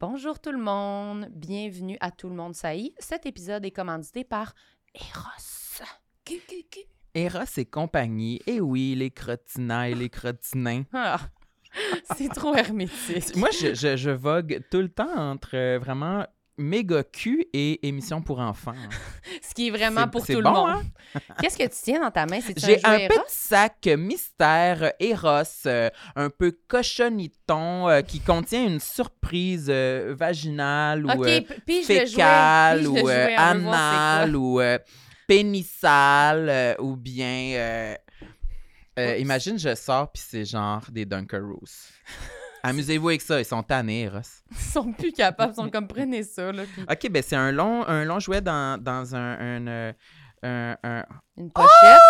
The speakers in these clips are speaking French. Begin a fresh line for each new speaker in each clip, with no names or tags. Bonjour tout le monde, bienvenue à Tout le monde saillit. Cet épisode est commandité par Eros.
Eros et compagnie. Eh oui, les crottinaires et les crottinins.
Ah, c'est trop hermétique.
Moi, je, je, je vogue tout le temps entre euh, vraiment méga cul et émission pour enfants.
Ce qui est vraiment
C'est-
pour
c'est
tout
bon,
le monde.
hein?
Qu'est-ce que tu tiens dans ta main? C'est
J'ai un
jouet
petit sac mystère euh, Eros, euh, un peu cochoniton, euh, qui contient une surprise euh, vaginale ou euh,
OK, p- puis je le jouais.
fécale
Puis je le
ou
jouais,
euh,
on veut voir c'est quoi.
anale ou euh, pénissale euh, ou bien... euh, euh,
Oups.
imagine, je sors puis c'est genre des Dunkaroos. Amusez-vous avec ça, ils sont tannés, Eros.
Ils sont plus capables, ils sont comme prenez ça. Là, puis
Ok, ben c'est un long, un long jouet dans, dans un... un, euh, un- un-
une pochette.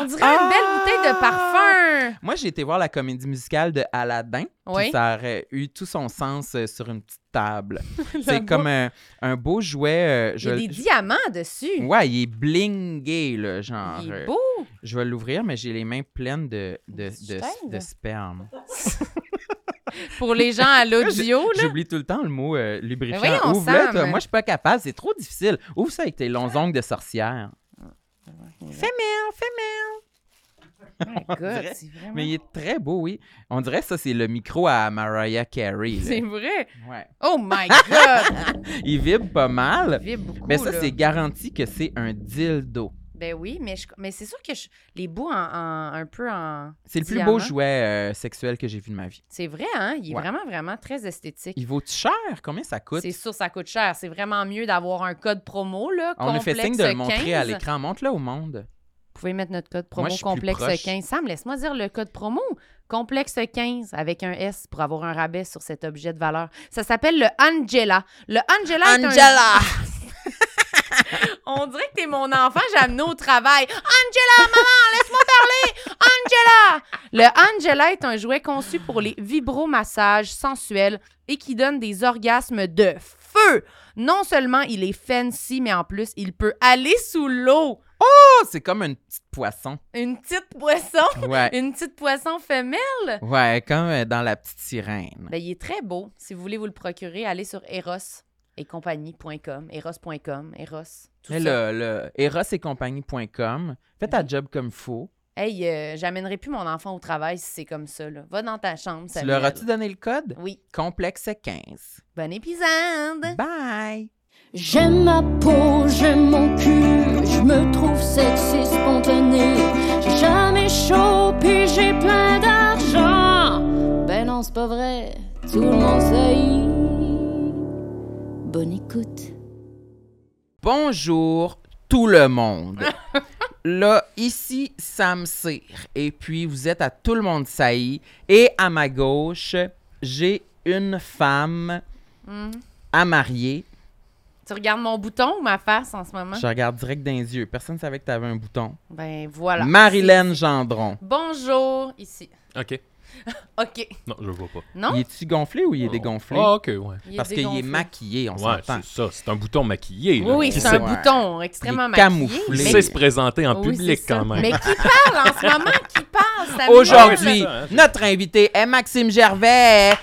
On dirait une belle
Oh! Ah!
bouteille de parfum.
Moi, j'ai été voir la comédie musicale de Aladdin. puis
Oui.
Ça aurait eu tout son sens euh, sur une petite table.
Le
C'est
beau-
comme un, un beau jouet. euh,
Il y
je...
a des diamants dessus.
Ouais, il est blingé, là, genre.
Il est
euh,
beau.
Je vais l'ouvrir, mais j'ai les mains pleines de, de,
Du
de-
sperme.
de sperme.
Pour les gens à l'audio, là.
J'oublie tout le temps le mot euh, lubrifiant.
Mais voyons,
Ouvre-le,
Sam.
toi. Moi, je suis pas capable. C'est trop difficile. Ouvre ça avec tes longs ongles de sorcière. Femelle, femelle.
My Oh God,
dirait.
c'est vraiment...
Mais il est très beau, oui. On dirait que ça, c'est le micro à Mariah Carey. là.
C'est vrai.
Ouais.
Oh my God!
Il vibre pas mal.
Il vibre beaucoup,
Mais ça,
Oh là.
c'est garanti que c'est un dildo.
Ben oui, mais, je- mais c'est sûr que je- les bouts en, en- un peu en...
C'est le plus
Diamant.
beau jouet euh, sexuel que j'ai vu de ma vie.
C'est vrai, hein? Il est
Ouais.
vraiment, vraiment très esthétique.
Il vaut cher? Combien ça coûte?
C'est sûr, ça coûte cher. C'est vraiment mieux d'avoir un code promo, là,
On a fait signe
complexe
de le montrer à
15.
l'écran. Montre-le au monde.
Vous pouvez mettre notre code
Moi,
promo
je suis plus
complexe
proche.
15. Sam, laisse-moi dire le code promo complexe 15 avec un S pour avoir un rabais sur cet objet de valeur. Ça s'appelle le Angela. Le Angela est un- On dirait que t'es mon enfant, j'ai amené au travail. Angela, maman, laisse-moi parler! Angela! Le Angela est un jouet conçu pour les vibromassages sensuels et qui donne des orgasmes de feu. Non seulement il est fancy, mais en plus, il peut aller sous l'eau.
Oh, c'est comme une petite poisson.
Une petite poisson,
Ouais.
une petite poisson femelle.
ouais, comme euh, dans la petite sirène.
Ben, il est très beau. Si vous voulez vous le procurer, allez sur eros et compagnie.com, eros.com, eros. Tout
Mais
ça.
le, le erosetcompagnie.com, fais ta job comme faut.
Hey, euh, j'amènerai plus mon enfant au travail si c'est comme ça. Là. Va dans ta chambre,
Tu
Samuel.
leur as-tu donné le code?
Oui.
Complexe 15.
Bon épisode!
Bye!
J'aime ma peau, j'aime mon cul, je me trouve sexy spontané. J'ai jamais chaud, puis j'ai plein d'argent. Ben non, c'est pas vrai, tout le monde sait. Bonne écoute.
Bonjour tout le monde. Là, ici Sam Cyr. Et puis, vous êtes à Tout le monde saillit. Et à ma gauche, j'ai une femme
Mm.
à marier.
Tu regardes mon bouton ou ma face en ce moment?
Je regarde direct dans les yeux. Personne ne savait que tu avais un bouton.
Ben voilà.
Marilyn Gendron.
C'est- Bonjour, ici.
OK.
OK.
Non, je le vois pas.
Non?
Il est-tu gonflé ou il est dégonflé?
Ah, OK, ouais.
Ah. Oh, il est
Parce qu'il est
dégonflé.
maquillé, on
Ouais,
s'entend.
c'est ça. C'est un bouton maquillé.
Oui,
là,
oui,
qui
c'est un
sait-
Ouais.
bouton extrêmement
Il est
maquillé.
qui
camouflé.
mais-
sait se présenter en
Oui,
public
c'est ça.
quand même.
Mais qui parle en ce moment? Qui parle? Samuel?
Ah oui,
Aujourd'hui,
c'est ça, hein, c'est-
notre invité est Maxime Gervais. Yeah!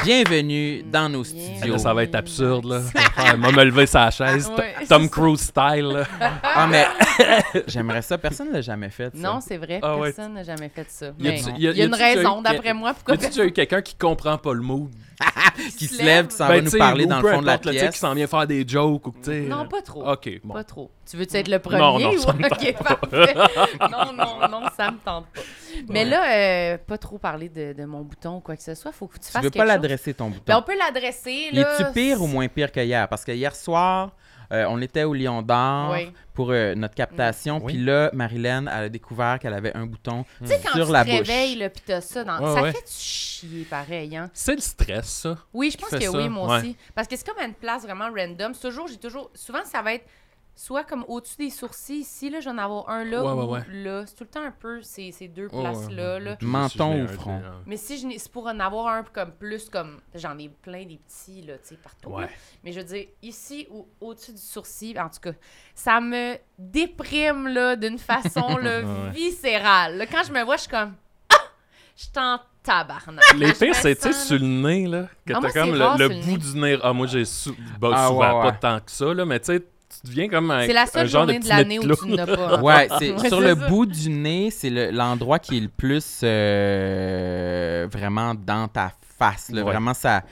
Bienvenue dans nos
Bien.
Eh,
studios.
là, ça va être absurde, là. Ouais, moi, me lever sa chaise,
Ah, Ouais, c'est
Tom
ça.
Cruise style. là.
Ah, mais j'aimerais ça. Personne ne l'a jamais fait. ça.
Non, c'est vrai.
Ah ouais.
Personne n'a jamais fait ça.
Y a-tu-
Mais
y a-
il y a une
y a-tu déjà
raison,
eu-
d'après moi,
Y
pourquoi
a-tu déjà eu quelqu'un qui comprend pas le mot?
qui se lève, qui s'en
Ben,
va nous parler dans le fond de la pièce.
qui s'en vient faire des jokes ou que, tu sais,
Non,
euh,
pas trop.
OK, bon.
Pas trop. Tu veux-tu être le premier?
Non, non,
ou-
ça me
Ok, parfait. non, non, non, ça me tente pas. Mais là, euh, pas trop parler de, de mon bouton ou quoi que ce soit. Faut que tu
Tu
fasses
veux
quelque
pas
chose.
l'adresser, ton bouton.
Ben, on peut l'adresser.
Il
là.
Est-tu pire ou moins pire que hier? Parce que hier soir, euh, on était au Lion d'Or
Oui.
pour euh, notre captation.
Oui.
Puis là, Marilyn, elle a découvert qu'elle avait un bouton
Tu sais, quand
sur
tu
la
te
bouche.
réveilles, là, pis t'as ça dans.
Ouais,
ça
ouais.
fait chier, pareil, hein?
C'est le stress, ça.
Oui, je pense
fait
que
ça,
oui, moi
ouais.
aussi. Parce que c'est comme à une place vraiment random. C'est toujours, j'ai toujours. Souvent, ça va être soit comme au-dessus des sourcils ici, là, je vais en avoir un là
Ouais,
ou
ouais, ouais.
là. C'est tout le temps un peu ces, ces deux
Ouais, ouais,
places-là.
ouais.
là.
Tout, si je
Menton
mets
ou
un,
front?
euh,
Mais si je n'ai- c'est pour en avoir un comme plus comme j'en ai plein des petits là, tu sais partout. là.
Ouais.
Mais je veux dire ici ou au-dessus du sourcil, en tout cas, ça me déprime là d'une façon là,
Ouais.
viscérale. là. quand je me vois, je suis comme ah, je suis en tabarnak.
Les
Je me
pires, c'est, tu sais,
sens,
sur le nez, là, que
Ah, moi,
t'as comme
c'est
le,
rare
le
sur le
bout
nez.
du nez. Ah, moi, j'ai sou- bah,
Ah,
souvent
ouais,
pas
ouais.
tant que ça, là, mais tu sais, tu deviens comme un,
C'est la
un
seule
genre
journée de,
de petit
l'année
nez
où
de
tu n'as pas.
Ouais, c'est
Ouais,
sur
Ah, c'est
le
ça.
bout du nez, c'est le- l'endroit qui est le plus euh, vraiment dans ta face. là.
Ouais.
Vraiment, ça,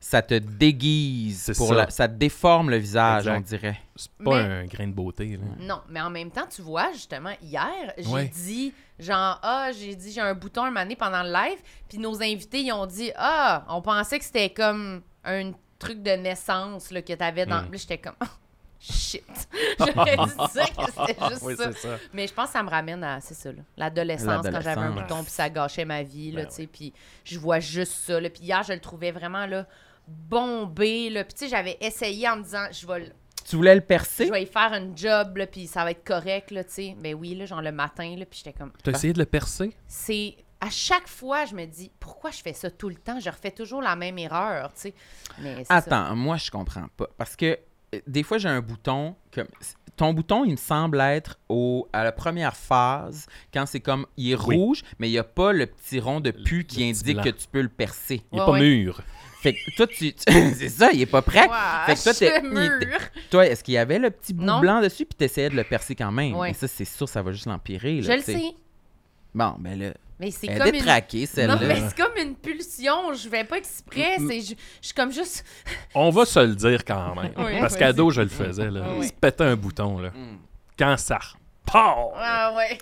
ça te déguise.
C'est
Pour
ça.
la- ça te déforme le visage,
Exact.
on dirait.
C'est pas
Mais- Mm.
un grain de beauté, là.
Non, mais en même temps, tu vois, justement, hier, j'ai
Ouais.
dit, genre, ah, j'ai dit, j'ai un bouton un mané pendant le live, puis nos invités, ils ont dit, ah, on pensait que c'était comme un truc de naissance là, que t'avais dans.
Mm.
Là, j'étais comme, shit. J'aurais dû dire que c'était juste
Ah, oui,
ça.
c'est ça.
Mais je pense que ça me ramène à, c'est ça, là, l'adolescence, quand j'avais un
L'adolescence.
bouton, puis ça gâchait ma vie, là,
Ben
tu sais, puis je vois juste ça, là. Puis hier, je le trouvais vraiment, là, bombé, là. Puis tu sais, j'avais essayé en me disant, je vais le-
Tu voulais le
je
percer?
vais y faire une job, là, puis ça va être correct, là, tu sais. Ben oui, là, genre le matin, là, puis j'étais comme...
T'as essayé de le percer?
C'est... À chaque fois, je me dis, pourquoi je fais ça tout le temps? Je refais toujours la même erreur, tu sais. Mais c'est ça.
Attends, moi, je comprends pas. Parce que euh, des fois, j'ai un bouton. Comme... Ton bouton, il me semble être au... à la première phase, quand c'est comme. Il est
Oui.
rouge, mais il n'y a pas le petit rond de pu qui
petit
indique
blanc.
que tu peux le percer.
Il est
Ouais,
pas
ouais.
mûr.
Fait que toi, tu. c'est ça, il est pas prêt.
Ouah,
Fait que toi,
je
t'es-
mûre.
il Toi, est-ce qu'il y avait le petit bout
Non.
blanc dessus, puis t'essayais de le percer quand même?
Ouais.
Mais ça, c'est sûr, ça va juste l'empirer. là,
Je le
tu sais.
sais.
Bon, ben là,
Mais c'est
elle
comme
est
une...
détraquée,
Non,
celle-là.
mais c'est comme une pulsion. Je vais pas exprès.
Mm, mm.
C'est... Je, je suis comme juste...
On va se le dire quand même.
Oui,
parce
vas-y.
qu'à dos, je le faisais. Là.
Ah ouais.
Il se pétait un bouton. Là.
Mm.
Quand ça repart!
Ah ouais.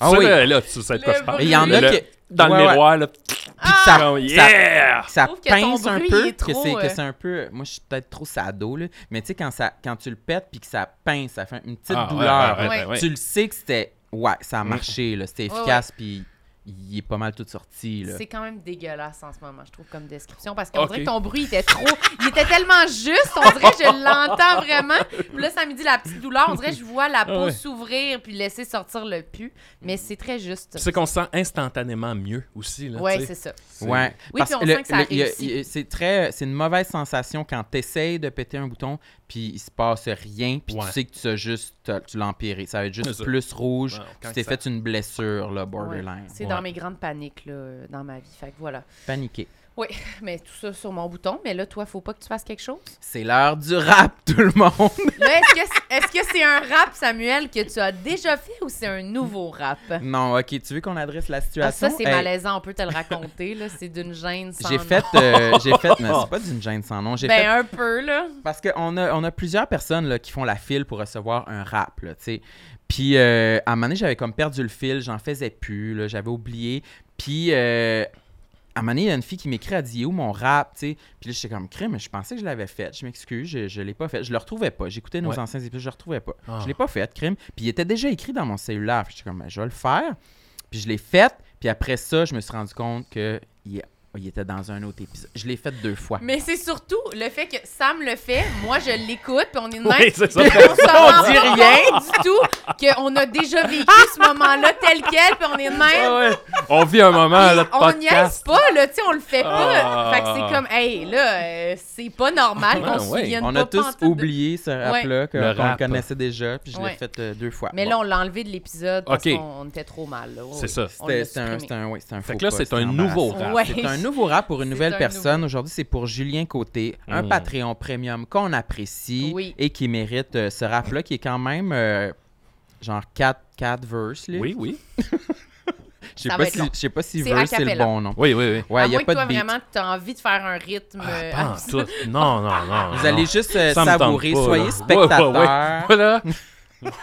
Ah
ça,
oui,
là, là, tu sais de quoi
Le
je parle.
il y en a
Le-
qui.
Dans
Ouais,
le
ouais.
miroir, là.
Puis que ça,
comme,
ça-
yeah!
ça
trouve que ton
pince un
bruit, il
peu,
est
que
trop,
c'est
euh,
que c'est un peu. Moi, je suis peut-être trop sado, là. Mais tu sais, quand, ça- quand tu le pètes, puis que ça pince, ça fait une petite
Ah, ouais,
douleur.
ouais, ouais,
Ouais.
ouais.
Tu le sais que c'était. Ouais, ça a
Mm.
marché, là. C'était
Ouais, ouais.
efficace, puis il est pas mal tout sorti, là.
C'est quand même dégueulasse en ce moment, je trouve, comme description. Parce qu'on
Ok.
dirait que ton bruit était trop. Il était tellement juste, on dirait que je l'entends vraiment. Puis là, ça me dit la petite douleur. On dirait que je vois la
Ah
peau
ouais.
s'ouvrir puis laisser sortir le pu. Mais c'est très juste.
Puis C'est qu'on se sent instantanément mieux aussi. Là,
Ouais,
tu sais.
c'est ça.
Ouais.
Oui,
parce
puis on
que le-
sent que ça
le- il y a-
réussit.
il y a- c'est très, c'est une mauvaise sensation quand t'essayes de péter un bouton, puis il se passe rien, puis
Ouais.
tu sais que tu as juste, t'as- tu l'as empiré. Ça va être
C'est
juste
ça.
plus rouge.
Ouais,
tu
quand
t'es
ça-
fait une blessure, là, borderline.
Ouais. C'est
Ouais.
dans mes grandes paniques là, euh, dans ma vie. Fait que voilà.
Paniqué.
Mais tout ça sur mon bouton. Mais là, toi, faut pas que tu fasses quelque chose.
C'est l'heure du rap, tout le monde.
Là, est-ce que c'est- est-ce que c'est un rap, Samuel, que tu as déjà fait ou c'est un nouveau rap?
non, ok, tu veux qu'on adresse la
Ah,
situation
ça, c'est
Hey,
malaisant. On peut te le raconter. là. C'est d'une gêne sans
J'ai
nom.
fait, euh, j'ai fait, mais c'est pas d'une gêne sans nom. J'ai
Ben,
fait
un peu, là.
Parce qu'on a, on a plusieurs personnes là, qui font la file pour recevoir un rap, là, tu sais. Puis, euh, à un moment donné, j'avais comme perdu le fil, j'en faisais plus, là, j'avais oublié. Puis, euh, à un moment donné, il y a une fille qui m'écrit, elle dit « Où mon rap? » tu sais. Puis là, j'étais comme « Crime, mais je pensais que je l'avais fait. Je m'excuse, je, je l'ai pas fait. Je le retrouvais pas. J'écoutais nos
Ouais.
anciens épisodes, je le retrouvais pas.
Ah.
Je l'ai pas fait, crime. Puis, il était déjà écrit dans mon cellulaire. Puis, j'étais comme « Ben, Je vais le faire. » Puis, je l'ai fait. Puis après ça, je me suis rendu compte que il, il était dans un autre épisode. Je l'ai fait deux fois.
Mais c'est surtout le fait que Sam le fait, moi je l'écoute, puis on est de même.
Oui, c'est ça.
puis on se rend
dit
pas
rien.
compte du tout, qu'on a déjà vécu ce moment-là tel quel, puis on est de même.
Ah ouais. On vit un
Ah,
moment là, de
on n'y
podcast.
pas, là, tu sais, on le fait pas.
Ah.
Fait que c'est comme, hey, là, euh, c'est pas normal qu'on
Ah,
se
ouais.
souvienne
On
pas
a tous
pantoute de-
oublié ce rap-là que-
Le
qu'on
rap.
connaissait déjà, puis je
Ouais.
l'ai fait euh, deux fois.
Mais là, on l'a enlevé de l'épisode parce
Ok.
qu'on on était trop mal. là. Ouais,
C'est
ouais.
ça.
on l'a
c'était c'était un,
supprimé.
c'était un, ouais, c'était un
Fait
faux
que là,
pas,
c'est
c'était
un nouveau
embarrassant.
rap.
Ouais.
C'est un nouveau rap pour une
C'est
nouvelle
un
personne. Aujourd'hui, c'est pour Julien Côté, un
Mm.
Patreon premium qu'on apprécie
Oui.
et qui mérite euh, ce rap-là, qui est quand même euh, genre 4, 4 verses. là.
Oui, oui.
Je sais
Ça
pas,
va être
si-
long.
je sais pas si
C'est a
verse, c'est le
cappella.
bon nom.
Oui, oui, oui.
Ouais,
à
il n'y
moins
a pas
que toi,
de beat.
vraiment, tu as envie de faire un rythme. euh,
Ah,
abs-
tout. Non, non, non.
Vous
non.
allez juste euh,
Ça me tente
savourer,
pas, là.
soyez
Ouais, ouais, ouais.
spectateur.
Voilà.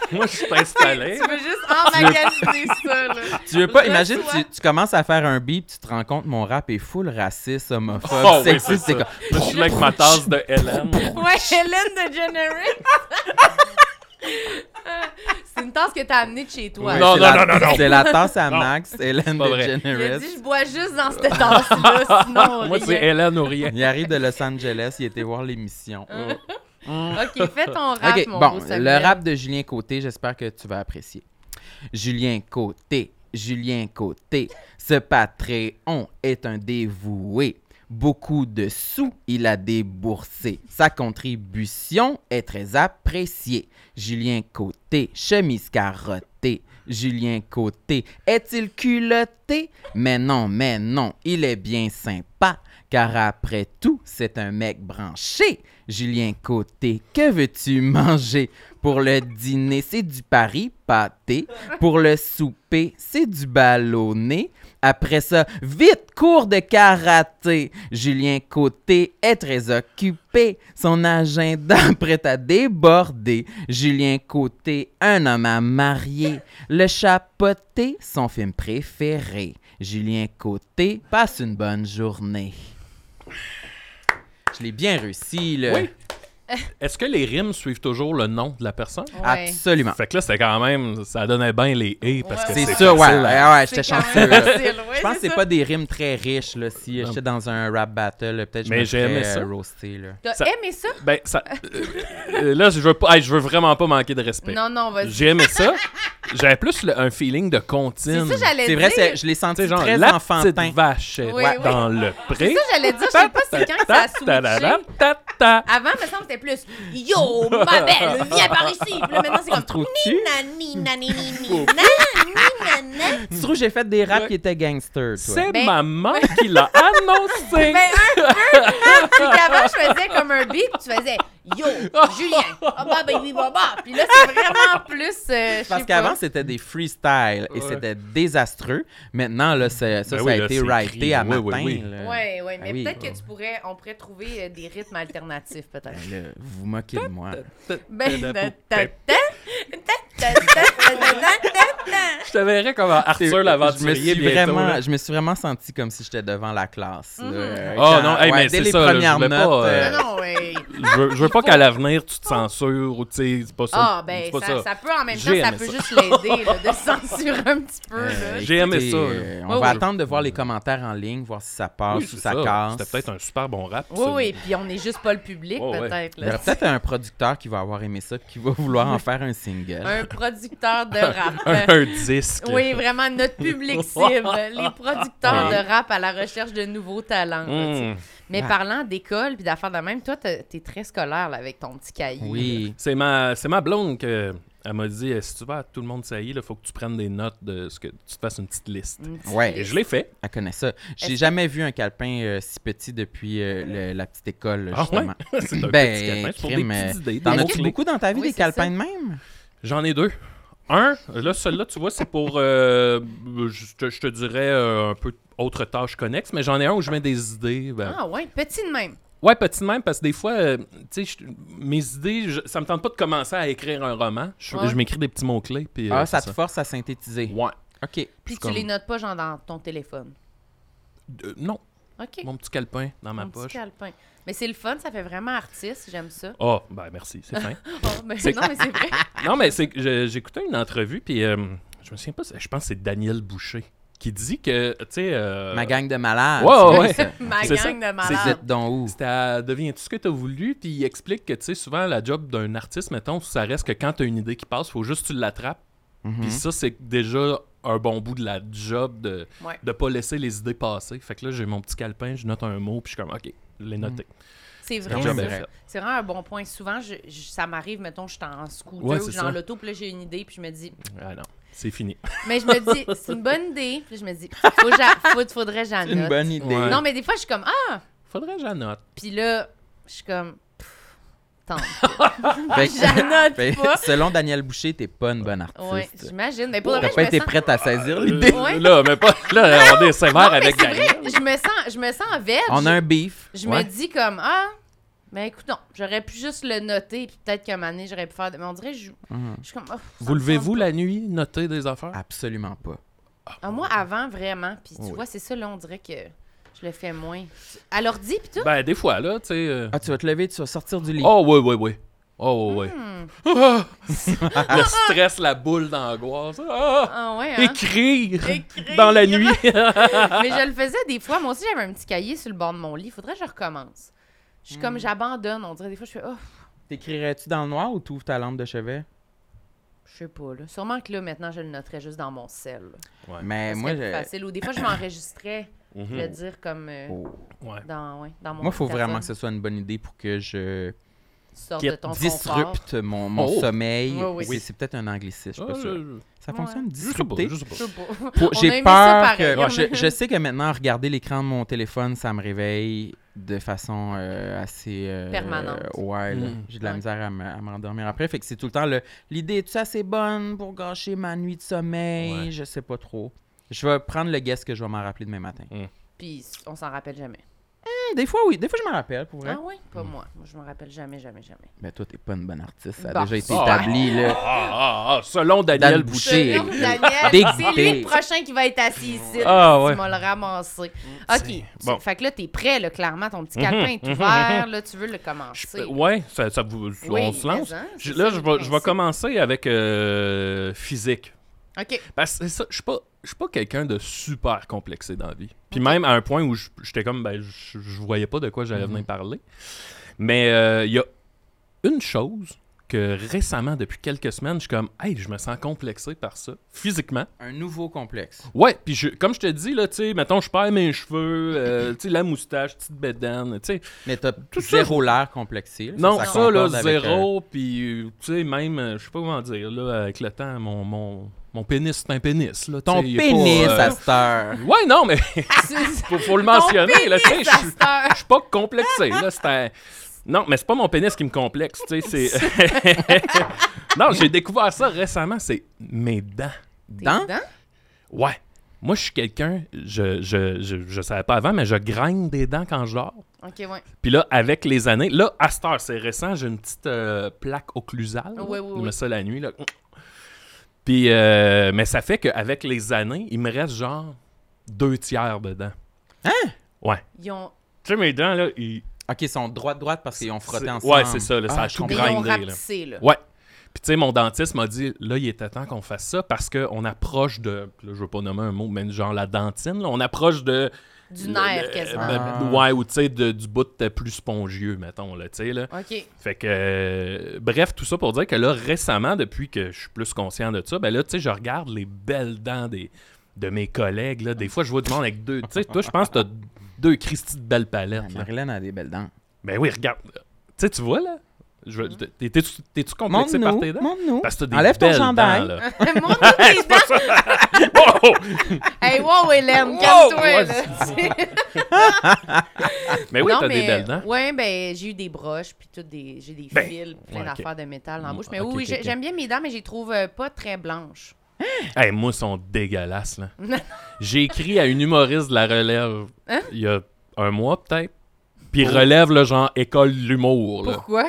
Moi, je suis installé.
tu veux juste emmagasiner ça, là.
Tu veux pas,
Je
imagine,
reçois.
tu, tu commences à faire un beat, tu te rends compte, mon rap est full raciste, homophobe,
Oh, oui, c'est
sexiste,
ça.
c'est
Là,
comme-
je suis là avec ma tasse de Hélène.
Ouais, Hélène DeGeneres. c'est une tasse que t'as amenée de chez toi.
Ouais,
Non,
c'est
non,
la-
non, non, non.
C'est la tasse à
Non.
Max, Hélène
Pas vrai.
Il a
DeGeneres.
dit, je bois juste dans cette tasse-là, sinon...
Moi,
rien.
c'est Hélène ou rien.
Il arrive de Los Angeles, il était voir l'émission.
Mm.
OK, fais ton rap,
ok,
mon
bon,
beau Samuel.
le rap de Julien Côté, j'espère que tu vas apprécier. Julien Côté, Julien Côté, ce Patreon est un dévoué. Beaucoup de sous il a déboursé. Sa contribution est très appréciée. Julien Côté, chemise carottée. Côté, Julien Côté. Est-il culotté? Mais non, mais non, il est bien sympa. Car après tout, c'est un mec branché. Julien Côté, que veux-tu manger? Pour le dîner, c'est du Paris pâté. Pour le souper, c'est du ballonné. Après ça, vite, cours de karaté. Julien Côté est très occupé. Son agenda prêt à déborder. Julien Côté, un homme à marier. Le chapoté, son film préféré. Julien Côté passe une bonne journée. Je l'ai bien réussi, là.
Oui. Est-ce que les rimes suivent toujours le nom de la personne?
ah,
Ouais.
Absolument.
Fait que là, c'était quand même. Ça donnait bien les et parce que
C'est
c'est
ça, ouais. Ah
facile à-
Ouais, ouais, j'étais
C'est quand
chanceux.
même
là.
facile, ouais,
Je pense que
c'est
c'est
ça.
pas des rimes très riches, là. Si euh, j'étais dans un rap battle, peut-être je
Mais
me
j'ai aimé
ferais, euh,
ça.
roaster, là.
T'as
Ça-
aimé ça?
Ben, ça. euh, euh, là, je veux, pas, hey, je veux vraiment pas manquer de respect.
Non, non, vas-y.
J'ai aimé ça. J'avais plus le- un feeling de
C'est
comptine.
ça, j'allais
C'est
dire.
vrai, c'est- je l'ai
Tu
senti
sais, genre,
très
la
enfantin.
petite vache
Oui,
ouais,
oui.
dans le pré.
ça, j'allais dire. Je sais pas c'est quand que ça a switché.
Ta-ta-ta-ta-ta.
Avant, me semble c'était plus Yo, ma belle, viens par ici. Puis là, maintenant, c'est comme
Trouves-tu?
Nina, nina, nina, nina, nina.
Tu trouves que j'ai fait des raps qui étaient gangsters, toi?
C'est
Ben-
maman qui l'a annoncé.
Ben, un peu. Puis qu'avant, je faisais comme un beat, puis tu faisais Yo, Julien, ah bah, baby, baba. Puis là, c'est vraiment plus. euh, je sais
Parce
pas.
qu'avant, c'était des freestyles et
Ouais.
c'était désastreux. Maintenant, là, c'est- ça,
Ben
ça
oui,
a
là,
été
c'est
writé
écrit.
à
Oui,
matin.
oui, oui.
là.
Ouais, ouais, mais
Ah oui.
peut-être que tu pourrais, on pourrait trouver euh, des rythmes alternatifs, peut-être.
Ben là, vous vous moquez de moi.
Ben,
Ben,
ta- ta- ta- ta- ta- ta- ta- ta- ta-
Je te verrais comme Arthur
je me
l'aventurier
suis
bientôt.
vraiment,
là.
je me suis vraiment senti comme si j'étais devant la classe. là. Euh,
Oh
quand-
non, hey,
ouais,
mais
dès
c'est
les
ça, là, je
premières
voulais
notes.
pas, euh,
Mm-hmm. Non, non, ouais.
Je veux, je veux pas qu'à l'avenir tu te censures ou tu sais, c'est pas ça.
Ah,
c'est
ben,
pas
ça, ça peut en même
J'ai
temps, ça
aimé
peut
ça.
juste l'aider là, de censurer un petit peu.
euh,
là.
J'ai aimé
écoutez,
ça, là.
euh,
Oui,
on va
oui.
attendre de voir les commentaires en ligne, voir si ça passe
Oui,
ou
Ah, c'est
ça,
ça.
casse.
C'était peut-être un super bon rap.
Oui, oui, puis on n'est juste pas le public,
Ouais, ouais.
peut-être.
Il y
là.
aura peut-être un producteur qui va avoir aimé ça qui va vouloir en faire un single.
Un producteur de rap.
Un, un disque.
Oui, vraiment, notre public cible, les producteurs
Ouais.
de rap à la recherche de nouveaux talents. là, tu sais.
Mm.
Mais
Ouais.
parlant d'école puis d'affaires de même, toi, t'es t'es très scolaire là, avec ton petit cahier.
Oui.
C'est ma, c'est ma blonde que. Elle m'a dit, eh, si tu vas à tout le monde ça y est, il faut que tu prennes des notes de ce que tu te fasses une petite liste.
Une petite
Ouais.
Et
liste.
je l'ai fait.
Elle connaît ça. J'ai
Est-ce que-
jamais vu un calepin euh, si petit depuis euh, le- la petite école,
Ah
justement.
ouais? c'est un
Ben,
petit calepin, c'est pour des
crime, euh,
petites idées.
T'en
des
as-tu
mots-clés.
beaucoup dans ta vie,
Oui,
des
c'est ça.
calepins de même?
J'en ai deux. Un, là, celui-là, tu vois, c'est pour, euh, je, te, je te dirais, euh, un peu autre tâche connexe, mais j'en ai un où je mets des idées. ben,
Ah ouais, petit de même.
Ouais, petit de même, parce que des fois, euh, tu sais, je- mes idées, je- ça me tente pas de commencer à écrire un roman. Je,
Ouais.
je m'écris des petits mots-clés. puis, euh,
Ah, ça
c'est
te force à synthétiser.
Ouais.
OK.
Puis
C'est
tu les
comme-
notes pas genre dans ton téléphone.
Euh, non,
OK.
mon petit calepin dans ma
Mon petit
poche.
calepin. Mais c'est le fun, ça fait vraiment artiste, j'aime ça.
Ah, ben merci, c'est fin.
Oh, mais
C'est-
non, mais c'est vrai.
non, mais c'est que je- j'écoutais une entrevue, puis euh, je me souviens pas, c'est- je pense que c'est Daniel Boucher qui dit que, tu sais... euh,
Ma gang de malades.
Ouais,
c'est
ouais,
vrai,
ouais.
ça.
Ma
C'est
gang
ça.
de
Vous
malades.
êtes donc où?
C'était à deviens-tu ce que t'as voulu, puis il explique que, tu sais, souvent, la job d'un artiste, mettons, ça reste que quand t'as une idée qui passe, faut juste que tu l'attrapes.
Mhm.
Puis ça, c'est déjà un bon bout de la job de
Ouais.
de pas laisser les idées passer. Fait que là, j'ai mon petit calepin, je note un mot, puis je suis comme, OK, je l'ai noté.
Mhm. C'est
quand
vrai.
même
ça.
vrai.
C'est vraiment un bon point. Souvent, je- je- ça m'arrive, mettons, je suis en scooter
Ouais,
ou
c'est
je suis dans
ça.
l'auto, puis là, j'ai une idée, puis je me dis,
Ah non, c'est fini.
mais je me dis, c'est une bonne idée. Puis là, je me dis, faut, que j'a- faut- faudrait que j'en
C'est une
note.
bonne idée.
Ouais.
Non, mais des fois, je suis comme, ah!
Faudrait que j'en note.
Puis là, je suis comme, pff, tant.
Fait que-
J'en note
fait-
pas.
selon Daniel Boucher, t'es pas une bonne artiste.
Ouais, j'imagine. Mais pour le
T'as
vrai,
pas
je me
été
sens...
prête à saisir l'idée.
Euh,
Ouais.
Là, mais pas. Là, on est sévère
Non, mais
avec
c'est vrai,
Daniel.
je me sens, je me sens veg.
On a un beef.
Je
Ouais.
me dis comme, ah, mais écoute, non, j'aurais pu juste le noter, puis peut-être qu'à un moment donné, j'aurais pu faire... de- Mais on dirait, je,
Mhm.
je suis comme... ah, ça
Vous
me Ah,
levez-vous
tente
la nuit, notez des affaires?
Absolument pas.
pas. Ah, moi, avant, vraiment, puis tu
Oui.
vois, c'est ça, là, on dirait que je le fais moins. À l'ordi, puis tout.
Ben, des fois, là, tu sais. euh,
Ah, tu vas te lever, tu vas sortir du lit.
Oh, oui, oui, oui. Oh, oui, oui.
Hmm.
Ah! Le stress, la boule d'angoisse.
Ben,
Ah!
Ah ouais, hein?
Écrire dans la nuit.
Mais je le faisais des fois. Moi aussi, j'avais un petit cahier sur le bord de mon lit. Faudrait que je recommence. Je suis
Hmm.
comme, j'abandonne. On dirait des fois, je fais, oh,
T'écrirais-tu dans le noir ou t'ouvres ta lampe de chevet?
je sais pas, là. Sûrement que là, maintenant, je le noterais juste dans mon sel. là.
Mais
Ce
Eh, moi,
serait plus
je...
facile. Ou des fois, je m'enregistrais, je
Mhm.
vais dire, comme euh,
Oh.
Ouais.
dans, ouais, dans mon
moi, faut
dictaphone.
vraiment que ce soit une bonne idée pour que je
tu sortes
qui
de ton confort.
disrupte mon, mon
Oh.
sommeil.
Oui, oui.
C'est- C'est peut-être un anglicisme, je suis pas
Ah,
sûre.
je-
Ça
Ouais.
fonctionne,
je sais pas,
disrupter.
je
Je
sais pas.
sais pas.
Pour-
On a
J'ai
aimé
peur
ça pareil,
que...
on a-
Je, je sais que maintenant, regarder l'écran de mon téléphone, ça me réveille de façon euh, assez... euh,
Permanente.
ouais, là.
Mm.
j'ai de la
Ouais.
misère à me, à me rendormir après. Fait que c'est tout le temps le... L'idée, est-tu assez bonne pour gâcher ma nuit de sommeil?
Ouais.
Je sais pas trop. Je vais prendre le guess que je vais m'en rappeler demain matin.
Puis on s'en rappelle jamais.
Hmm, Des fois, oui. Des fois, je m'en rappelle, pour vrai.
Ah oui?
Hmm.
Pas moi. Moi, je me rappelle jamais, jamais, jamais.
Mais toi, t'es pas une bonne artiste. Ça a
Bon.
déjà été
Ah.
établi, là.
Ah, ah, ah, selon
Dan
Daniel
Boucher.
Boucher.
Selon Daniel,
Dégoûté.
c'est lui le prochain qui va être assis ici.
Ah, ouais.
Tu m'as le ramassé. OK. tu-
Bon.
Fait que là, t'es prêt, là, clairement. Ton petit
Mhm,
calepin est ouvert. Là, tu veux le commencer.
Je- ouais, ça, ça vous,
Oui,
on se
mais
lance.
hein,
Je-
c'est
là,
ça,
je
le
vais, je vais
principe.
commencer avec euh, physique.
OK.
Parce que c'est ça, je suis pas, je suis pas quelqu'un de super complexé dans la vie. Puis même à un point où je- j'étais comme, ben, je, je voyais pas de quoi
Mhm.
j'allais venir parler. Mais euh, il y a une chose que récemment, depuis quelques semaines, je suis comme, hey, je me sens complexé par ça, physiquement.
Un nouveau complexe.
Ouais, puis je- comme je te dis, là, tu sais, mettons, je perds mes cheveux, euh, tu sais, la moustache, petite bédane, tu sais.
Mais t'as
ça,
zéro l'air complexé. là.
Non, ça, là,
concorde avec, euh,
zéro, puis, euh, tu sais, même, euh, je sais pas comment dire, là, avec le temps, mon, mon, mon pénis, c'est un pénis, là. tu
Ton
sais, il est pas,
pénis
euh,
à cette heure.
Ouais, non, mais faut, faut le mentionner, là, tu sais,
pénis,
je
à
suis-
cette heure.
je suis pas complexé, là, c'est un- Non, mais c'est pas mon pénis qui me complexe, tu sais, c'est... non, j'ai découvert ça récemment, c'est mes dents.
T'es
Dans?
dedans?
Ouais. Moi, je suis quelqu'un, je, je, je, je savais pas avant, mais je gragne des dents quand je dors.
OK, ouais.
Puis là, avec les années, là, à cette heure, c'est récent, j'ai une petite euh, plaque occlusale. là.
Ouais, ouais,
Je
ouais.
mets ça la nuit, là. Puis, euh, mais ça fait qu'avec les années, il me reste genre deux tiers dedans.
Ils ont,
Tu sais, mes dents, là, ils.
Ok, ils sont droite-droite parce qu'ils ont frotté
C'est-
ensemble. Ah,
ouais, c'est ça, là, ça a
je
tout
ils
comprends.
ont
grindé, là.
rapetissé, là.
Ouais. Puis, tu sais, mon dentiste m'a dit, là, il était temps qu'on fasse ça parce qu'on approche de. Là, je veux pas nommer un mot, mais genre la dentine, là, On approche de.
Du
le-
nerf,
le-
quasiment.
Ah.
ben, ouais, ou tu sais, de- du bout de plus spongieux, mettons, là, tu sais, là.
OK.
Fait que, euh, bref, tout ça pour dire que là, récemment, depuis que je suis plus conscient de ça, ben là, tu sais, je regarde les belles dents des, de mes collègues. Là. Des fois, je vois du monde avec deux. Tu sais, toi, je pense que t'as deux Christy de belles
Ah,
palettes. Là.
Marilyn a des belles dents.
Ben oui, regarde. Tu sais, tu vois, là? Je veux-
Hein?
t'es- T'es-tu t'es-tu complexé par tes
Montre-nous,
dents?
montre-nous.
Parce que t'as des
Enlève ton
belles
chandail.
dents, là.
Mon Dieu, tes dents!
Oh, oh!
Hey, wow, Hélène,
Wow!
calme-toi,
Ouais,
là.
Mais Eh oui,
Non,
t'as
mais-
des belles dents.
Ouais, ben j'ai eu des broches puis toutes des j'ai des
Ben,
fils, plein
ouais, ok. Mm,
d'affaires de métal dans la bouche, mais
Ok,
oui,
ok,
j'ai-
ok.
j'aime bien mes dents mais je les trouve euh, pas très blanches.
Hey, moi, ils sont dégueulasses, là. J'ai écrit à une humoriste de la relève
Hein?
il y a un mois, peut-être. Puis relève, là, genre école de l'humour, là.
Pourquoi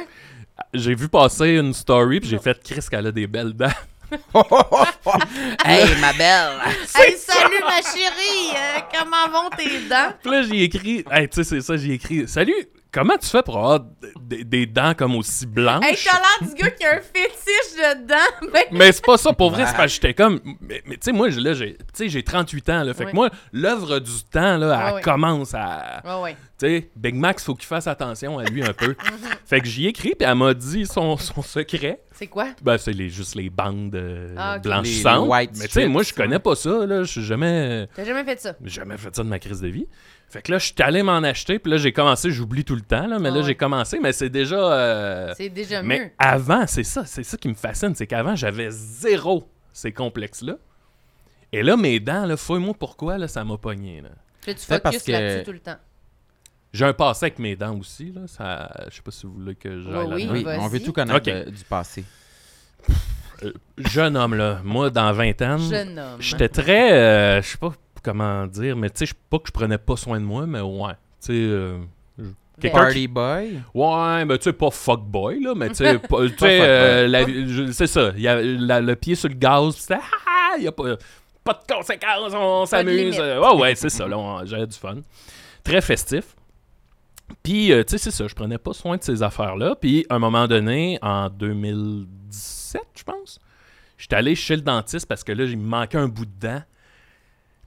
J'ai vu passer une story, puis j'ai fait Chris qu'elle a des belles dents.
hey, ma belle.
Hey, salut ma chérie, euh, comment vont tes dents
Puis là, j'ai écrit, hey, tu sais, c'est ça, j'ai écrit, salut, comment tu fais pour avoir d- des, des dents comme aussi blanches?
Hey, t'as l'air du gars qui a un fétiche de dents. Ben,
mais c'est pas ça, pour vrai, c'est parce que j'étais comme. Mais, mais tu sais, moi, j'ai- là, j'ai tu sais, j'ai 38 ans, là. Fait
Ouais.
que moi, l'œuvre du temps, là, elle
Ouais, ouais.
commence à.
Ouais, ouais.
Tu sais, Big Max, faut qu'il fasse attention à lui un peu. fait que j'y ai écrit, puis elle m'a dit son, son secret.
C'est quoi
Ben, c'est les, juste les bandes euh,
Ah, ok.
blanchissantes.
Les- les white
mais tu sais, moi, je
strips, ouais.
connais pas ça, là. Je suis jamais.
T'as jamais fait ça
J'ai jamais fait ça de ma crise de vie. Fait que là, je suis allé m'en acheter, puis là, j'ai commencé, j'oublie tout le temps, là, mais
Ah
là,
ouais.
j'ai commencé, mais c'est déjà. euh,
C'est déjà mieux.
Mais avant, c'est ça, c'est ça qui me fascine, c'est qu'avant, j'avais zéro ces complexes-là. Et là, mes dents, là, fouille-moi pourquoi, là, ça m'a pogné, là.
Là, tu
Peut-être parce
focuses
que-
là-dessus tout le temps.
J'ai un passé avec mes dents aussi, là, ça... Je sais pas si vous voulez que j'aille
Oui,
là-dedans.
Oui,
Vas-y.
on veut tout connaître
Ok.
de- du passé.
Euh, jeune homme, là, moi, dans 20 ans,
Jeune homme.
j'étais très... euh, je sais pas comment dire, mais tu sais, je- pas que je prenais pas soin de moi, mais ouais, tu sais... euh, quelqu'un
Party
qui-
boy.
Ouais, mais tu sais, pas fuckboy, là, mais tu sais, pas- tu sais,
fuckboy.
euh, la- je- c'est ça. Il y a la- le pied sur le gaz, pis c'est ah, il y a pas, pas de conséquences, on s'amuse.
limite.
Euh, Ouais, ouais, c'est ça, là, on- j'avais du fun. Très festif. Puis, euh, tu sais, c'est ça, je prenais pas soin de ces affaires-là. Puis, à un moment donné, en 2017, je pense, j'étais allé chez le dentiste parce que là, il me manquait un bout de dent.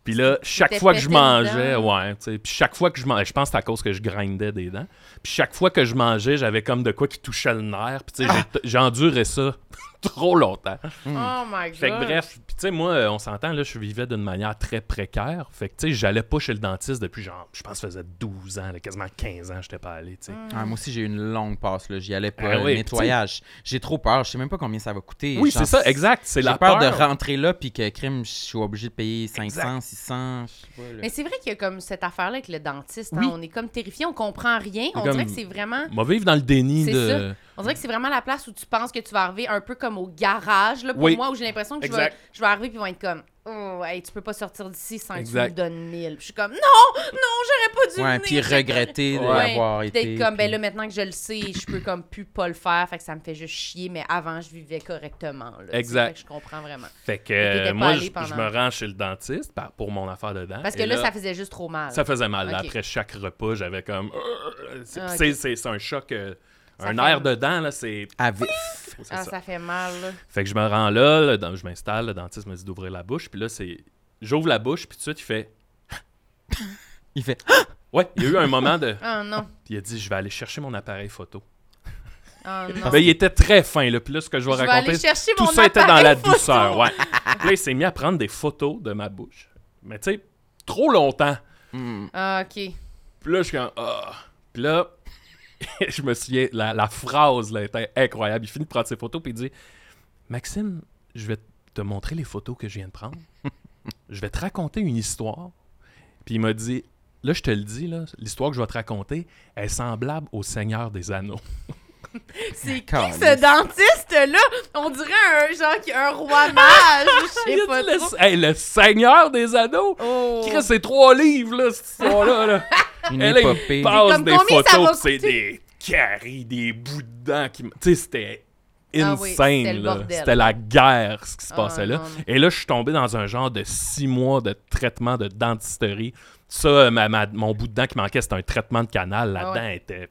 Puis là, chaque
t'es
fois que je
pété une
mangeais,
dent.
ouais, tu sais, puis chaque fois que je mangeais, je pense que c'est à cause que je grindais des dents. Puis chaque fois que je mangeais, j'avais comme de quoi qui touchait le nerf. Puis tu sais, j'ai- j'ai enduré ça trop longtemps.
Oh my god.
Fait que bref, puis tu sais, moi, euh, on s'entend, là, je vivais d'une manière très précaire. Fait que tu sais, j'allais pas chez le dentiste depuis genre, je pense que ça faisait 12 ans, là, quasiment 15 ans, j'étais pas allé, tu sais.
Mm.
Ah, moi aussi, j'ai eu une longue passe. là. J'y allais pour
Ah
le
oui,
nettoyage. J'ai trop peur. Je sais même pas combien ça va coûter.
Oui,
Genre,
c'est ça, exact. C'est
J'ai
la
peur, de rentrer là puis que, crime, je suis obligé de payer 500, 600. je sais pas, là.
Mais c'est vrai qu'il y a comme cette affaire-là avec le dentiste. hein.
Oui.
On est comme terrifié, on comprend rien. On
Comme-
dirait que c'est vraiment.
Moi, vivre dans le déni
C'est
de.
On dirait que c'est vraiment la place où tu penses que tu vas arriver un peu comme au garage, là, pour
Oui.
moi, où j'ai l'impression que je vais,
Exact.
je vais arriver puis ils vont être comme Oh, hey, tu peux pas sortir d'ici sans que tu
Exact.
me donnes 1000. Puis je suis comme Non, non, j'aurais pas dû.
Ouais,
venir.
puis regretter
Ouais.
d'avoir
Puis
été.
d'être comme, ben
puis-
là, maintenant que je le sais, je peux comme plus pas le faire, fait que ça me fait juste chier, mais avant, je vivais correctement. là, tu sais,
Exact.
fait que je comprends vraiment.
Fait que
t'étais
euh,
pas
moi,
allé
je je
pendant-
me rends chez le dentiste par- pour mon affaire de dents.
Parce que
et
là, ça faisait juste trop mal.
ça faisait mal.
Ok.
Après chaque repas, j'avais comme. euh, c'est-
Ah, ok.
c'est- C'est c'est un choc. euh,
Ça
un
fait-
air de dents, là, c'est.
À vif.
c'est
Ah,
ça.
ça fait mal. là.
Fait que je me rends là, le dent- je m'installe, le dentiste me dit d'ouvrir la bouche, puis là, c'est. J'ouvre la bouche, puis tout de suite, il fait.
Il fait.
Ouais, il y a eu un moment de.
Ah non,
Puis il a dit, je vais aller chercher mon appareil photo.
ah non.
Ben, il était très fin, là. Puis là, ce que je vais
je vais
raconter,
aller chercher
tout
mon
ça était dans la
appareil photo.
douceur, ouais. Puis là, il s'est mis à prendre des photos de ma bouche. Mais tu sais, trop longtemps.
Hmm.
Ah, OK.
Puis là, je suis comme, ah. Puis là, je me souviens, la, la phrase, là, était incroyable. Il finit de prendre ses photos, puis il dit, Maxime, je vais te montrer les photos que je viens de prendre. Je vais te raconter une histoire. Puis il m'a dit, là, je te le dis, là, l'histoire que je vais te raconter est semblable au Seigneur des Anneaux.
C'est qui
Calme.
ce dentiste-là? On dirait un genre qui un roi mage. Je
Il a
sais pas
dit,
trop.
le, Hey, le Seigneur des Anneaux!
Oh.
Chris, c'est trois livres, là, cette histoire-là. là.
Une
Elle,
épopée.
il passe
Comme
des
combien ça va
photos, pis
coûter?
c'est des caries, des bouts de dents qui... me- Tu sais, c'était
Ah
insane,
oui, c'était le
là.
bordel.
C'était la guerre, ce qui se
Ah,
passait là.
non, non.
Et là, je suis tombé dans un genre de six mois de traitement de dentisterie. Ça, euh, ma- ma- mon bout de dent qui manquait, c'était un traitement de canal. La
Ah
dent était...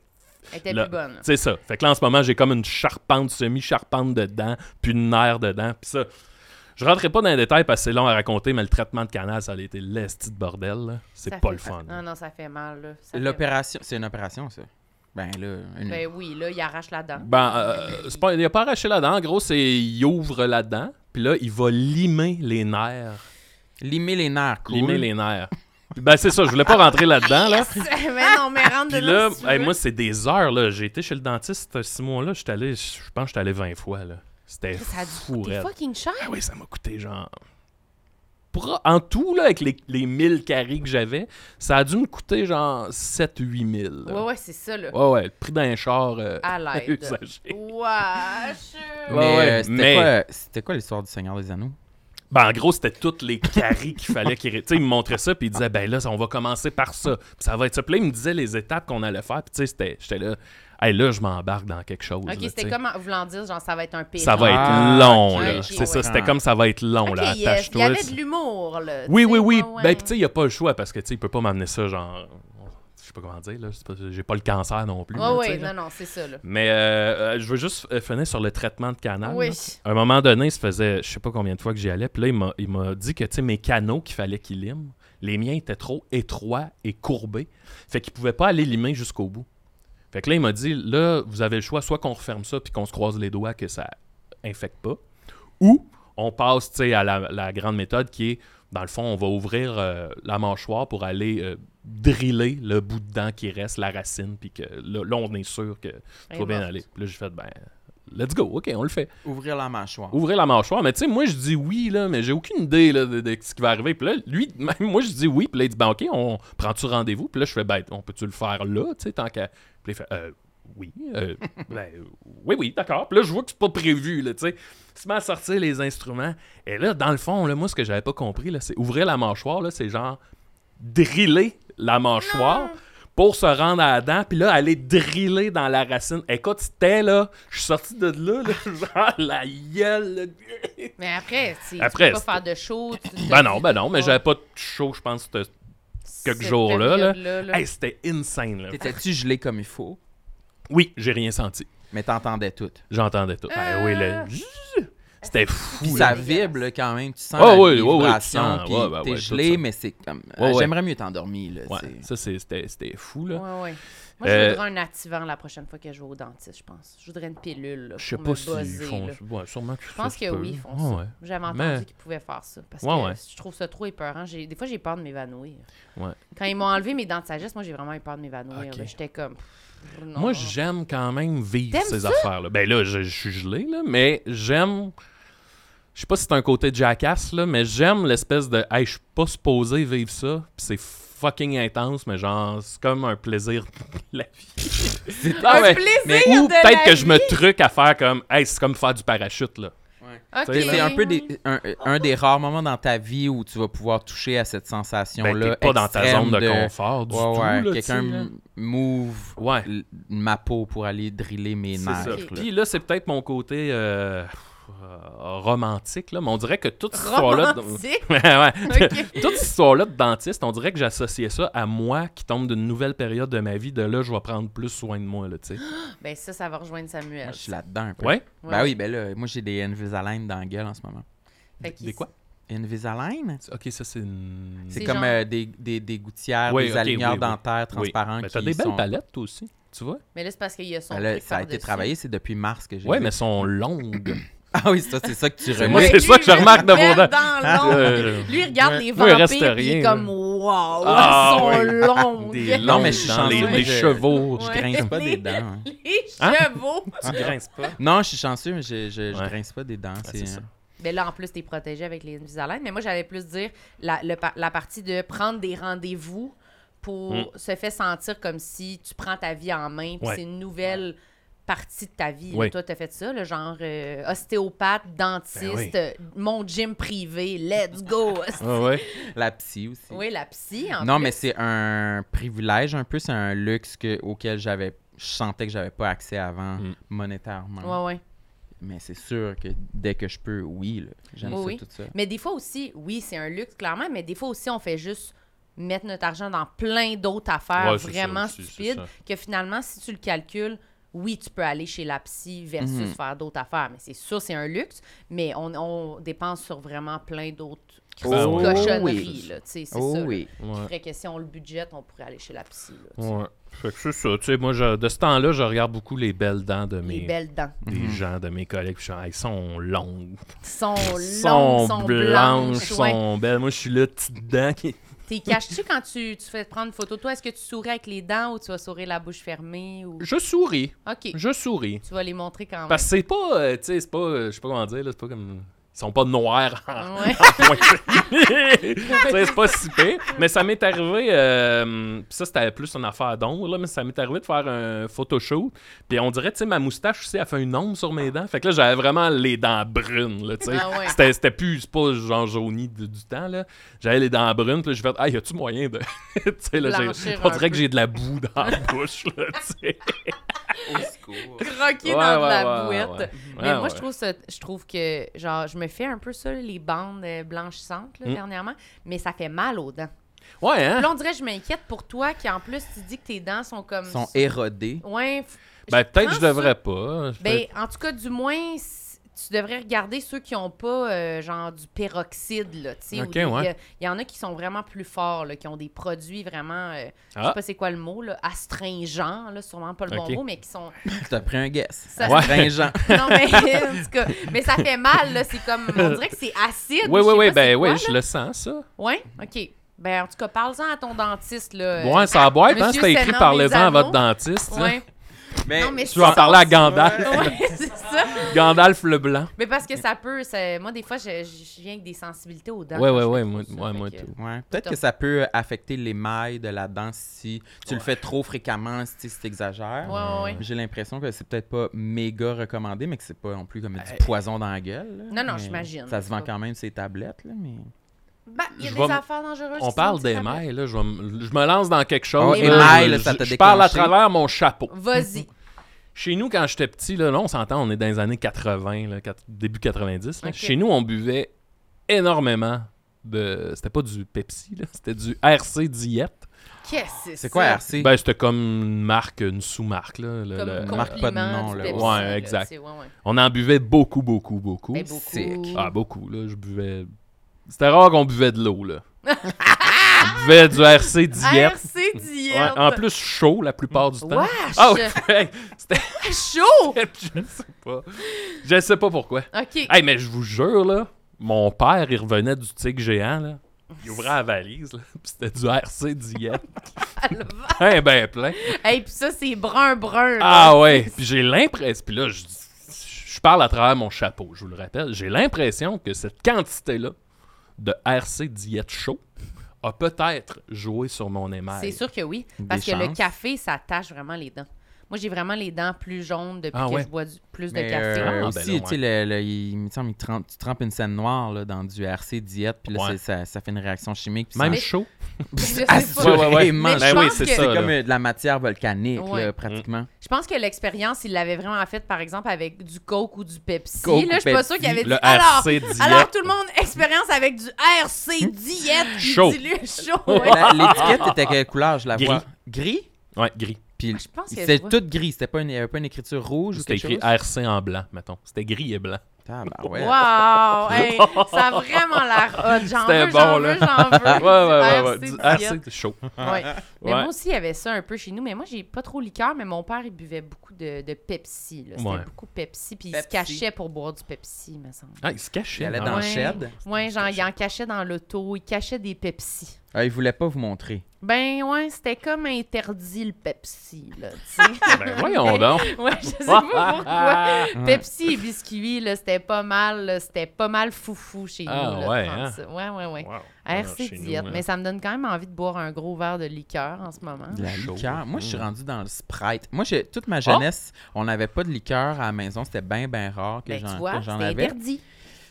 Elle était
là.
plus bonne.
C'est ça. Fait que là, en ce moment, j'ai comme une charpente, semi-charpente de dents, puis une nerf de dents, puis ça... Je rentrerai pas dans les détails parce que c'est long à raconter, mais le traitement de canal, ça a été l'esti de bordel. là.
Ça
C'est pas
fait Ah,
le fun.
Non, non, ça fait mal. là. Ça fait
L'opération. C'est une opération, ça. Ben là, une-
mal. Ben oui, là, il arrache la dent.
Ben, euh, c'est pas, il a pas arraché la dent. En gros, c'est il ouvre la dent, puis là, il va limer les nerfs.
limer les nerfs, cool.
Limer les nerfs. Ben, c'est ça, je voulais pas rentrer là-dedans, là.
mais Ben non, mais rentre
Puis
dedans.
là,
si tu
hey,
veux.
moi, c'est des heures, là. J'ai été chez le dentiste euh, six mois, là. J'étais allé, je je pense que j'étais allé 20 fois, là. C'était
ça a
fou,
dû coûter
raide.
fucking cher.
Ah oui, ça m'a coûté, genre... Pour- en tout, là, avec les, les 1000 caries que j'avais, ça a dû me coûter, genre, 7-8 000. là.
Ouais, ouais, c'est ça, là.
Ouais, ouais, le prix d'un char euh,
À l'aide.
usagé.
Wesh.
Mais
Ouais, ouais,
euh, c'était
mais-
quoi- c'était quoi l'histoire du Seigneur des Anneaux?
Ben, en gros, c'était toutes les caries qu'il fallait qu'il. ré- Tu sais, il me montrait ça, puis il disait, ben là, ça, on va commencer par ça. Puis ça va être ça. Puis là, il me disait les étapes qu'on allait faire. Puis tu sais, c'était- j'étais là, hey, là, je m'embarque dans quelque chose. là,
Ok,
tu sais.
c'était comme en voulant dire, genre, ça va être un pire.
Ça va être
Ah,
long,
ok,
là.
ok,
c'est
ouais.
ça, c'était comme ça va être long, là.
Ok, yes. Il y
Attache-toi.
avait de l'humour, là.
Oui,
tu
oui,
sais,
oui.
ouais, ouais.
Ben, puis tu sais, il n'y a pas le choix parce que, tu sais, il peut pas m'amener ça, genre. Je sais pas comment dire, là. c'est pas- J'ai pas le cancer non plus.
Ouais,
là, tu
ouais,
sais, là.
non, non, c'est ça, là.
Mais euh, euh, je veux juste euh, finir sur le traitement de canal.
Oui.
là. À un moment donné, il se faisait, je sais pas combien de fois que j'y allais, puis là, il m'a- il m'a dit que tu sais, mes canaux qu'il fallait qu'il lime, les miens étaient trop étroits et courbés. Fait qu'il pouvait pas aller limer jusqu'au bout. Fait que là, il m'a dit, là, vous avez le choix, soit qu'on referme ça puis qu'on se croise les doigts que ça infecte pas, ou on passe tu sais, à la, la grande méthode qui est, dans le fond, on va ouvrir euh, la mâchoire pour aller euh, driller le bout de dent qui reste, la racine, puis que là, là, on est sûr que ça
Elle est
va bien
morte.
aller. Puis là, j'ai fait, ben, let's go, ok, on le fait
Ouvrir la mâchoire.
ouvrir la mâchoire. Mais tu sais, moi, je dis oui, là, mais j'ai aucune idée là, de, de ce qui va arriver. Puis là, lui, même moi, je dis oui. Puis là, il dit, ben, OK, on prend-tu rendez-vous? Puis là, je fais, ben, on peut-tu le faire là, tu sais, tant qu'à. Puis là, il fait, euh, oui, euh, ben, euh, oui, oui, d'accord. Puis là, je vois que c'est pas prévu, là, tu sais. Il se met à sortir les instruments. Et là, dans le fond, là, moi, ce que j'avais pas compris, là, c'est ouvrir la mâchoire, là, c'est genre driller la mâchoire pour se rendre à la dent, puis là, aller driller dans la racine. Écoute, c'était là, je suis sorti de là, là genre la gueule. là.
Mais après, tu sais,
Après,
tu peux
c'est-
pas faire de show. tu- tu-
Ben non, ben non, mais
pas
j'avais pas de chaud, je pense, c'était- quelques
cette
jours-là, là.
période-là, là.
Hey, c'était insane, là.
T'étais-tu gelé comme il faut?
Oui, j'ai rien senti. Ah
Mais t'entendais tout.
Ah!
J'entendais tout. Ben oui, là. C'était fou.
Puis
là.
ça vibre là, quand même. Tu sens
Ah
la
ouais, ouais, ouais, tu
vibration.
sens,
puis
ouais, bah
t'es
ouais, tout
gelé,
ça.
mais c'est comme. euh,
Ouais, ouais.
J'aimerais mieux t'endormir. Là,
Ouais,
c'est-
ça, c'est- c'était c'était fou, là.
Ouais, ouais. Moi,
Euh,
je voudrais un activant la prochaine fois que je vais au dentiste, je pense. Je voudrais une pilule. là,
Je sais
pour
pas
me
s'ils
buzzer,
font
là.
ça. Ah Ouais, sûrement que
Je pense que oui, ils font ça. J'avais entendu
Mais-
qu'ils pouvaient faire ça. Parce
Ouais,
que
ouais.
je trouve ça trop épeurant. J'ai- Des fois, j'ai peur de m'évanouir.
Ouais.
Quand ils m'ont enlevé mes dents de sagesse, moi, j'ai vraiment eu peur de m'évanouir.
Ok.
là. J'étais comme. pff, non.
Moi, j'aime quand même vivre
T'aimes
ces affaires-là. Ben là, je, je suis gelé, là, mais j'aime. Je sais pas si c'est un côté jackass, là, mais j'aime l'espèce de. Hey, je suis pas supposé vivre ça. Puis c'est fucking intense, mais genre, c'est comme un plaisir de la vie. Non,
Un
mais-
Ah, plaisir
mais-
de
Ou
la
peut-être que je me
vie.
truque à faire comme. Hey, c'est comme faire du parachute, là.
Ok.
tu sais,
C'est un peu des- un, un des rares moments dans ta vie où tu vas pouvoir toucher à cette
Ben,
sensation-là.
t'es pas dans ta
extrême
zone de, confort du
Ouais,
tout.
ouais,
là,
Quelqu'un
tu sais, là.
m- move
Ouais.
l- ma peau pour aller driller mes
C'est
nerfs.
ça.
Ok.
là.
Puis là, c'est peut-être mon côté euh, euh, romantique, là, mais on dirait que toute cette histoire-là. de-
Romantique?
Ouais, ouais.
Ok.
Toute cette histoire-là de dentiste, on dirait que j'associais ça à moi qui tombe d'une nouvelle période de ma vie, de là, je vais prendre plus soin de moi, là, tu sais.
Ben, ça, ça va rejoindre Samuel.
Moi, je suis là-dedans un peu.
Ouais?
Ben oui, ben là, moi, j'ai des Invisalign dans la gueule en ce moment.
Fait qu'il-
Des quoi?
Invisalign?
Ok, ça, c'est une.
C'est
Des
comme
gens-
euh, des, des, des gouttières,
Ouais,
des
ok,
aligneurs
oui, oui.
dentaires
Oui.
transparents
Mais
qui
t'as des belles
sont...
palettes, toi aussi, tu vois?
Mais là, c'est parce qu'il y a son.
Ben là,
truc
ça a été
par-dessus.
travaillé, c'est depuis mars que j'ai
Ouais,
vu.
mais elles sont longues.
Ah oui, ça, c'est ça que tu
C'est
remets.
moi,
Ouais,
c'est ça
lui,
que je remarque de mon
reste
dent.
dans l'ombre.
Euh,
Lui, il regarde
Ouais.
les
Moi, il reste
vampires, puis il est
rien,
comme « Wow, elles
Ah,
sont
oui.
longues! »
des longues,
Non, mais je suis
dans les,
chanceux,
les
je-
chevaux.
Je
Ouais.
grince pas des dents. hein.
Les
Hein?
chevaux!
Tu grinces pas.
Non, je suis chanceux, mais je, je, je
Ouais. Ah,
grince pas des dents. c'est
c'est ça.
Mais là, en plus, t'es protégé avec les Invisalign. Mais moi, j'allais plus dire la, le pa- la partie de prendre des rendez-vous pour
Mm.
se faire sentir comme si tu prends ta vie en main, puis
Ouais.
c'est une nouvelle partie de ta vie. là.
Oui.
Toi, t'as fait ça, le genre euh, ostéopathe, dentiste,
Ben oui.
euh, mon gym privé, let's go!
Ah ouais.
hein. La psy aussi.
oui, la psy, en
non,
plus.
mais c'est un privilège un peu, c'est un luxe que- auquel j'avais, je sentais que j'avais pas accès avant
Mm.
monétairement.
Ouais, ouais.
Mais c'est sûr que dès que je peux, oui, là, j'aime
Oui, oui.
ça, tout ça.
Mais des fois aussi, oui, c'est un luxe, clairement, mais des fois aussi, on fait juste mettre notre argent dans plein d'autres affaires
Ouais, c'est ça
vraiment
aussi, c'est
stupides
ça.
que finalement, si tu le calcules, oui, tu peux aller chez la psy versus
Mhm.
faire d'autres affaires. Mais c'est sûr, c'est un luxe, mais on, on dépense sur vraiment plein d'autres
Ben oui.
cochonneries. là, tu sais, c'est
Oh
ça. là.
oui.
Ouais.
Fait que si on le budget, on pourrait aller chez la psy. là, tu sais.
Ouais. Fait que c'est ça. Tu sais, moi, je- de ce temps-là, je regarde beaucoup les belles dents de
Les
mes
belles dents
des gens, de mes collègues. Puis je suis genre, Hey, elles sont longues.
sont
sont,
longues, sont
blanches,
blanches. ouais.
sont belles. Moi, je suis là, petite dent qui.
T'es caché quand tu, tu fais prendre une photo de toi. Est-ce que tu souris avec les dents ou tu vas sourire la bouche fermée? Ou...
Je souris.
OK.
Je souris.
Tu vas les montrer quand même.
Parce que c'est pas. euh, tu sais, c'est pas. euh, je sais pas comment dire, là. C'est pas comme. Ils sont pas noirs en
Ouais.
point. tu sais, c'est pas si pire. Mais ça m'est arrivé. euh, pis ça, c'était plus une affaire d'ombre, là. Mais ça m'est arrivé de faire un photoshoot. Puis on dirait, tu sais, ma moustache aussi, elle fait une ombre sur mes dents. Fait que là, j'avais vraiment les dents brunes, là. Tu sais,
Ah ouais.
c'était, c'était plus. C'est pas genre jauni du, du temps, là. J'avais les dents brunes. Puis là, j'ai fait, ah, y a-tu moyen de. tu sais, là, j'ai-
Blanchir
on
un
dirait que
peu.
j'ai de la boue dans la bouche, là. Tu sais.
croquer
Ouais,
dans de
ouais,
la
ouais,
bouette.
ouais.
Mais
Ouais,
moi,
ouais.
je trouve ça, je trouve que genre je me fais un peu ça les bandes euh, blanchissantes là,
Mm.
dernièrement, mais ça fait mal aux dents.
Ouais, hein?
Là, on dirait que je m'inquiète pour toi qui en plus tu dis que tes dents sont comme
Ils sont érodés.
Ouais. f-
Ben, peut-être que
prends
je devrais pas. Je
Ben
fais-
en tout cas du moins c- tu devrais regarder ceux qui ont pas euh, genre du peroxyde là, tu sais ou
Ok,
des- euh,
ouais.
il y en a qui sont vraiment plus forts là, qui ont des produits vraiment euh, je
Ah.
sais pas c'est quoi le mot là, astringents là, sûrement pas le
Ok.
bon mot mais qui sont
T'as pris un guess.
Ça-
Ouais.
Astringent.
Non, mais en tout cas, mais ça fait mal, là. C'est comme, on dirait que c'est acide.
Oui,
je sais
oui, oui,
pas c'est
ben
quoi,
oui, je le sens, ça.
là. Ouais, OK. Ben, en tout cas, parle-en à ton dentiste, là.
Ouais, ça a boîte, hein?
Euh, Monsieur
C'était écrit
Sénat,
par le
mes
vent à votre
anneaux.
dentiste. là.
Ouais.
Mais,
Non, mais
Tu vas en
c'est-
parler à Gandalf.
Ouais, c'est ça.
Gandalf le blanc.
Mais parce que ça peut. ça- Moi, des fois, je, je viens avec des sensibilités aux dents.
Ouais,
quand
ouais,
je
ouais,
fais
moi,
ça,
ouais,
fait
moi
que-
tout.
Ouais. Peut-être que ça peut affecter les mailles de la dent si tu le fais trop fréquemment, si tu exagères.
Ouais, ouais, ouais.
J'ai l'impression que c'est peut-être pas méga recommandé, mais que c'est pas non plus comme du poison dans la gueule. là.
Non, non,
Mais
j'imagine.
Ça se vend quand même ces tablettes, là, mais...
Ben, il y a
Je
des
vais-
affaires dangereuses.
On
qui
parle
sont petites
des
tablettes.
mailles, là. Je, vais me- je me lance dans quelque chose.
Oh, les
là,
mailles,
je-
là, ça t'a
je parle à
déclenché.
travers mon chapeau.
Vas-y.
Chez nous, quand j'étais petit, là, là, on s'entend, on est dans les années 80, là, quat- début 90. là.
Ok.
Chez nous, on buvait énormément de. C'était pas du Pepsi, là, c'était du RC Diète.
Qu'est-ce que c'est
C'est quoi
ça?
RC?
Ben, c'était comme une marque, une sous-marque. Là, le-
Comme
le-
con- marque
compliment
pas de nom,
du
là.
Pepsi,
Ouais,
là,
exact.
c'est- ouais, ouais.
On en buvait beaucoup, beaucoup, beaucoup.
Ben, beaucoup.
sick.
Ah, beaucoup, là. Je buvais. C'était rare qu'on buvait de l'eau, là. Je buvais du RC
Ah,
d'hier.
RC d'hier.
en plus, chaud la plupart du temps.
Wesh!
Ah, ouais. hey,
Chaud!
je sais pas. Je sais pas pourquoi.
OK.
Hey, mais je vous jure, là, mon père, il revenait du tigre géant, là. Il ouvrait la valise, là, pis c'était du RC d'hier.
Ah,
hein, ben plein.
Hey, puis ça, c'est brun-brun. là.
Ah ouais, puis j'ai l'impression, puis là, je, je parle à travers mon chapeau, je vous le rappelle, j'ai l'impression que cette quantité-là de RC diète chaud a peut-être joué sur mon émail.
C'est sûr que oui. Parce
Des
que le
chances.
café, ça tache vraiment les dents. Moi, j'ai vraiment les dents plus jaunes depuis
Ah
que
ouais.
je bois du- plus de
Mais
café.
euh,
Ah, ben
aussi,
là,
tu sais, le- le- il il me semble il trempe- tu trempes une scène noire là, dans du RC diète, puis là,
Ouais.
c'est- ça, ça fait une réaction chimique. puis
Même
Mais-
chaud.
Je sais
ça-
pas.
Ouais, ouais, ouais.
Assurément,
Mais je
Ben oui,
pense
c'est
que-
ça.
C'est
là.
comme euh, de la matière volcanique,
Ouais. Mm.
là, pratiquement.
Je pense que l'expérience, il l'avait vraiment faite, par exemple, avec du Coke ou du Pepsi.
Coke
là,
ou
je suis pas
Pepsi,
sûre qu'il avait dit.
Le
Alors,
RC diète.
alors, tout le monde, expérience avec du RC diète.
Chaud.
du dilu- chaud. ouais.
La- L'étiquette était quelle couleur, je la
Gris.
vois? Gris?
Ouais, gris.
Puis
Ah, je pense que je
c'était
vois.
tout gris, c'était pas une, il y avait pas une écriture rouge ou
C'était
quelque
écrit
chose?
RC en blanc, mettons. C'était gris et blanc.
Tabarouette.
Wow! Hey, ça a vraiment l'air hot. J'en
C'était
veux,
bon,
j'en
là.
veux, j'en veux.
Ouais, ouais, ouais. ouais.
RC
Du
diète.
RC chaud.
Ouais. Mais
Ouais.
moi aussi, il y avait ça un peu chez nous. Mais moi, j'ai pas trop liqueur, mais mon père, il buvait beaucoup de, de Pepsi. là. C'était
Ouais.
beaucoup Pepsi, puis il se
Pepsi.
cachait pour boire du Pepsi, me semble.
Ah, il se
Il
cachait.
allait
hein.
dans le
Ouais.
shed.
Ouais, genre, il en cachait dans l'auto, il cachait des Pepsi.
Ah, il voulait pas vous montrer.
Ben ouais, c'était comme interdit le Pepsi, là, tu sais.
Ben voyons donc.
ouais, je sais pas pourquoi. Pepsi et biscuits, là, c'était pas mal, là, c'était pas mal foufou chez
Ah,
nous, là, de
ouais,
prendre
hein?
ça. Ouais, ouais, ouais.
Wow.
RC
Chez nous,
diète,
hein.
mais ça me donne quand même envie de boire un gros verre de liqueur en ce moment.
De la
Chaud.
liqueur. Moi, je suis
Mm. Ah!
rendu dans le Sprite. Moi, j'ai- toute ma jeunesse, on n'avait pas de liqueur à la maison. C'était bien, bien rare que
Ben,
j'en
tu
que
vois,
j'en
c'était
avais.
interdit.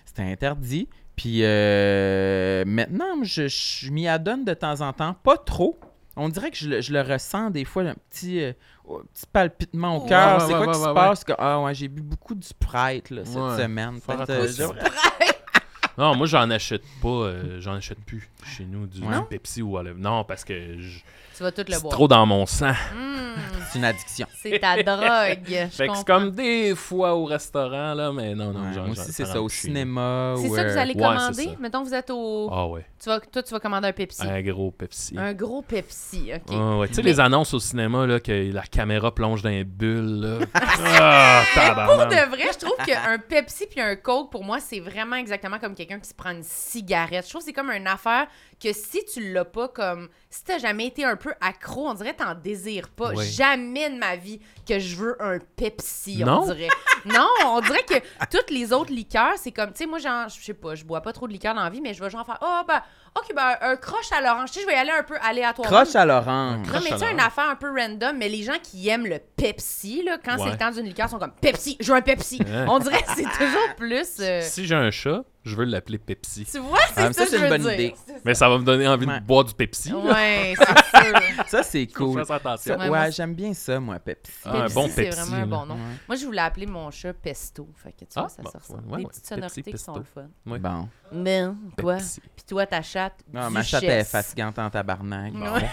C'était interdit. Puis euh, maintenant, je, je m'y adonne de temps en temps. Pas trop. On dirait que je, le- je le ressens des fois, un petit, euh, un petit palpitement au
Ouais,
cœur.
ouais,
C'est
ouais,
quoi qui
ouais,
se
ouais,
passe? Que, ah ouais, j'ai bu beaucoup du Sprite là, cette
Ouais.
semaine.
Faire
Peut-être,
attention.
euh,
Non, moi, j'en achète pas. euh, j'en achète plus chez nous du,
Ouais.
du Pepsi ou whatever. Non, parce que je-
Tu vas tout le
c'est
boire.
trop dans mon sang.
Hmm,
c'est une addiction.
c'est ta drogue. Je
Fait que
comprends.
c'est comme des fois au restaurant, là, mais non, non.
Ouais,
j'en-
moi
j'en-
aussi, c'est
j'en
ça. Au
rentre chez nous.
cinéma.
C'est
ou,
ça que vous
euh,
allez
ouais,
commander?
c'est ça.
Mettons, vous êtes au.
Ah ouais,
Tu vas, toi, tu vas commander un Pepsi.
un gros Pepsi.
Un gros Pepsi, OK.
Ah ouais. Tu sais,
Mais-
les annonces au cinéma, là, que la caméra plonge dans les bulles, là. ah,
Pour
tabarnak.
de vrai, je trouve qu'un Pepsi puis un Coke, pour moi, c'est vraiment exactement comme quelqu'un qui se prend une cigarette. Je trouve que c'est comme une affaire que si tu l'as pas comme... Si t'as jamais été un peu accro, on dirait que t'en désires pas.
Oui.
Jamais de ma vie que je veux un Pepsi,
Non?
on dirait. non, on dirait que toutes les autres liqueurs, c'est comme... Tu sais, moi, genre, je sais pas, je bois pas trop de liqueurs dans la vie, mais je vais genre faire... Ah, ben, OK, ben, un croche à l'orange. Tu sais, je vais y aller un peu aléatoirement.
Croche à l'orange.
Non, mais tu sais,
Chaleur.
une affaire un peu random, mais les gens qui aiment le Pepsi, là, quand c'est
Ouais. Hein?
le temps d'une liqueur, sont comme Pepsi, je veux un Pepsi.
Ouais.
On dirait que c'est toujours plus. euh,
Si j'ai un chat, je veux l'appeler Pepsi.
Tu vois, c'est
Ah, mais
ça,
ça,
que
c'est
je
une
veux
bonne
dire.
idée.
Mais ça va me donner envie
Ouais.
de boire du Pepsi. là.
Ouais, c'est sûr.
Ça, c'est
Mm. Faut
cool.
faire attention.
Ça-
Ouais,
ouais,
moi,
j'aime bien ça, moi, Pepsi.
Ah, un bon
c'est
Pepsi,
vraiment un
là.
bon nom.
Ouais.
Moi, je voulais appeler mon chat Pesto. Fait que tu vois,
Ah,
ça
bon,
se ressemble.
ouais, ouais,
Des
ouais.
petites sonorités
Pepsi,
qui sont
Pesto.
le fun.
Ouais.
Bon.
Mais, toi,
Pepsi.
puis toi, ta chatte.
Non, Ah, ma chatte est
duchesse.
fatigante en tabarnak. Bon.
Ouais.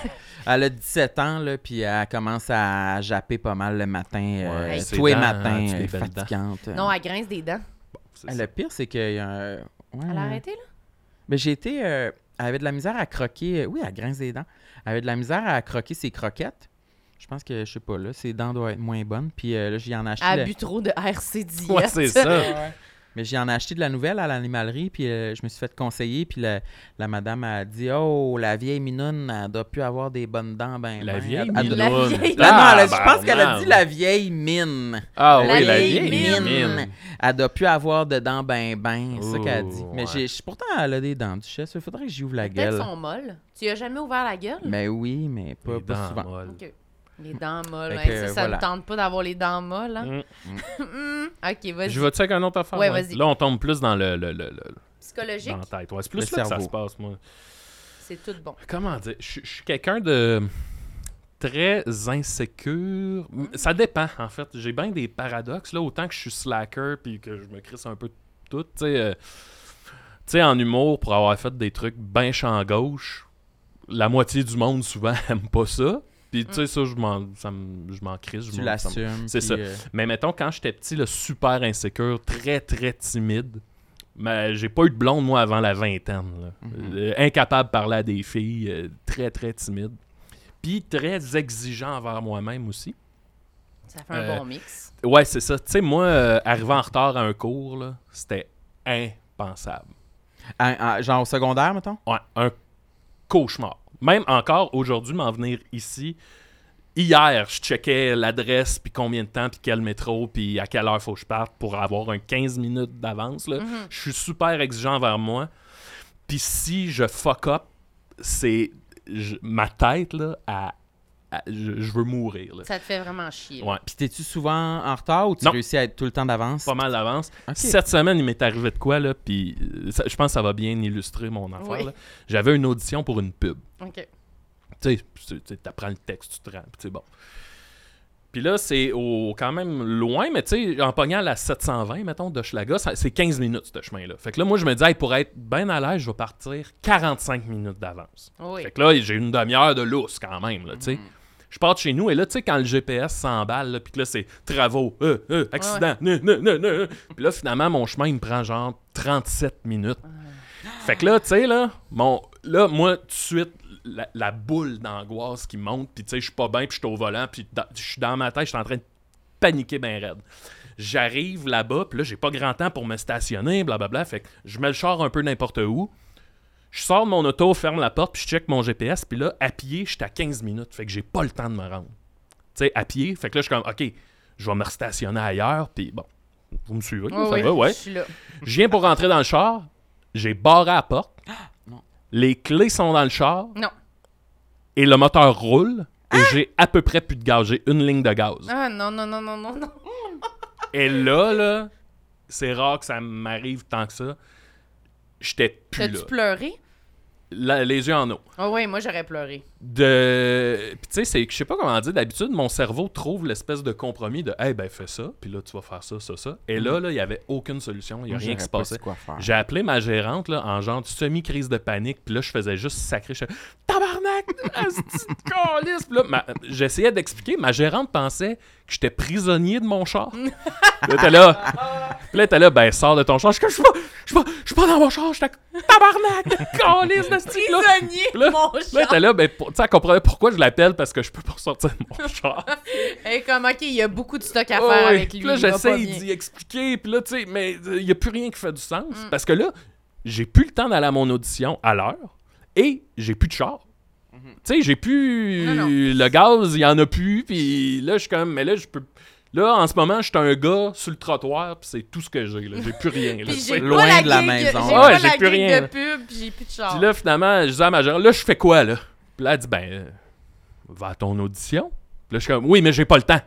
Elle a 17 ans, là, puis elle commence à japper pas mal le matin. euh,
Ouais,
tous les
ses dents,
matins,
hein, tu
elle
les
est
belles dents.
fatigante.
Non, elle grince des dents.
C'est
Euh,
ça.
Le pire, c'est que... euh, ouais,
Mmh.
Elle a
ouais.
arrêté, là?
Mais j'ai été... euh, elle avait de la misère à croquer... euh, Oui, elle grince des dents. Elle avait de la misère à croquer ses croquettes. Je pense que, je sais pas, là, ses dents doivent être moins bonnes. Puis euh, là, j'y en ai acheté...
Elle
le-
a bu trop de RC diète.
Ouais, c'est ça.
Mais j'en ai acheté de la nouvelle à l'animalerie, puis euh, je me suis fait conseiller, puis la, la madame a dit Oh, la vieille Minoune, elle doit plus avoir des bonnes dents. Ben,
La
ben.
vieille
Elle- elle-
Minoune.
mine.
La vieille-
Là, non, elle a- ben,
ben,
je pense qu'elle a dit la vieille mine.
Ah
La
oui, la
vieille
vieille
mine.
mine.
Elle doit plus avoir de dents ben ben, c'est ça qu'elle a
Oh,
dit. Mais
ouais.
j'ai j'ai- pourtant, elle a des dents, Duchesse. Il faudrait que j'y ouvre la
Peut-être
gueule.
sont molles. Tu y as jamais ouvert la gueule?
Mais oui, mais pas,
Les
pas
dents
souvent.
molles.
OK. Euh, Les dents molles.
Fait
hein,
que,
ça, ça
voilà.
ne tente pas d'avoir les dents molles. Hein?
Mm.
Mm. OK, vas-y.
Je vais-tu avec un autre affaire?
Ouais, vas-y.
Là, on tombe plus dans le, le, le, le-
Psychologique,
dans la tête. Ouais, c'est
Le
plus là que ça
cerveau.
se passe, moi.
c'est tout bon.
Comment dire? Je je suis quelqu'un de très insécure. M- Ça dépend, en fait. J'ai bien des paradoxes. Là, autant que je suis slacker puis que je me crisse un peu de tout, tu sais. euh, tu sais, en humour, pour avoir fait des trucs bien champ gauche, la moitié du monde, souvent, aime pas ça. Puis, tu sais, ça, je m'en ça me- je m'en crisse. je
Tu
m'en- ça me-
l'assumes.
c'est
puis,
ça.
euh,
Mais mettons, quand j'étais petit, là, super insécure, très, très timide, mais j'ai pas eu de blonde, moi, avant la vingtaine. là.
Mhm.
Euh, incapable de parler à des filles, euh, très, très timide. Puis très exigeant envers moi-même aussi.
Ça fait un
Euh,
bon mix.
Ouais, c'est ça. Tu sais, moi, euh, arriver en retard à un cours, là, c'était impensable.
un- un- genre au secondaire, mettons?
Ouais, un cauchemar. Même encore aujourd'hui, m'en venir ici. Hier, je checkais l'adresse, puis combien de temps, puis quel métro, puis à quelle heure faut que je parte pour avoir un 15 minutes d'avance. là. Je suis super exigeant envers moi. Puis si je fuck up, c'est je- ma tête, là, à, à- je, je veux mourir. là.
Ça te fait vraiment chier.
Ouais.
Puis t'es-tu souvent en retard ou tu
Non.
réussis à être tout le temps d'avance?
Pas mal d'avance.
Ok.
Cette semaine, il m'est arrivé de quoi, là, puis euh, ça- je pense que ça va bien illustrer mon affaire.
Oui.
là. J'avais une audition pour une pub.
OK.
tu sais, tu- tu apprends le texte, tu te rends, puis c'est bon. Puis là, c'est au, quand même loin, mais tu sais, en pognant la 720, mettons, de Schlaga, ça- c'est 15 minutes, ce chemin-là. Fait que là, moi, je me disais, Hey, pour être bien à l'aise, je vais partir 45 minutes d'avance.
Oh Oui.
Fait que là, j'ai une demi-heure de lousse quand même, là, tu sais. Je pars de chez nous et là, tu sais, quand le GPS s'emballe, là, puis que là, c'est travaux, euh, euh, accident, ne, ne, ne, ne, euh. Puis là, finalement, mon chemin, il me prend genre 37 minutes. Fait que là, tu sais, là, mon, là, moi, tout de suite, la, la boule d'angoisse qui monte, puis tu sais, je suis pas bien, puis je suis au volant, puis dans- je suis dans ma tête, je suis en train de paniquer ben raide. J'arrive là-bas, puis là, j'ai pas grand temps pour me stationner, blablabla. Fait que je mets le char un peu n'importe où. Je sors de mon auto, ferme la porte, puis je check mon GPS, puis là, à pied, j'étais à 15 minutes. Fait que j'ai pas le temps de me rendre. Tu sais, à pied. Fait que là, je suis comme, OK, je vais me restationner ailleurs, puis bon. Vous me suivez,
Oui,
ça
Ah Oh oui,
va, ouais.
Je suis là.
Je viens pour rentrer dans le char, j'ai barré la porte,
Ah,
non.
les clés sont dans le char,
Non.
et le moteur roule, et j'ai à peu près plus de gaz. J'ai une ligne de gaz.
Ah non, non, non, non, non, non.
Et là, là, c'est rare que ça m'arrive tant que ça. J'étais plus là.
T'as-tu pleuré?
La- les yeux en eau.
Ah oui, moi j'aurais pleuré.
De... Puis tu sais, c'est- je sais pas comment dire, d'habitude, mon cerveau trouve l'espèce de compromis de « Hey, ben fais ça, puis là, tu vas faire ça, ça, ça. » Et là, là, il y avait aucune solution,
Mm.
il y a
Moi,
rien qui
j'aurais
se
pas
passait.
su quoi faire.
J'ai appelé ma gérante là, en genre de semi-crise de panique, puis là, je faisais juste sacré. Je... Tabarnak! asti de câlisse! Puis là, ma- J'essayais d'expliquer, ma gérante pensait que j'étais prisonnier de mon char. Puis là, t'es là. Puis là, t'es là, ben, sors de ton char. Je suis comme, Je suis pas, je suis pas, je suis pas dans mon char, je suis à- Tabarnak! câlisse, asti, là!
Prisonnier,
Là,
mon
Là,
chat.
t'es là, ben, pour- tu sais, elle comprenait pourquoi je l'appelle parce que je peux pas sortir de mon char.
Et Eh, comme, OK, il y a beaucoup de stock à faire
Ouais, ouais.
avec lui.
Puis Oh là,
il va pas
j'essaie
bien. Mm.
d'y expliquer. Puis là, tu sais, mais euh, il n'y a plus rien qui fait du sens. Parce que là, j'ai plus le temps d'aller à mon audition à l'heure et j'ai plus de char. Tu sais, j'ai plus.
Mm-hmm. Non, non.
Le gaz, il n'y en a plus. Puis là, je suis comme. Mais là, je peux. Là, en ce moment, je suis un gars sur le trottoir. Puis c'est tout ce que j'ai. là. J'ai plus rien. là,
Puis j'ai
tu sais.
pas
loin
la
de la
gig-
maison.
J'ai
Ouais,
pas
j'ai
la
plus
gig
rien,
de
là.
pub, puis j'ai plus de char.
Puis là, finalement, je disais à ma gérante, là, je fais quoi, là? Puis là, elle dit, ben, euh, va à ton audition. Puis là, je suis comme, oui, mais j'ai pas le temps.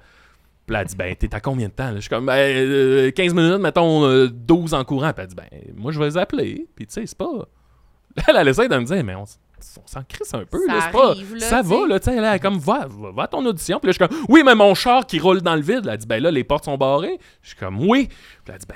Puis là, elle dit, ben, t'es à combien de temps? Là, je suis comme, ben, euh, 15 minutes, mettons, euh, 12 en courant. Puis elle dit, ben, moi, je vais les appeler. Puis tu sais, c'est pas. Là, elle, elle essaie de me dire, mais on, s- on s'en crisse un peu,
Ça
là, c'est pas.
arrive, là,
ça
tu
va,
sais.
là, tu sais, elle est comme, va, va, va à ton audition. Puis là, je suis comme, oui, mais mon char qui roule dans le vide. Elle dit, ben là, les portes sont barrées. Je suis comme, oui. Puis elle dit, ben,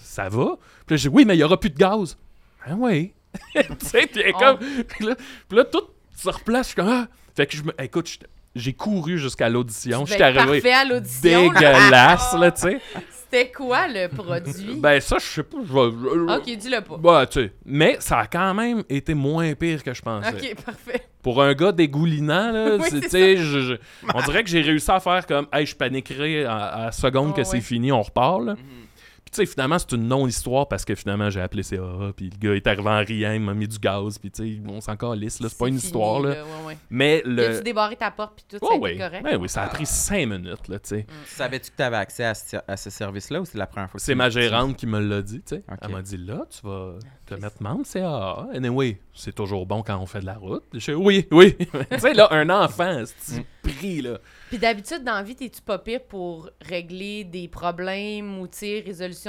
ça va? Puis là, j'ai dit, oui, mais il n'y aura plus de gaz. Ah oui. tu sais, puis elle
Oh.
est comme. Puis là, puis là, tout se replace. Je suis comme. Ah. Fait que je me. Écoute, j'étais- j'ai couru jusqu'à l'audition.
Tu
J'étais
vas être
arrivé
parfait à l'audition. Ah,
dégueulasse, là, tu sais.
C'était quoi le produit?
Ben, ça, je sais pas. Je vais.
OK, dis-le pas.
Bah, tu sais. Mais ça a quand même été moins pire que je pensais.
OK, parfait.
Pour un gars dégoulinant, là,
Oui,
c'est-
c'est
tu sais, je- je- on dirait que j'ai réussi à faire comme, hey, je paniquerai à, à la seconde
Ah
que
ouais.
c'est fini, on repart. là. Puis, tu sais, finalement, c'est une non-histoire parce que finalement, j'ai appelé CAA, puis le gars est arrivé en riant, il m'a mis du gaz, puis tu sais, on s'en calisse, là, c'est pas une
fini,
histoire. Là.
ouais, ouais.
Mais
T'as-tu
le.
débarré ta porte, puis tout,
Ouais,
ça a été
ouais.
correct?
Ouais, oui, ça a
Ah.
pris cinq minutes, là, tu sais.
Savais-tu que t'avais accès à ce, à ce service-là ou c'est la première fois que
C'est
tu-
ma gérante qui me l'a dit, tu sais.
Ok.
Elle m'a dit là, tu vas te mettre membre CAA. Anyway, c'est toujours bon quand on fait de la route. Je fais, oui, oui. tu sais, là, un enfant, c'est pris, là.
Puis d'habitude, dans la vie, t'es-tu pas pire pour régler des problèmes ou, tu sais, résolution?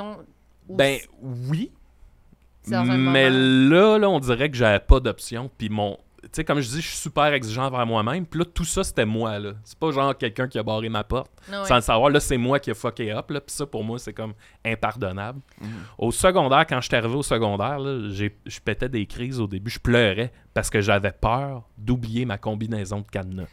ou
Ben oui.
C'est dans un
Mais
moment.
là, là, on dirait que j'avais pas d'option. Puis mon. tu sais, comme je dis, je suis super exigeant envers moi-même. Puis là, tout ça, c'était moi, là. C'est pas genre quelqu'un qui a barré ma porte.
Ouais.
Sans le savoir, là, c'est moi qui ai fucké up, là. Puis ça, pour moi, c'est comme impardonnable.
Mm-hmm.
Au secondaire, quand j'étais arrivé au secondaire, là, j'ai- je pétais des crises au début. Je pleurais parce que j'avais peur d'oublier ma combinaison de cadenas.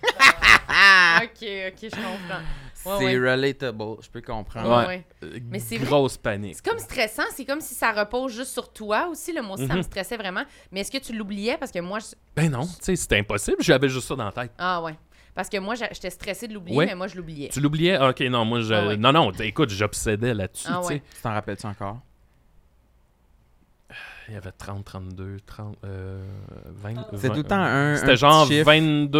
Ah, ok, ok, je comprends. Ouais,
c'est
ouais.
relatable, je peux comprendre.
Ouais,
Ouais.
ouais.
Euh,
Mais c'est vrai.
Grosse panique.
C'est comme stressant, c'est comme si ça repose juste sur toi aussi. Là. Moi aussi, ça me
Mhm.
stressait vraiment. Mais est-ce que tu l'oubliais? Parce que moi, je-
Ben non, tu sais, c'était impossible. J'avais juste ça dans la tête.
Ah ouais. Parce que moi, j'a- j'étais stressée de l'oublier,
Ouais.
mais moi, je l'oubliais.
Tu l'oubliais? Ah, Ok, non, moi, je...
Ah ouais.
Non, non, t- écoute, j'obsédais là-dessus,
Ah
tu sais.
ouais.
Tu t'en rappelles-tu encore?
Il y avait 30, 32, 30, euh, 20...
C'est
20,
tout le temps un. un
C'était genre
petit chiffre.
22,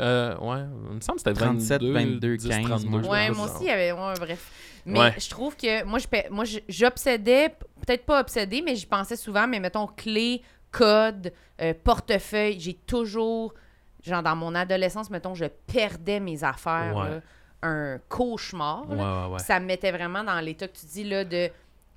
euh, ouais, il me semble que c'était
37,
22,
22,
10,
15,
32,
moi, je
Ouais,
me
moi aussi, il y avait. Ouais, bref. Mais
hein. Ouais.
je trouve que moi, je pa- moi, je- j'obsédais, p- peut-être pas obsédé, mais j'y pensais souvent, mais mettons, clé, code, euh, portefeuille, j'ai toujours. Genre, dans mon adolescence, mettons, je perdais mes affaires.
Ouais.
là. Un cauchemar.
Ouais,
là.
ouais, ouais.
Ça me mettait vraiment dans l'état que tu dis là de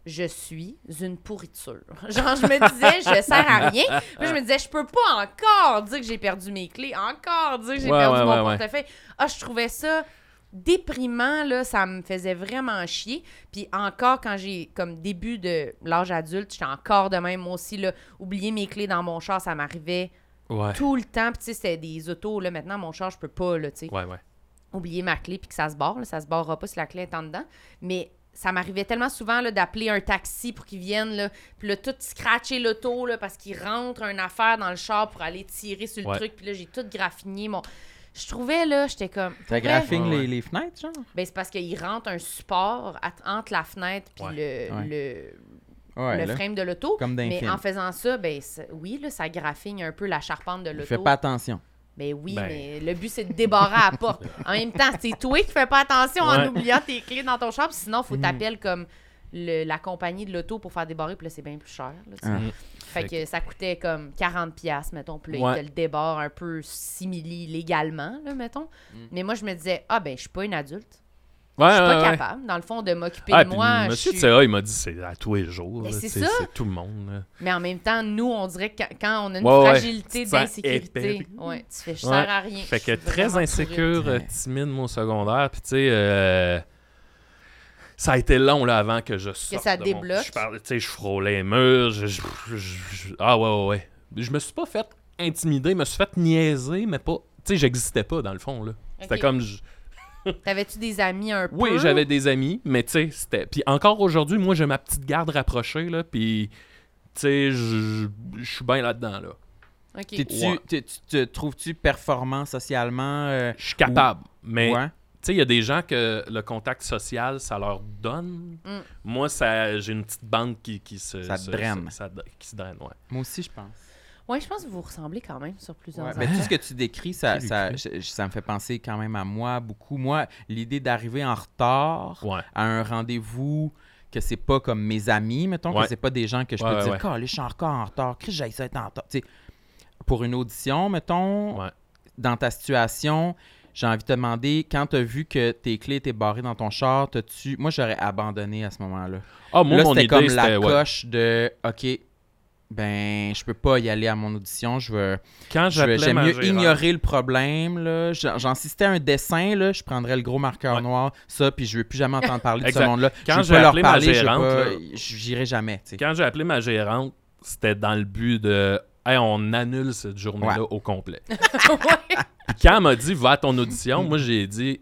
je suis une pourriture. Genre, je me disais, je sers à rien. Puis je me disais, je peux pas encore dire que j'ai perdu mes clés, encore dire que j'ai
Ouais,
perdu
ouais,
mon
ouais, ouais.
portefeuille. Ah, je trouvais ça déprimant, là. Ça me faisait vraiment chier. Puis encore, quand j'ai, comme début de l'âge adulte, j'étais encore de même, moi aussi, là. Oublier mes clés dans mon char, ça m'arrivait
Ouais,
tout le temps. Puis tu sais, c'était des autos, là. Maintenant, mon char, je peux pas, là, tu sais
ouais, ouais.
oublier ma clé puis que ça se barre. là. ça se barrera pas si la clé est en dedans. Mais ça m'arrivait tellement souvent là, d'appeler un taxi pour qu'il vienne, là, puis là, tout scratcher l'auto là, parce qu'il rentre une affaire dans le char pour aller tirer sur le
Ouais.
truc. Puis là, j'ai tout graffiné. Mon... Je trouvais, là, j'étais comme...
T'as
Pour vrai,
graphique
Ouais, ouais.
les, les fenêtres, genre?
Ben, c'est parce qu'il rentre un support at- entre la fenêtre puis le, le,
Ouais,
le
là.
frame de l'auto.
Comme d'un
Mais
film.
en faisant ça, ben, ça- oui, là, ça graffigne un peu la charpente de l'auto.
Fais pas attention.
Ben oui,
Ben.
mais le but, c'est de débarrer à la porte. En même temps, c'est toi qui fais pas attention en
Ouais. Mm.
oubliant tes clés dans ton champ, puis sinon, faut t'appeler comme le- la compagnie de l'auto pour faire débarrer, puis là, c'est bien plus cher. là, tu sais.
Ah.
Mm.
Fait que ça coûtait comme 40$, piastres, mettons, puis là,
Ouais.
ils te le débarrent un peu simili légalement, là, mettons. Mais moi, je me disais, ah ben, je suis pas une adulte.
Mm. Ouais,
Je suis
ouais,
pas
ouais.
capable, dans le fond, de m'occuper
Ah,
de
puis
moi. je
Monsieur
suis-
Tsa, il m'a dit c'est à tous les jours.
Mais
là,
c'est
tu sais,
ça.
C'est tout le monde. là.
Mais en même temps, nous, on dirait que quand- quand on a une
Ouais, ouais.
fragilité
Tu te sens
d'insécurité,
épais.
ouais, tu fais, je
Ouais.
sers à rien.
Fait
Je
que
suis
très
vraiment pourrie.
insécure, euh,
Ouais.
timide, mon secondaire. Puis tu sais, euh, ça a été long là, avant que je sorte.
ça
de mon-
débloque.
Je parlais- tu sais, je frôlais les murs. Je, je- je- je- Ah ouais, ouais, ouais. Je me suis pas fait intimider, je me suis fait niaiser, mais pas. Tu sais, j'existais pas dans le fond. là. C'était
Ok. Ah.
comme. je-
T'avais-tu des amis un peu?
Oui, j'avais des amis, mais tu sais, c'était. Puis encore aujourd'hui, moi, j'ai ma petite garde rapprochée, là. Puis, tu sais, je je- je suis bien là-dedans, là.
Ok.
T'es-tu-
Ouais.
t'es- tu te trouves-tu performant socialement? euh,
Je suis capable. Mais
ouais.
tu sais, il y a des gens que le contact social, ça leur donne.
Mm.
Moi, ça, j'ai une petite bande qui, qui se.
Ça
se-
draine.
se- ça d- qui se draine, ouais.
Moi aussi, je pense.
Ouais, je pense que vous ressemblez quand même sur plusieurs
Ouais, Mais
ans.
tout ce que tu décris, ça,
Qui
ça,
lui
je- je- ça me fait penser quand même à moi beaucoup. Moi, l'idée d'arriver en retard
Ouais.
à un rendez-vous que c'est pas comme mes amis, mettons,
Ouais.
que c'est pas des gens que je
Ouais,
peux
ouais,
dire,
ouais.
Calais, je suis encore en retard, Chris, j'aille ça être en retard. Tu sais, pour une audition, mettons,
Ouais.
dans ta situation, j'ai envie de te demander, quand tu as vu que tes clés étaient barrées dans ton char, t'as-tu. Moi, j'aurais abandonné à ce moment-là.
Ah, moi,
là,
mon
c'était
idée,
comme
c'était.
la
ouais.
coche de OK, ben, je peux pas y aller à mon audition, je veux.
Quand
je vais-
j'appelais
J'aime
ma
mieux
gérante-
ignorer le problème. là. J'en- J'insistais à un dessin, là, je prendrais le gros marqueur
Ouais.
noir, ça, puis je veux plus jamais entendre parler de ce
Exact.
monde-là.
Quand
je
j'ai
veux pas leur
appelé ma
parler, je veux
gérante,
pas-
là-
j'irai jamais. tu sais.
Quand j'ai appelé ma gérante, c'était dans le but de. Hey, on annule cette journée-là au complet.
Ouais.
Puis quand elle m'a dit, va à ton audition, moi, j'ai dit.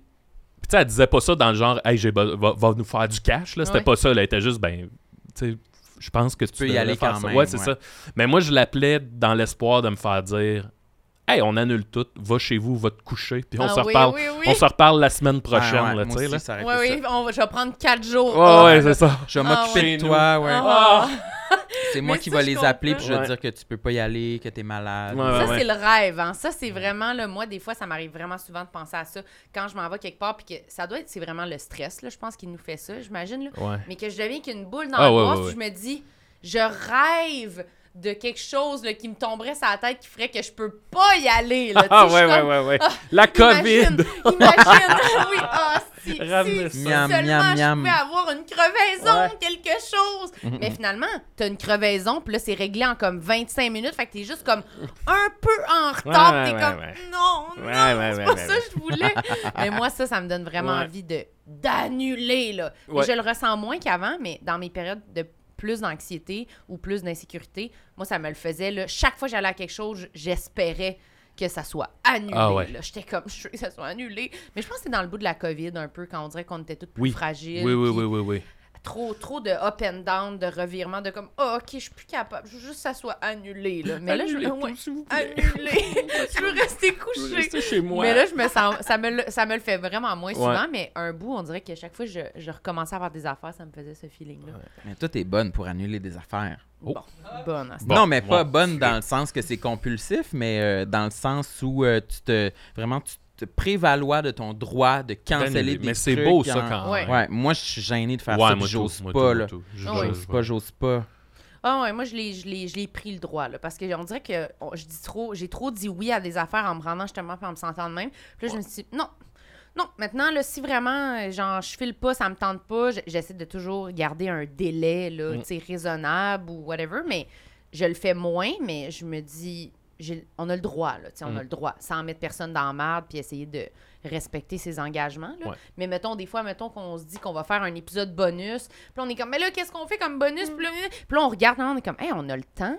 Puis, tu sais, elle disait pas ça dans le genre, hey, j'ai be- va, va nous faire du cash, là. C'était
Ouais.
pas ça, là. Elle était juste, ben, tu sais, je pense que tu,
peux y
devrais
aller
faire
quand
ça.
même,
Ouais, c'est
ouais.
ça. Mais moi, je l'appelais dans l'espoir de me faire dire, hey, on annule tout, va chez vous, va te coucher, puis on
Ah
se
oui,
reparle.
oui, oui.
On se reparle la semaine prochaine,
Ah ouais, moi
là, tu sais,
aussi,
là.
ça aurait
Ouais,
été
oui, on va- je vais prendre quatre jours.
Ouais,
off.
ouais, c'est ça.
ça. Je vais
Ah
m'occuper
ouais.
de toi, ouais.
Ah.
C'est moi
Mais
qui
ça,
vais
je
les
comprends.
appeler, puis je vais
Ouais.
dire que tu peux pas y aller, que t'es malade.
Ouais, ouais.
Ça, c'est le rêve. Hein. Ça, c'est vraiment, là, moi, des fois, ça m'arrive vraiment souvent de penser à ça. Quand je m'en vais quelque part, puis que ça doit être, c'est vraiment le stress, là, je pense, qui nous fait ça, j'imagine. là.
Ouais.
Mais que je deviens qu'une boule dans
Ah,
la
ouais,
poche,
ouais,
je me dis, je rêve de quelque chose là, qui me tomberait sur la tête qui ferait que je peux
Ah,
pas y aller. Là. Tu sais, je suis comme, ah,
ouais, ouais. La
Imagine,
COVID!
Imagine, oui, ah, si,
Ramenez
si
ça.
Miam,
seulement
miam, miam.
je pouvais avoir une crevaison,
Ouais.
quelque chose.
Mhm.
Mais finalement, t'as une crevaison, puis là, c'est réglé en comme 25 minutes. Fait que t'es juste comme un peu en retard.
Ouais,
t'es
ouais,
comme
ouais.
non,
Ouais,
non,
ouais,
c'est
ouais,
pas
ouais,
ça
ouais.
que je voulais. mais moi, ça, ça me donne vraiment
Ouais.
envie de d'annuler. là. Mais
Ouais.
Je le ressens moins qu'avant, mais dans mes périodes de plus d'anxiété ou plus d'insécurité, moi, ça me le faisait. là. Chaque fois que j'allais à quelque chose, j'espérais que ça soit annulé.
Ah ouais.
là. J'étais comme, je veux que ça soit annulé. Mais je pense que c'est dans le bout de la COVID un peu, quand on dirait qu'on était toutes plus
Oui.
fragiles.
Oui, oui,
puis
oui, oui, oui.
Trop, trop de up and down, de revirements, de comme, ah, OK, je suis plus capable. Je veux juste que ça soit annulé. Là. Mais là, je
Annulez
veux ah,
tout, s'il vous plaît.
annulé. je veux rester
Je veux
couché.
rester chez moi.
Mais là, je me sens, ça, me le, ça me le fait vraiment moins
Ouais.
souvent, mais un bout, on dirait que chaque fois que je, je recommençais à avoir des affaires, ça me faisait ce feeling-là.
Mais toi, t'es bonne pour annuler des affaires.
Oh.
Bon, bonne. en ce
Bon,
non, mais pas
bon,
bonne
c'est-
dans le sens que c'est compulsif, mais euh, dans le sens où euh, tu te vraiment tu te prévalois de ton droit de canceller des
Ben, mais c'est
trucs
beau, ça,
en-
quand
Ouais.
même.
Ouais, moi je suis gêné de faire
Ouais,
ça,
moi,
puis
tout,
j'ose
moi,
pas
tout,
là.
moi, tout.
Ah ouais.
J'ose
J'ose pas, j'ose pas.
Ah ouais, moi je l'ai, je l'ai, je l'ai pris le droit là, parce que on dirait que on- je dis trop, j'ai trop dit oui à des affaires en me rendant justement puis en me sentant de même. Puis là je me suis dit non. Non, maintenant là si vraiment euh, genre je file pas, ça me tente pas, j- j'essaie de toujours garder un délai
Mm.
là, tu sais raisonnable ou whatever, mais je le fais moins mais je me dis j'ai- on a le droit là, tu sais, on
Mm.
a le droit sans mettre personne dans la merde puis essayer de respecter ses engagements là.
Ouais.
Mais mettons, des fois, mettons qu'on se dit qu'on va faire un épisode bonus. Puis là, on est comme, mais là, qu'est-ce qu'on fait comme bonus? Puis là, euh, puis là, on regarde, hein, on est comme, hey, on a le temps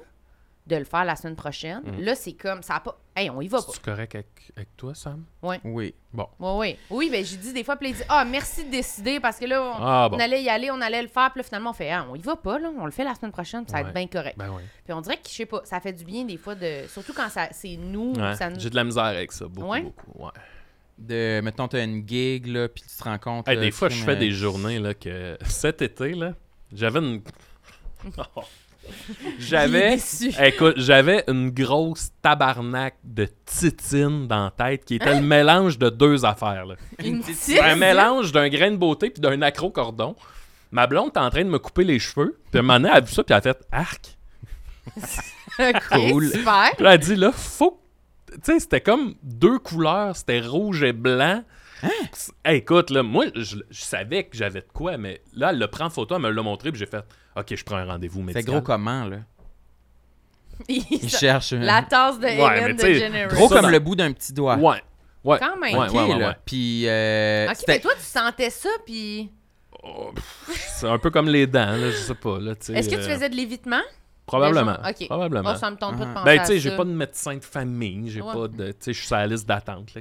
de le faire la semaine prochaine.
Mm.
Là, c'est comme, ça a pas. Hey, on y va pas.
Tu correct avec, avec toi, Sam?
Oui.
Oui, oui. Oui, ben, j'ai dit des fois, puis là, il dit, ah, merci de décider parce que là, on,
Ah,
on
bon.
allait y aller, on allait le faire. Puis là, finalement, on fait, ah, on y va pas, là, on le fait la semaine prochaine, puis ça va être
Ouais.
bien correct.
Ben ouais.
Puis on dirait que, je sais pas, ça fait du bien des fois de. Surtout quand ça, c'est nous,
Ouais,
ça nous.
J'ai de la misère avec ça, beaucoup,
Ouais.
beaucoup. Ouais.
De mettons t'as une gig là, puis tu te rends compte.
Hey,
euh,
des fois,
crime,
je fais
euh,
des journées là, que cet été, là, j'avais une.
Il est
j'avais.
déçu.
Écoute, j'avais une grosse tabarnak de titine dans la tête qui était le mélange de deux affaires. là.
Une petite-
Un mélange d'un grain de beauté puis d'un accro-cordon. Ma blonde était en train de me couper les cheveux. Puis à un moment donné, elle a vu ça puis elle a fait arc.
Ok,
Cool.
Super.
Puis là, elle a dit là, faut. que- Tu sais, c'était comme deux couleurs. C'était rouge et blanc.
Hein?
C'est- Hey, écoute, là, moi, je, je savais que j'avais de quoi, mais là, elle le prend en photo, elle me l'a montré, puis j'ai fait OK, je prends un rendez-vous
C'est
médical.
gros comment là
Il
Ils
se-
cherchent. euh,
La tasse de
Ouais,
Ellen
mais tu sais,
DeGeneres.
Gros
Ça,
comme
dans-
le bout d'un petit doigt.
Ouais. Ouais.
Quand même.
Ouais,
Ok,
ouais, ouais,
là.
ouais.
Puis euh,
Ok,
c'était-
mais toi, tu sentais ça, puis.
Oh, pff, c'est un peu comme les dents, là, je sais pas. Là, tu sais,
Est-ce que tu
euh,
faisais de l'évitement?
Probablement.
Des gens- ok.
Probablement.
Oh, ça me tente pas de
Ah.
penser.
ben,
à
tu sais, j'ai
ça.
pas de médecin de famille, j'ai
Ouais.
pas de. Tu sais, je suis sur la liste d'attente. là.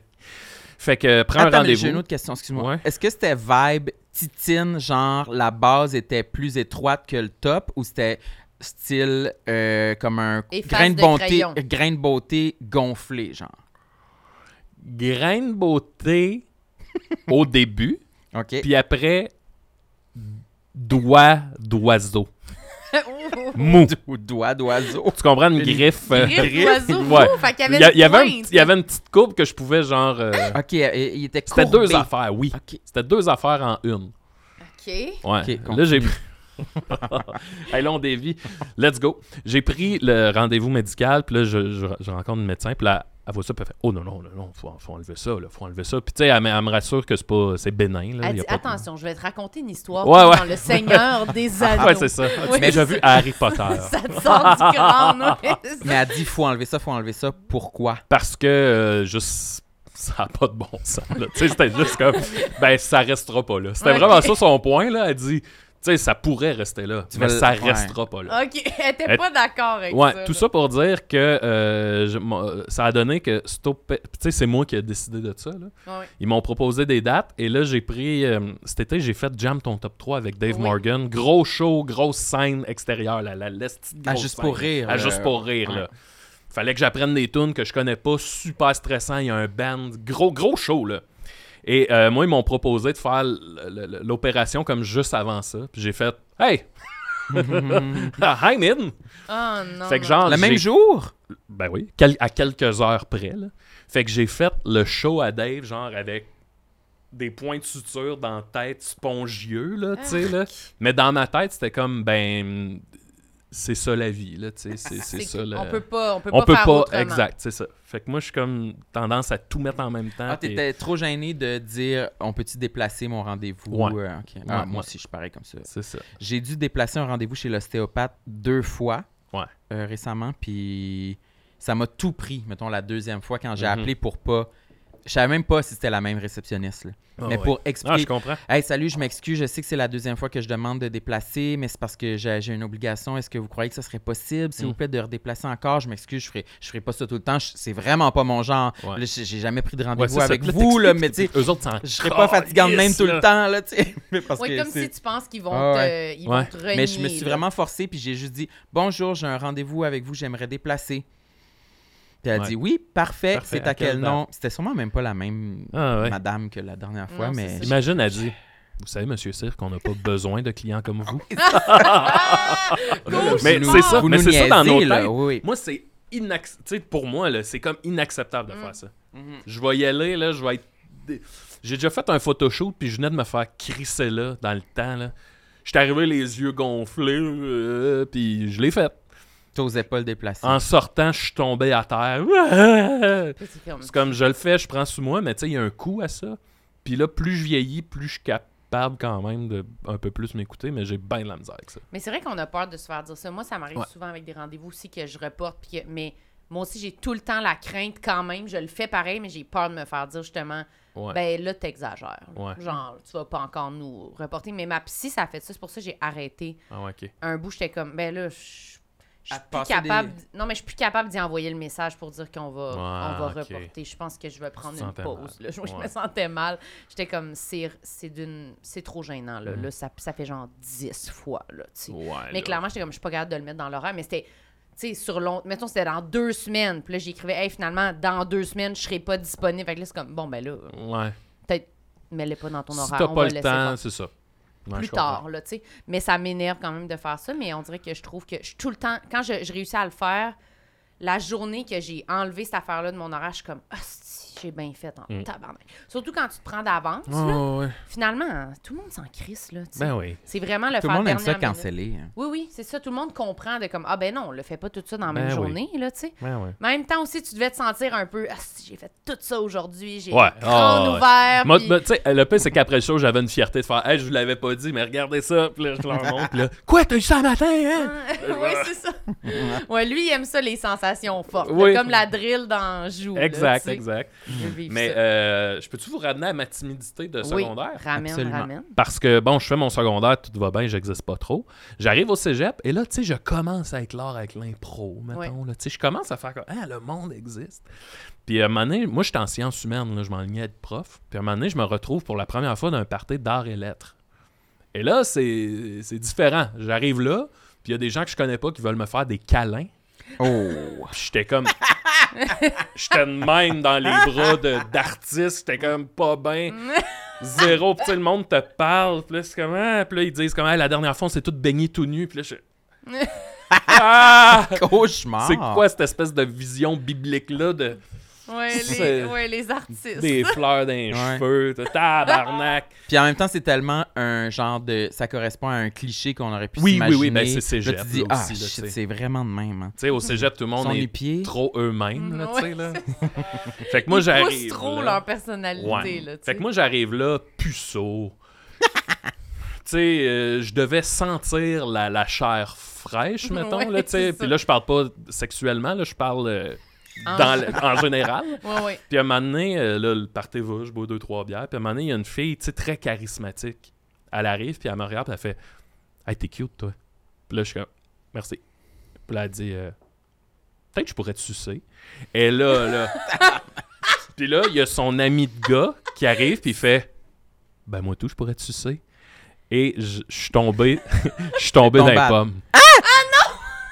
Fait que, euh, prends
Attends,
un
mais j'ai une
rendez-vous.
autre question, excuse-moi.
Ouais.
Est-ce que c'était vibe titine, genre la base était plus étroite que le top, ou c'était style euh, comme un
Efface
grain de,
de
bonté,
crayon.
grain de beauté gonflé, genre?
Grain de beauté au début,
OK.
puis après, doigt d'oiseau.
Oh, oh,
Mou.
Ou doigt d'oiseau.
Tu comprends, une
Une
griffe.
oh.
euh,
Rire d'oiseau.
Ouais.
oh, Fait qu'il y
Il
avait, une
y, a- il y avait un
pointe. Hein?
petit- il y avait une petite courbe que je pouvais genre. euh,
OK, euh, il était courbé.
C'était deux affaires, oui.
OK.
C'était deux affaires en une.
Ok.
Ouais.
Ok,
là,
continue.
j'ai. hey, là, on dévie. Let's go. J'ai pris le rendez-vous médical, puis là, je, je- je rencontre le médecin, puis là, elle voit ça, puis elle fait Oh non, non, non, non, faut, faut enlever ça, là, faut enlever ça. Puis, tu sais, elle, me- elle me rassure que c'est pas. C'est bénin, là.
Elle
y
dit,
a pas de-
attention, je vais te raconter une histoire
Ouais,
comme
ouais. Ah
dans Le Seigneur des Anneaux.
Ouais, c'est ça.
Oui,
Mais j'ai
c'est
vu
ça.
Harry Potter.
Ça te sort du crâne. ouais, c'est ça.
Mais elle dit, faut enlever ça, faut enlever ça. Pourquoi?
parce que, euh, juste. Ça n'a pas de bon sens. là. Tu sais, c'était juste comme. Ben, ça restera pas là. C'était
Ouais.
vraiment ça son point, là. Elle dit, tu sais, ça pourrait rester là,
Tu
mais
vas le-
ça
ouais.
restera pas là.
Ok, elle était
Elle-
pas d'accord avec
Ouais,
ça.
tout
là.
ça pour dire que euh, je- mon- ça a donné que Stop- tu sais c'est moi qui ai décidé de ça là.
Ouais.
Ils m'ont proposé des dates et là j'ai pris euh, cet été j'ai fait Jam ton top 3 avec Dave
Oui.
Morgan, gros show, grosse scène extérieure là, la l'esti de
Ah,
grosse
juste
scène,
pour
là.
rire,
Ah,
là.
juste pour rire
Ouais.
là. Fallait que j'apprenne des tunes que je connais pas, super stressant, il y a un band, gros gros show là. Et euh, moi ils m'ont proposé de faire l- l- l- l'opération comme juste avant ça, puis j'ai fait hey, Ah, I'm in.
Oh non.
fait que
non.
genre
le même
Ah, j'ai-
jour?
ben oui, quel- à quelques heures près. là. Fait que j'ai fait le show à Dave, genre avec des points de suture dans
Ah,
la tête spongieux, là, tu sais, là. Mais dans ma tête, c'était comme, ben, c'est ça la vie, là, tu sais, c'est c'est
Ah, C'est-
ça la...
On peut pas, on peut
On
pas faire autrement.
exact, c'est ça. Fait que moi, je suis comme tendance à tout mettre en même temps.
Ah,
puis-
t'étais trop gêné de dire on peut-tu déplacer mon rendez-vous
Ouais.
Euh, ok. Ah, Moi
Ouais, ouais.
aussi, je suis pareil comme ça.
C'est ça.
J'ai dû déplacer un rendez-vous chez l'ostéopathe deux fois
Ouais.
euh, récemment, puis ça m'a tout pris, mettons, la deuxième fois quand j'ai
Mhm.
appelé pour pas. Je savais même pas si c'était la même réceptionniste. là.
Ah,
mais
ouais.
pour
Ah, je
expliquer.
comprends.
Hey, salut, je m'excuse, je sais que c'est la deuxième fois que je demande de déplacer, mais c'est parce que j'ai j'ai une obligation. Est-ce que vous croyez que ça serait possible, s'il
Mm.
vous plaît, de redéplacer encore? Je m'excuse, je ferai, je ferai pas ça tout le temps. Je- C'est vraiment pas mon genre.
Ouais.
Là, J'ai j'ai jamais pris de
Ouais,
rendez-vous
c'est ça.
avec
Puis là,
vous, là,
t'expliques,
mais tu
puis
sais,
Eux autres, s'en
je serais pas fatigant de même
calissent,
tout le
là.
temps, là, tu sais. Mais parce
Oui,
que
comme
c'est-
si tu penses qu'ils vont,
Ah
te,
ouais.
ils vont
Ouais.
te renier.
mais je me suis
là.
vraiment forcé, puis j'ai juste dit Bonjour, j'ai un rendez-vous avec vous, j'aimerais déplacer. Puis elle a
Ouais.
dit Oui, parfait,
Parfait,
c'est
à
à quel
quelle
nom C'était sûrement même pas la même
Ah, ouais.
madame que la dernière fois,
Non, c'est
mais.
ça.
Imagine, elle dit Vous savez, monsieur Cyr, qu'on n'a pas besoin de clients comme vous.
Ah!
Mais
Vous
c'est ça,
vous
mais
nous
c'est ça dans nos
niaisez, là,
têtes.
oui, oui.
Moi, c'est inacceptable. Pour moi, là, c'est comme inacceptable de
Mm.
faire ça. Je vais y aller, là, je vais être. dé- J'ai déjà fait un photoshoot, puis je venais de me faire crisser là, dans le temps, là. J'étais arrivé les yeux gonflés, euh, puis je l'ai fait.
T'osais pas le déplacer.
En sortant, je suis tombé à terre.
Petit film.
C'est comme je le fais, je prends sous moi, mais tu sais, il y a un coût à ça. Puis là, plus je vieillis, plus je suis capable quand même de un peu plus m'écouter, mais j'ai bien de la misère avec ça.
Mais c'est vrai qu'on a peur de se faire dire ça. Moi, ça m'arrive
Ouais.
souvent avec des rendez-vous aussi que je reporte. puis que- Mais moi aussi, j'ai tout le temps la crainte quand même. Je le fais pareil, mais j'ai peur de me faire dire justement,
Ouais.
ben là, t'exagères.
Ouais.
Genre, tu vas pas encore nous reporter. Mais ma psy, ça a fait ça. C'est pour ça que j'ai arrêté.
Ah ouais, ok.
Un bout, j'étais comme, ben là, je je
À
suis
te
plus
passer
capable. Non, mais je suis plus capable d'y envoyer le message pour dire qu'on va, on va
Ouais, ok.
reporter. Je pense que je vais prendre
te
une
sentais
pause. là. Je, je me
Ouais.
sentais mal. J'étais comme, c'est c'est d'une- c'est trop gênant. Là, là ça, ça fait genre 10 fois. Là, tu sais.
Mm-hmm. Ouais.
Mais
là.
clairement, j'étais comme, je suis pas capable de le mettre dans l'horaire, mais c'était, tu sais, sur long... Mettons, c'était dans deux semaines. Puis là, j'écrivais, hey, finalement, dans deux semaines, je serai pas disponible. Fait que là, c'est comme, bon, ben là,
Ouais.
peut-être, mets-le pas dans ton
Si
horaire.
t'as
on
pas
va
le
laisser
temps,
faire
c'est ça. Ouais,
plus
je comprends.
tard, là, tu sais. Mais ça m'énerve quand même de faire ça, mais on dirait que je trouve que je suis tout le temps, quand je, je réussis à le faire, la journée que j'ai enlevé cette affaire-là de mon horaire, je suis comme, hostie, j'ai bien fait en
Mm.
tabarnak. Surtout quand tu te prends d'avance, là.
Ouais, ouais, ouais.
Finalement, tout le monde s'en crisse, là, tu sais.
Ben oui.
C'est vraiment le
Tout le
faire
monde aime ça
dernière minute.
canceller. hein.
Oui, oui, c'est ça. Tout le monde comprend de comme, ah ben non, on le fait pas tout ça dans la
Ben
même
oui.
journée, là, tu sais.
Ben ouais.
Mais en même temps aussi, tu devais te sentir un peu, ah, si, j'ai fait tout ça aujourd'hui, j'ai
Ouais.
grand
Ah, ouais.
ouvert.
Moi,
puis-
moi, tu sais, le pire, c'est qu'après le show, j'avais une fierté de faire Hey, je vous l'avais pas dit, mais regardez ça. Puis là, je leur montre. Puis là, Quoi, t'as eu ça le matin, hein?
oui, c'est ça. ouais, lui, il aime ça, les sensations fortes. là,
Oui.
Comme la drill dans Joue. Ah, là, tu
Exact,
sais.
exact.
Je veux vivre
Mais
ça.
euh, je peux-tu vous ramener à ma timidité de
Oui,
secondaire?
ramène,
Absolument.
ramène.
Parce que, bon, je fais mon secondaire, tout va bien, j'existe pas trop. J'arrive au cégep, et là, tu sais, je commence à être l'art avec l'impro, mettons. là. Tu sais, je commence à faire comme, ah, le monde existe. Puis à un moment donné, moi, j'étais en sciences humaines, là, je m'enlignais à être prof. Puis à un moment donné, je me retrouve pour la première fois d'un party d'art et lettres. Et là, c'est c'est différent. J'arrive là, puis il y a des gens que je connais pas qui veulent me faire des câlins.
Oh!
Puis j'étais comme. j'étais de même dans les bras de- d'artistes. J'étais comme pas bien. Zéro. Puis tu sais, le monde te parle. Puis là, c'est comme. Ah. Puis là, ils disent comme. Ah, la dernière fois, on s'est tous baignés tout nus. Puis là, je. Ah!
Cauchemar!
C'est quoi cette espèce de vision biblique-là de
Ouais, les,
C'est-
ouais, les artistes.
des fleurs dans les
Ouais.
cheveux? de Tabarnak!
Puis en même temps, c'est tellement un genre de. Ça correspond à un cliché qu'on aurait pu
Oui, oui,
s'imaginer.
oui, ben, c'est
Là,
cégep,
tu dis,
là,
ah,
aussi, là,
shit,
tu sais.
c'est vraiment de même. Hein.
Tu sais, au cégep, tout le monde
Sont
est
les pieds.
trop eux-mêmes. Là, tu sais,
Ouais,
là.
c'est-
Fait que moi,
Ils
j'arrive.
poussent trop
là.
leur personnalité.
Ouais.
Là, tu
fait
sais.
que moi, j'arrive là, puceau. tu sais, euh, je devais sentir la, la chair fraîche, mettons.
Ouais,
là, tu
c'est
sais.
ça.
Puis là, je parle pas sexuellement, là, je parle euh,
En
dans le- en général.
Ouais, ouais.
Puis à un moment donné, euh, là, le partez va, je bois deux, trois bières. Puis à un moment donné, il y a une fille, tu sais, très charismatique. Elle arrive, puis elle me regarde, puis elle fait Hey, t'es cute, toi. Puis là, je suis comme Merci. Puis là, elle dit euh, Peut-être que je pourrais te sucer. Et là, là. puis là, il y a son ami de gars qui arrive, puis il fait Ben, moi, tout, je pourrais te sucer. Et je je suis tombé, je suis tombé dans les
Tombable.
pommes. Ah,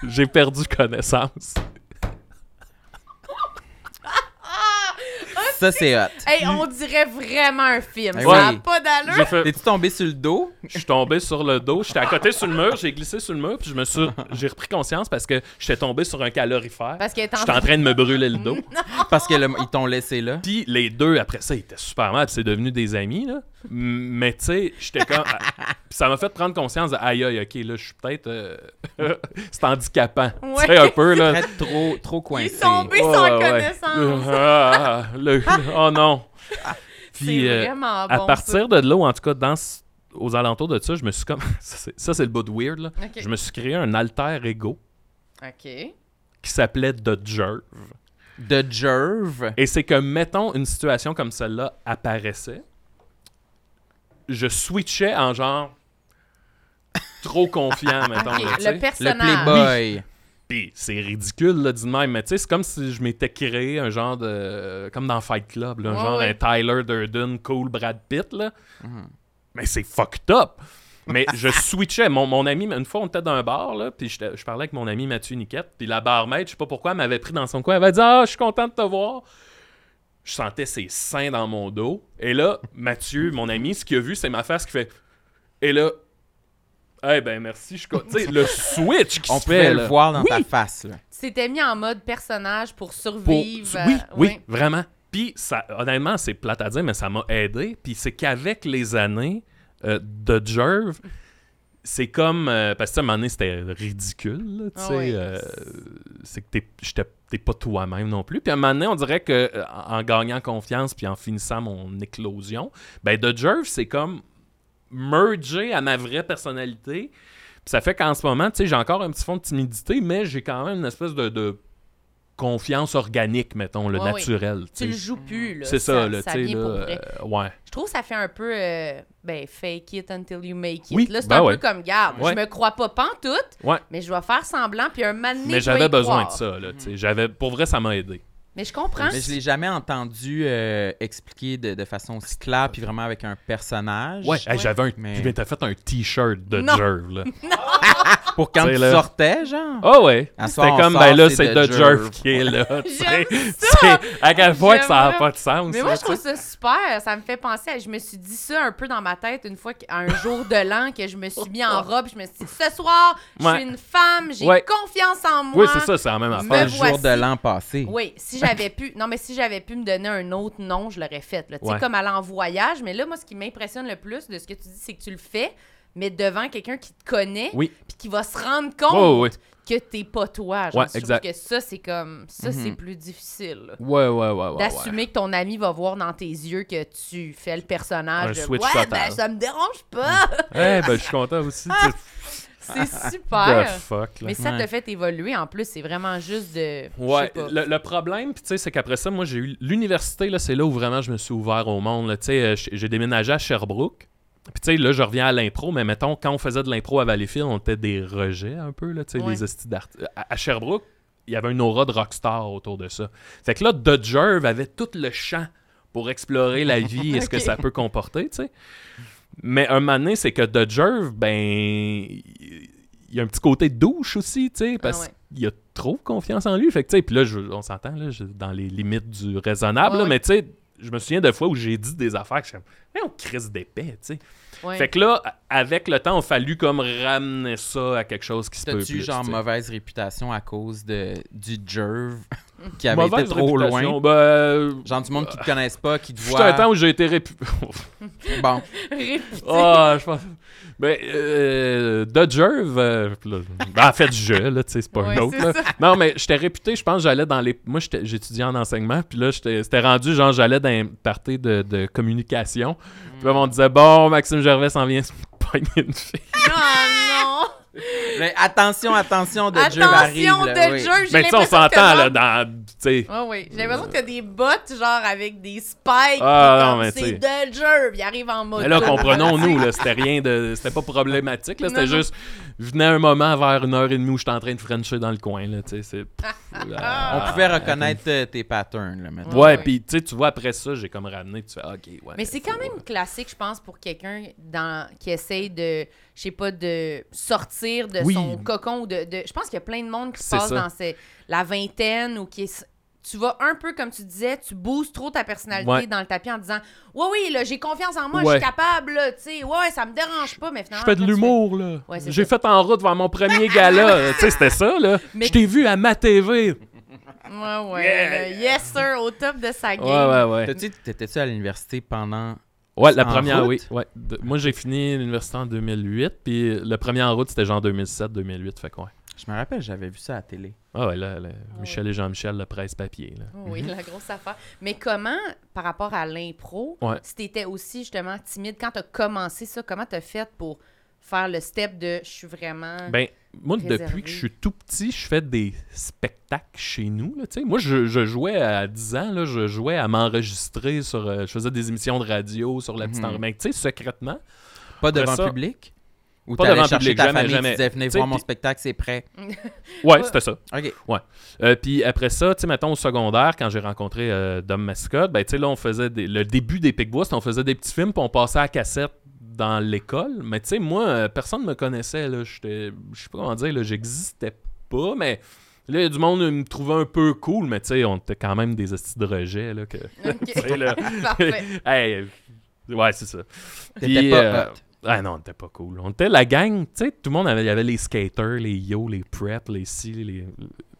non J'ai perdu connaissance.
Ça, c'est hot.
Hey, on dirait vraiment un film.
Eh
ça n'a
oui.
pas
J'ai
d'allure.
fait
T'es-tu tombé sur le dos?
Je suis tombé sur le dos, j'étais à côté sur le mur, j'ai glissé sur le mur, puis je me suis, j'ai repris conscience parce que j'étais tombé sur un calorifère.
Parce qu'elle est
J'étais en train de me brûler le dos.
Parce qu'ils t'ont laissé là.
Puis les deux, après ça, ils étaient super mal, puis c'est devenu des amis, là. M- Mais tu sais, j'étais comme. ah, Puis ça m'a fait prendre conscience de aïe aïe, ok, là, je suis peut-être. euh, c'est handicapant. Tu sais,
Ouais.
un peu, là.
Très trop, trop
Il
coincé.
est tombé
Ouais,
sans
ouais, ouais.
connaissance.
Ah, le- oh non.
c'est
Puis, euh,
vraiment bon.
à
ça.
partir de là, ou en tout cas, dans, ce- aux alentours de ça, je me suis comme. ça, c'est- ça, c'est le bout de weird, là.
Ok.
Je me suis créé un alter ego
OK.
qui s'appelait The Jerve.
De Jerve.
Et c'est que, mettons, une situation comme celle-là apparaissait, je switchais en genre trop confiant, mettons.
Ok,
là, tu sais.
Le
Le
personnage.
Playboy.
Puis c'est ridicule, là, dit de même, mais tu sais, c'est comme si je m'étais créé un genre de. Comme dans Fight Club, là, un
Ouais,
genre
ouais.
un Tyler Durden, cool Brad Pitt, là.
Mhm.
Mais c'est fucked up! Mais je switchais. Mon, mon ami, une fois, on était dans un bar, là, puis j'étais- je parlais avec mon ami Mathieu Niquette, puis la barmaid, je sais pas pourquoi, elle m'avait pris dans son coin. Elle m'avait dit Ah, je suis content de te voir. Je sentais ses seins dans mon dos. Et là, Mathieu, mon ami, ce qu'il a vu, c'est ma face qui fait. Et là, eh ben merci, je suis con- Tu sais, le switch qui
On
se fait.
pouvait le
là.
voir dans
Oui.
ta face. là.
Tu t'étais mis en mode personnage pour
pour-
survivre.
Oui,
euh,
oui,
ouais.
vraiment. Puis, ça, honnêtement, c'est plate à dire, mais ça m'a aidé. Puis, c'est qu'avec les années euh, de Jerve, c'est comme. euh, parce que, tu sais, à un moment donné, c'était ridicule. là, tu
Ah
sais,
oui.
euh, c'est que t'es- j'étais- t'es pas toi-même non plus. Puis, à un moment donné, on dirait que euh, en en gagnant confiance puis en finissant mon éclosion, ben, de Jerve, c'est comme merger à ma vraie personnalité. Puis ça fait qu'en ce moment, tu sais, j'ai encore un petit fond de timidité, mais j'ai quand même une espèce de, de confiance organique, mettons, le
Ouais,
naturel. tu
Tu
sais.
le joues plus, là.
C'est ça, là, tu
ça
sais,
vient
là,
pour vrai.
euh, ouais.
Je trouve que ça fait un peu, euh, ben, fake it until you make it.
Oui,
là, c'est
ben
un
ouais.
peu comme, garde,
Ouais.
je me crois pas pantoute,
Ouais.
mais je vais faire semblant, puis un moment donné, je
Mais
vais
j'avais
y
besoin
croire. Mm.
de ça, là, tu sais. J'avais, pour vrai, ça m'a aidé.
Mais je comprends.
Mais je l'ai jamais entendu euh, expliquer de, de façon aussi claire, puis vraiment avec un personnage.
Ouais, hey, j'avais un...
Mais-
Tu m'étais fait un T-shirt de
Non.
Jerv, là.
Pour quand
C'est
tu
là.
sortais, genre.
Ah ouais!
À soir,
C'était
on
comme,
sort,
ben là,
c'est
c'est
de
de Jerv qui est là. tu sais. C'est- À quel point que ça n'a
J'aime
pas de sens.
Mais
là,
moi, je
tu sais.
trouve ça super. Ça me fait penser à. Je me suis dit ça un peu dans ma tête une fois, qu- un jour de l'an, que je me suis mis en robe. Je me suis dit, ce soir, je
Ouais.
suis une femme, j'ai
Ouais.
confiance en moi.
Oui, c'est ça, c'est la même
me
Pas le
affaire.
jour
Ben voici.
de l'an passé.
Oui, si
ben,
j'avais pu. Non, mais si j'avais pu me donner un autre nom, je l'aurais fait. là. Tu sais,
Ouais.
comme aller en voyage. Mais là, moi, ce qui m'impressionne le plus de ce que tu dis, c'est que tu le fais, mais devant quelqu'un qui te connaît,
Oui.
puis qui va se rendre compte
Oh, oui.
que t'es pas toi. Genre,
Ouais,
je trouve
exact.
que ça, c'est comme. Ça, c'est
Mhm.
plus difficile. là.
Ouais, ouais, ouais, ouais. ouais.
D'assumer que ton ami va voir dans tes yeux que tu fais le personnage.
Un
de,
switch
ouais,
total.
ben ça me dérange pas.
Eh ben, je suis content aussi. tu sais.
C'est
The
super.
fuck, là.
Mais ça
Ouais.
te fait évoluer en plus. C'est vraiment juste de. je sais
Ouais,
pas.
le, le problème, puis tu sais, c'est qu'après ça, moi, j'ai eu l'université, là, c'est là où vraiment je me suis ouvert au monde. là. Tu sais, euh, j'ai j'ai déménagé à Sherbrooke. Puis tu sais, là, je reviens à l'impro, mais mettons, quand on faisait de l'impro à Valleyfield, on était des rejets un peu, là, tu sais,
Ouais.
les hosties d'art- À, à Sherbrooke, il y avait une aura de rockstar autour de ça. Fait que là, Dodgerve avait tout le champ pour explorer la vie et ce que
Ok.
ça peut comporter, tu sais. Mais un moment donné, c'est que Dodgerve, ben, il il y a un petit côté douche aussi, tu sais, parce
Ah ouais.
qu'il a trop confiance en lui. Fait que, tu sais, puis là, je- on s'entend, là, je- dans les limites du raisonnable,
Ouais,
là,
ouais.
mais tu sais, je me souviens de fois où j'ai dit des affaires que je suis comme, mais on crise d'épais, tu sais.
Ouais.
Fait que là, a- avec le temps, il a fallu comme ramener ça à quelque chose qui se peut plus.
T'as-tu genre
tu sais.
mauvaise réputation à cause de, du Jerve qui avait été trop
réputation,
loin?
ben, euh,
Genre du monde qui te connaissent pas, qui te
fut un
voit.
temps où j'ai été répu...
Bon,
Réputé.
Ah, je pense. Ben, euh, de Jerv, euh, là, ben, en fait, je, là, tu sais, c'est pas
Ouais,
un autre.
c'est
là.
ça.
Non, mais j'étais réputé, je pense, que j'allais dans les. Moi, j'étais- j'étudiais en enseignement, puis là, j'étais- c'était rendu, genre, j'allais dans un party de, de communication. Puis là, on disait, bon, Maxime Gervais s'en vient se pogner une fille.
Oh non!
Mais attention, attention, de Jerve arrive.
Attention
là,
de
oui.
jeu, j'ai
Mais Ben, tu sais,
l'impression
on
que
s'entend,
le
là,
monde-
dans. Tu sais.
Ouais, oui. J'ai l'impression que t'as des bottes, genre, avec des spikes.
Ah,
Ah,
non, mais
c'est de jeu. Il arrive en mode.
Mais là, comprenons-nous, là, c'était rien de. C'était pas problématique, là, c'était
Non, non.
juste. Je venais un moment vers une heure et demie où j'étais en train de frencher dans le coin, là, tu sais, c'est.
On pouvait reconnaître euh, tes patterns, là, maintenant.
Ah. Ouais,
Ah, Ouais,
ouais.
puis tu sais, tu vois, après ça, j'ai comme ramené, tu fais, ah, ok, ouais.
Mais c'est quand même classique, je pense, pour quelqu'un dans... qui essaye de, je sais pas, de sortir de
Oui.
son cocon. ou De, de... Je pense qu'il y a plein de monde qui
C'est
passe
ça.
dans ces- la vingtaine ou qui est... Tu vas un peu, comme tu disais, tu boostes trop ta personnalité
Ouais.
dans le tapis en disant « Ouais, oui, là, j'ai confiance en moi,
Ouais.
je suis capable, là, tu sais, ouais, ça me dérange pas, mais
Je
finalement...
fais de
après, tu
l'humour, là.
Ouais, c'est
j'ai
ça.
fait en route vers mon premier gala. tu sais, c'était ça, là.
Mais-
Je t'ai vu à ma TV.
fais- Ouais, ouais. le Yes, sir » au top de sa
Ouais,
game.
ouais, ouais.
T'as-tu- T'étais-tu à l'université pendant
Ouais, la
En
première,
route?
oui. Ouais. De- moi, j'ai fini l'université en 2008, puis le premier en route, c'était genre 2007-2008, fait quoi.
Je me rappelle, j'avais vu ça à la télé.
Ah ouais, là, là, Michel et Jean-Michel, le presse-papier, là.
Oh, Oui, la grosse affaire. Mais comment, par rapport à l'impro,
Ouais.
si t'étais aussi justement timide, quand t'as commencé ça, comment t'as fait pour faire le step de « je suis vraiment...
Ben, moi,
Ah. Réservé.
depuis que je suis tout petit, je fais des spectacles chez nous. Là, tu sais. moi, je, je jouais à 10 ans, là, je jouais à m'enregistrer sur. euh, je faisais des émissions de radio sur la petite
Mhm.
en- Mais tu sais, secrètement.
Pas devant
ça-
public? Ou
Pas
t'allais
devant
chercher
public,
ta
jamais,
famille,
jamais.
tu disais, venez
Tu sais,
voir mon
puis-
spectacle, c'est prêt.
Ouais,
Ouais.
c'était ça.
OK.
Euh, puis après ça, tu sais, mettons, au secondaire, quand j'ai rencontré euh, Dom Mascotte, ben, tu sais, là, on faisait des- le début des Picbois, c'était on faisait des petits films, puis on passait à la cassette dans l'école. Mais tu sais, moi, euh, personne ne me connaissait, là. J'étais, je sais pas comment dire, là, j'existais pas, mais là, il y a du monde qui me trouvait un peu cool, mais tu sais, on était quand même des hosties de rejet, là, que... tu sais, là,
Parfait.
hey, ouais, c'est ça.
T'étais
Puis,
pas
euh,
hot.
Ah non, on était pas cool. On était la gang, tu sais, tout le monde avait, il y avait les skaters, les yo, les prep, les si, les...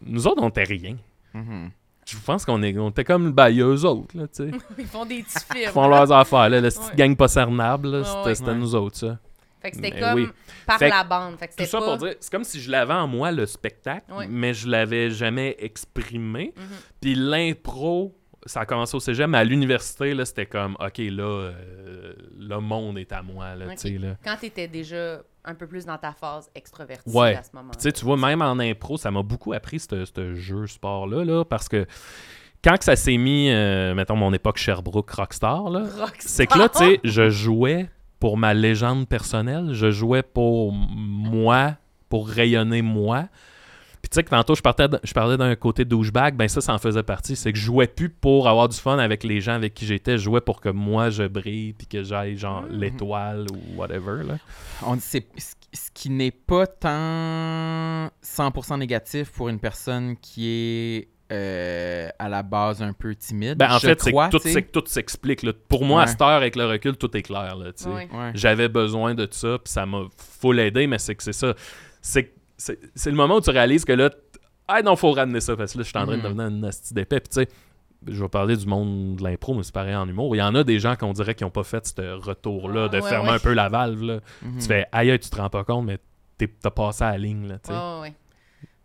Nous autres, on était rien.
Mhm.
Je pense qu'on est, on était comme bah, il y a eux autres, là, tu sais.
Ils font des petits
Ils
films.
font leurs affaires, là. La petite
Ouais.
gang pas cernable, là,
Ouais,
c'était,
ouais.
c'était
Ouais.
nous autres, ça.
Fait que c'était
Mais
comme
Ben oui.
par
Fait que
la bande. Fait que
Tout
c'était
ça
pas...
pour dire, c'est comme si je l'avais en moi, le spectacle,
Ouais.
mais je l'avais jamais exprimé.
Mhm.
Puis l'impro, ça a commencé au cégep, mais à l'université, là, c'était comme, OK, là, euh, le monde est à moi, là,
Ok.
tu sais, là.
Quand t'étais déjà un peu plus dans ta phase extrovertie
Ouais.
à ce moment-là.
Puis tu sais, tu vois, même en impro, ça m'a beaucoup appris ce ce jeu sport-là, là, parce que quand que ça s'est mis, euh, mettons, mon époque Sherbrooke Rockstar, là,
Rockstar.
c'est que là, tu sais, je jouais pour ma légende personnelle, je jouais pour m- moi, pour rayonner moi. Puis tu sais que tantôt, je, partais d- je parlais d'un côté douchebag, ben ça, ça en faisait partie. C'est que je jouais plus pour avoir du fun avec les gens avec qui j'étais, je jouais pour que moi, je brille, puis que j'aille, genre,
Hmm.
l'étoile ou whatever, là.
On dit c'est ce qui- ce qui n'est pas tant 100% négatif pour une personne qui est euh, à la base un peu timide.
Ben, en
je
fait, c'est
crois,
que tout,
tu sais.
c'est que tout s'explique. là. Pour moi, à
Ouais.
cette heure, avec le recul, tout est clair. là, tu sais.
Oui.
Ouais.
J'avais besoin de ça, puis ça m'a full aidé, mais c'est que c'est ça. C'est que- c'est c'est le moment où tu réalises que là, t- ah non, faut ramener ça, parce que là, je suis en train de
Mm.
Mhm.
devenir une hostie d'épais. Puis tu sais, je vais parler du monde de l'impro, mais c'est pareil en humour. Il y en a des gens qu'on dirait qui n'ont pas fait ce retour-là, de
Ah, Ouais,
fermer
ouais. Mm.
un peu la valve. là.
Mhm.
Tu fais, aïe, aïe, tu te rends pas compte, mais t'es- t'as passé à la ligne. Là, tu sais.
Oui,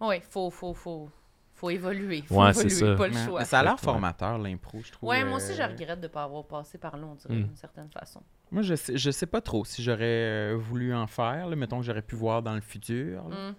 oui. faut, faut, faut, faut évoluer. Faut
Ouais,
évoluer,
c'est ça.
pas le
Ouais.
choix.
Mais ça a l'air
Ouais.
formateur, l'impro, je trouve.
Ouais, moi aussi,
euh,
je regrette de ne pas avoir passé par là, on dirait,
Hmm.
d'une certaine façon.
Moi, je sais, je sais pas trop si j'aurais euh, voulu en faire, là, mettons que j'aurais pu voir dans le futur. là.
Hmm.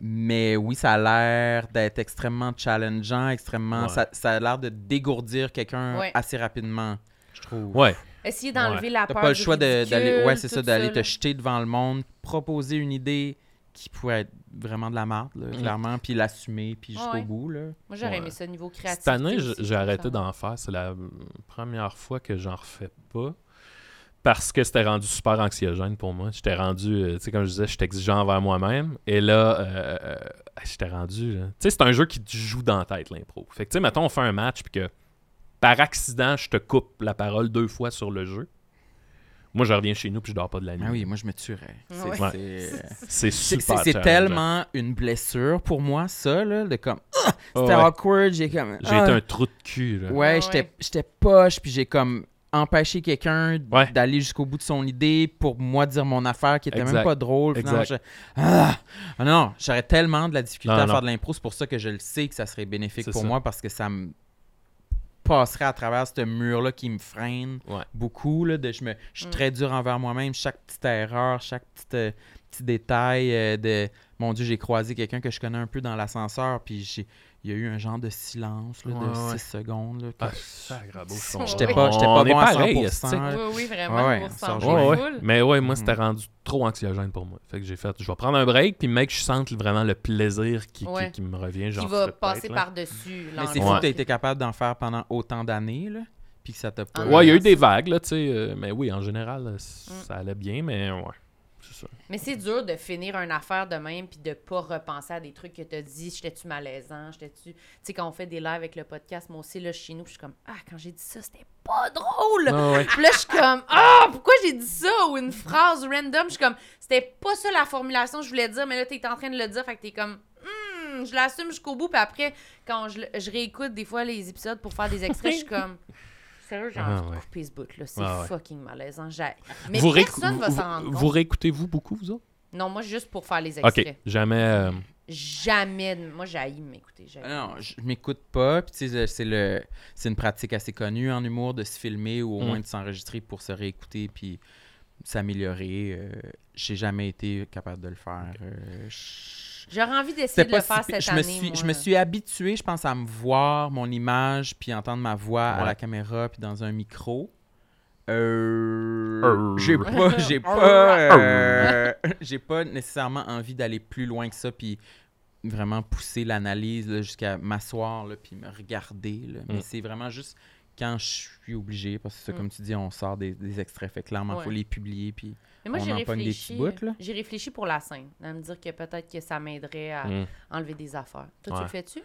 Mais oui, ça a l'air d'être extrêmement challengeant, extrêmement.
Ouais.
Ça, ça a l'air de dégourdir quelqu'un
Ouais.
assez rapidement, je trouve.
Ouais.
Essayer d'enlever la
T'as
peur.
pas le
du
choix de-
ridicule,
d'aller. Ouais, c'est
tout
ça, d'aller
là.
te jeter devant le monde, proposer une idée qui pourrait être vraiment de la merde, là,
Mm.
clairement, puis l'assumer, puis jusqu'au
Ouais.
bout. Là.
Moi, j'aurais
Ouais.
aimé ça niveau créatif.
Cette année, j- j'ai arrêté d'en faire. C'est la euh, première fois que j'en refais pas. Parce que c'était rendu super anxiogène pour moi. J'étais rendu, euh, tu sais, comme je disais, j'étais exigeant envers moi-même. Et là, euh, euh, j'étais rendu. là. Tu sais, c'est un jeu qui te joue dans la tête, l'impro. Fait que, tu sais, mettons, on fait un match, puis que par accident, je te coupe la parole deux fois sur le jeu. Moi, je reviens chez nous, puis je dors pas de la nuit.
Ah oui, moi, je me tuerais. C'est-
Ouais.
Ouais.
c'est- C'est-
C'est super.
C'est c'est
challengeant.
tellement une blessure pour moi, ça, là, de comme. Ah!
Ah
C'était
ouais.
awkward, j'ai comme.
J'ai
ah!
été un trou de cul. là.
Ah ouais.
Ouais, j'étais- j'étais poche, puis j'ai comme empêché quelqu'un d-
Ouais.
d'aller jusqu'au bout de son idée pour moi dire mon affaire qui était
Exact.
même pas drôle. Finalement,
Exact.
je- Ah! Ah non, j'aurais tellement de la difficulté
Non,
à
non.
faire de l'impro, c'est pour ça que je le sais que ça serait bénéfique
C'est
pour
ça.
moi parce que ça me passerait à travers ce mur-là qui me freine
Ouais.
beaucoup. Là, de, je, me, je suis
Mm.
très dur envers moi-même, chaque petite erreur, chaque petite, euh, petit détail euh, de mon Dieu, j'ai croisé quelqu'un que je connais un peu dans l'ascenseur, puis j'ai- il y a eu un genre de silence là, de
Ouais,
6
ouais.
secondes. là, que-
Ah, sacrabo, je comprends.
J'étais pas, j'étais
On
pas
est
bon à 100%.
pareil, esti.
Oui, oui, vraiment.
Ouais,
pour
on
s'en
s'en
jouer
Ouais, ouais.
full.
Mais ouais, moi,
Mhm.
c'était rendu trop anxiogène pour moi. Fait que j'ai fait, je vais prendre un break, puis mec, je sente vraiment le plaisir qui, qui-
Ouais.
qui me revient.
Qui
j'en
va
ferai peut-être,
passer
là.
par-dessus.
Mais c'est
l'enjeu.
fou
Ouais.
que t'aies été capable d'en faire pendant autant d'années, là, puis que ça t'a pas...
Ouais, il y a eu des vagues, là, tu sais. euh, mais oui, en général, euh,
Mm.
ça allait bien, mais ouais. C'est ça.
Mais c'est dur de finir une affaire de même puis de pas repenser à des trucs que t'as dit. J'étais-tu malaisant? J'étais-tu. Tu sais, quand on fait des lives avec le podcast, moi aussi, là, chez nous, je suis comme Ah, quand j'ai dit ça, c'était pas drôle!
Ouais, ouais.
Puis là, je suis comme Ah, pourquoi j'ai dit ça? Ou une phrase random. Je suis comme C'était pas ça la formulation que je voulais dire, mais là, t'es en train de le dire. Fait que t'es comme Hmm, je l'assume jusqu'au bout. Puis après, quand je, le- je réécoute des fois les épisodes pour faire des extraits, je suis comme Sérieux, j'ai
Ah,
envie de
ouais.
couper ce bout-là. C'est
Ah, ouais.
fucking malaisant. J'ai- Mais
vous réécou-
personne va
vous-
s'en rendre
Vous
compte.
réécoutez-vous beaucoup, vous autres?
Non, moi, juste pour faire les
OK.
extraits.
Jamais... euh,
Jamais. de- Moi, j'ai haï m'écouter. j'ai haï.
Euh, Non, je m'écoute pas. Puis, tu sais, c'est, le, c'est une pratique assez connue en humour de se filmer ou au
Mm.
moins de s'enregistrer pour se réécouter puis s'améliorer. Euh, j'ai jamais été capable de le faire. Euh, je-
J'aurais envie d'essayer
C'était
de le
pas
faire
si
cette
pire. je
année.
me suis
moi.
je me suis habitué je pense à me voir mon image puis entendre ma voix à
Ouais.
la caméra puis dans un micro Euh,
Euh.
j'ai pas j'ai pas euh, j'ai pas nécessairement envie d'aller plus loin que ça puis vraiment pousser l'analyse là, jusqu'à m'asseoir là, puis me regarder là. mais
Mm.
c'est vraiment juste quand je suis obligé parce que ça,
Mm.
comme tu dis on sort des, des extraits fait clairement
Ouais.
faut les publier puis
Mais moi,
on
j'ai
en pogne des
réfléchi.
petits bouts, là.
J'ai réfléchi pour la scène. À me dire que peut-être que ça m'aiderait à
hmm.
enlever des affaires. Toi, tu
Ouais.
le fais-tu?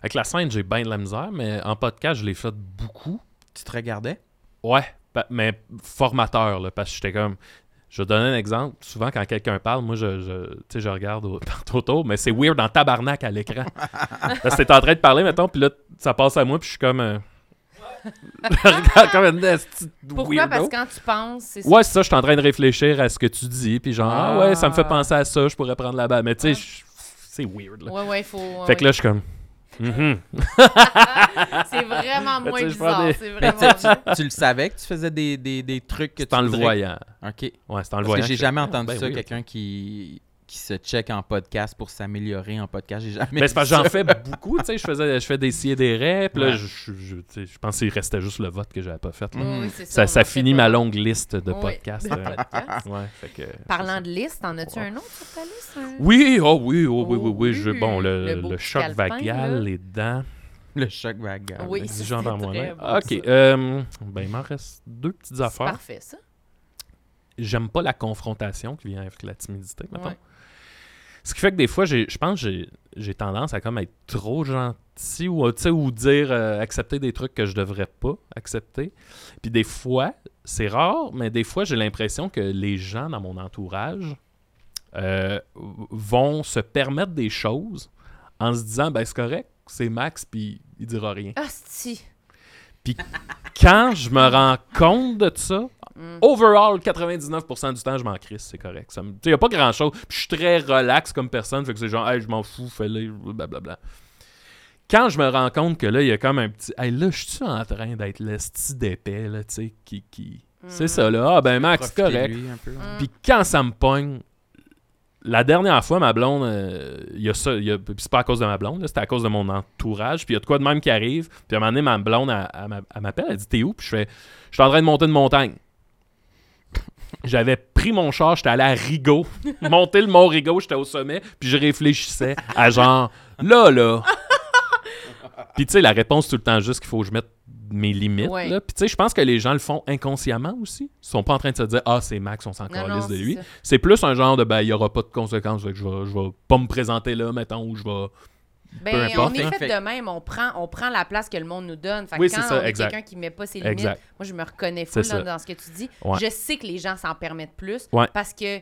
Avec la scène, j'ai bien de la misère, mais en podcast, je l'ai fait beaucoup.
tu te regardais
Ouais, pa- mais formateur, là, parce que j'étais comme... Je vais te donner un exemple. Souvent, quand quelqu'un parle, moi, je, je, tu sais, je regarde au- partout autour, mais c'est weird en tabarnak à l'écran. Parce que t'es en train de parler, mettons, puis là, ça passe à moi, puis je suis comme... euh, je regarde comme une esti de
Pourquoi?
weirdo.
Parce que quand tu penses, c'est ça.
Ouais, c'est ça, je suis en train de réfléchir à ce que tu dis, puis genre, ah, ouais, ça me fait
Ah.
penser à ça, je pourrais prendre la balle. Mais tu sais,
Ouais.
je- c'est weird, là.
Ouais, ouais, faut. ouais,
fait que
ouais.
là, je suis comme. Mhm.
c'est vraiment
Mais
moins
tu sais, je prends
bizarre.
des-
C'est
Mais
vraiment.
tu sais, tu, tu le savais que tu faisais des, des, des trucs que
C'est
tu
en le
voudrais-
voyant.
OK.
Ouais, c'est en le
Parce
voyant.
que j'ai
je-
jamais
Ah,
entendu
ben
ça,
oui.
quelqu'un qui, qui se check en podcast pour s'améliorer en podcast. J'ai jamais.
Mais Ben, c'est parce que
vu
j'en
ça.
fais beaucoup, tu sais, je faisais je fais des si et des rêves, puis là,
Ouais.
je, je, je- tu sais, je pense qu'il restait juste le vote que j'avais pas fait. là.
Ouais, ouais, c'est
Ça,
on en
ça
fait
finit
pas.
ma longue liste de
Oui,
podcasts.
de
euh,
podcasts.
ouais, fait que, c'est ça.
hein. Parlant de liste, en as-tu
Ouais.
un autre sur ta liste? un-
Oui, oh oui, oh oui, oui,
Oh
oui. je-
oui,
bon,
le
le,
beau
le
petit
choc
alpin, là.
vagal, les dents.
Le choc vagal.
Oui. ça,
exigeant
c'est
envers
très
moi-même.
beau,
Ok,
ça.
euh, ben il m'en reste deux petites
C'est
affaires.
parfait, ça.
J'aime pas la confrontation qui vient avec la timidité, mettons.
Ouais.
Ce qui fait que des fois, j'ai- je pense que j'ai- j'ai tendance à comme être trop gentil ou, euh, tu sais, ou dire euh, accepter des trucs que je devrais pas accepter. Puis des fois, c'est rare, mais des fois, j'ai l'impression que les gens dans mon entourage euh, vont se permettre des choses en se disant, ben c'est correct, c'est Max, puis il dira rien.
Ah, si.
quand je me rends compte de ça,
Mm.
overall, 99% du temps, je m'en crisse, c'est correct. Ça me- Tu sais, y a pas grand-chose. Puis Je suis très relax comme personne, fait que c'est genre, hey, je m'en fous, fais-le, blablabla. Quand je me rends compte que là, il y a comme un petit. Hey, là, je suis en train d'être le style d'épais, là, tu sais, qui. qui... C'est ça, là. Ah, ben, Max, c'est
Profitez de
correct.
lui un peu.
Mm,
Puis quand ça me pogne, la dernière fois, ma blonde, euh, il y a ça, il y a- puis c'est pas à cause de ma blonde, là, c'était à cause de mon entourage. Puis il y a de quoi de même qui arrive. Puis à un moment donné, ma blonde, elle, elle m'a- elle m'appelle, elle dit T'es où Puis je fais Je suis en train de monter une montagne. J'avais pris mon char, j'étais allé à Rigaud, monter le mont Rigaud, j'étais au sommet, puis je réfléchissais à genre là, là. puis tu sais, la réponse tout le temps juste qu'il faut que je mette mes limites.
Ouais.
là. Puis tu sais, je pense que les gens le font inconsciemment aussi. Ils sont pas en train de se dire Ah, c'est Max, on s'en
Non,
calisse
non,
de
c'est
lui.
ça.
C'est plus un genre de ben, il n'y aura pas de conséquences, fait que je vais, je vais pas me présenter là, mettons, ou je vais. Peu
Ben, on
importe,
est
hein.
fait
Fait-
de même. On prend, on prend la place que le monde nous donne. Fait que
Oui,
quand
c'est ça,
on est
exact.
quelqu'un qui met pas ses limites,
Exact.
moi, je me reconnais fou dans,
C'est ça.
dans ce que tu dis.
Ouais.
Je sais que les gens s'en permettent plus
Ouais.
parce que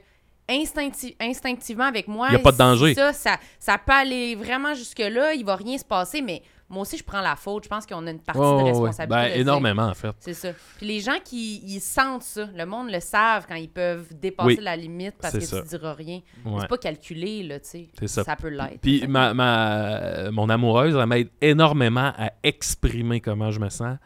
instincti- instinctivement, avec moi,
Y a pas de danger.
Ça, ça, ça peut aller vraiment jusque-là. Il va rien se passer, mais moi aussi, je prends la faute. Je pense qu'on a une partie
Oh,
de
ouais.
responsabilité.
Ben,
de dire-
énormément, en fait.
C'est ça. Puis les gens qui ils sentent ça, le monde le savent quand ils peuvent dépasser
Oui.
la limite parce
C'est
que
ça.
tu diras rien.
Ouais.
C'est pas calculé, là, tu sais.
C'est ça.
peut l'être.
Puis ma, ma- mon amoureuse, elle m'aide énormément à exprimer comment je me sens.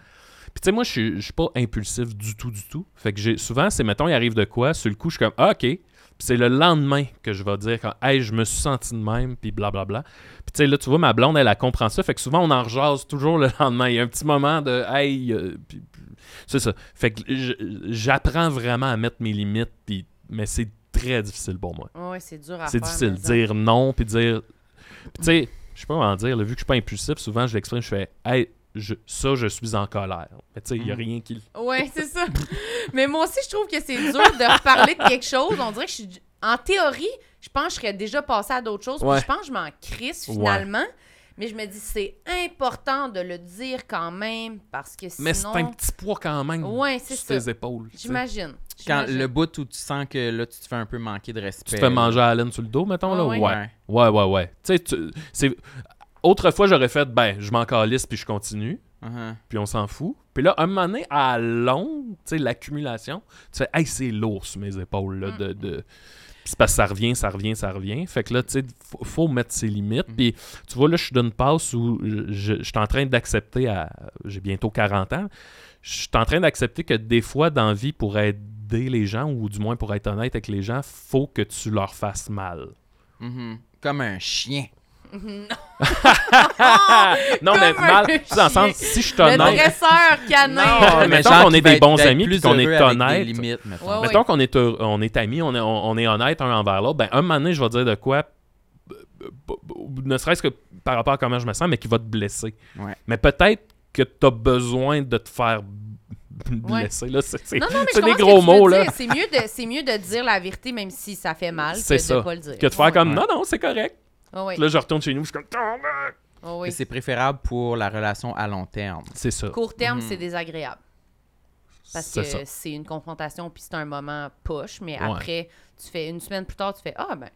Puis tu sais, moi, je suis- je suis pas impulsif du tout, du tout. Fait que j'ai souvent, c'est mettons, il arrive de quoi, sur le coup, je suis comme, ah, OK. Puis c'est le lendemain que je vais dire, quand, hey, je me suis senti de même, puis blablabla. Puis tu sais, là, tu vois, ma blonde, elle, elle comprend ça. Fait que souvent, on en rejase toujours le lendemain. Il y a un petit moment de, hey, euh, puis- puis- c'est ça. Fait que je- j'apprends vraiment à mettre mes limites, puis, mais c'est très difficile pour moi.
Ouais, c'est dur à
C'est
faire,
difficile de
mais-
dire non, puis dire. Puis tu sais, je sais pas comment dire, là, vu que je suis pas impulsif, souvent je l'exprime, je fais, hey, je- ça, je suis en colère. Mais tu sais, il y a
Mm.
rien qui. le-
Ouais, c'est ça. Mais moi aussi, je trouve que c'est dur de reparler de quelque chose. On dirait que je suis. En théorie, je pense que je serais déjà passée à d'autres choses. puis
Ouais.
je pense que je m'en crisse
Ouais.
finalement. Mais je me dis, c'est important de le dire quand même parce que sinon.
Mais c'est un petit poids quand même
Ouais, c'est
sur
ça.
tes épaules. tu sais.
J'imagine.
Quand
j'imagine.
le bout où tu sens que là, tu te fais un peu manquer de respect.
Tu te fais manger à la laine sur le dos, mettons,
Ah
là?
ouais.
Ouais. Ouais, ouais, ouais. Tu sais, tu- c'est. Autrefois, j'aurais fait, ben, je m'en calisse puis je continue.
Uh-huh.
puis on s'en fout. Puis là, un moment donné, à long, tu sais, l'accumulation, tu fais, hey, c'est lourd sur mes épaules,
Mm.
là, de. de... Puis c'est parce que ça revient, ça revient, ça revient. Fait que là, tu sais, faut, faut mettre ses limites.
Mm.
Puis tu vois, là, je suis d'une passe où je, je- je suis en train d'accepter, à j'ai bientôt 40 ans, je suis en train d'accepter que des fois, dans la vie, pour aider les gens, ou du moins pour être honnête avec les gens, faut que tu leur fasses mal.
Mhm. Comme un chien.
non,
Comme
mais
un
mal, tu sais, dans
chien.
le sens, si je suis
Le
honnête,
dresseur canin.
Non, mais mettons
genre
qu'on
qui
est
va
des
être-
bons
d'être
amis,
plus
puis qu'on est
heureux avec des
honnêtes.
limites, mettons.
Ah Ouais, ouais.
Mettons qu'on est, heureux- on est amis, on est, on, on est honnête un envers l'autre, ben un moment donné, je vais dire de quoi, b- b- b- ne serait-ce que par rapport à comment je me sens, mais qui va te blesser.
Ouais.
Mais peut-être que tu as besoin de te faire b- blesser. Là, c'est, c'est-
Non, non, mais
c'est
je
des
comprends ce
gros
que tu veux
mots,
dire.
là.
C'est mieux, de, c'est mieux de dire la vérité, même si ça fait mal, que
C'est
de
ça.
pas le dire.
Que de faire comme,
Ouais.
non, non, c'est correct.
Ah oui,
Là, je retourne chez nous, je suis comme, Ah, ben.
ah
Mais
oui.
C'est préférable pour la relation à long terme.
c'est ça.
Court terme,
Mhm.
c'est désagréable. Parce
c'est
que
ça.
c'est une confrontation, puis c'est un moment poche, mais
Ouais.
après, tu fais une semaine plus tard, tu fais Ah, ben,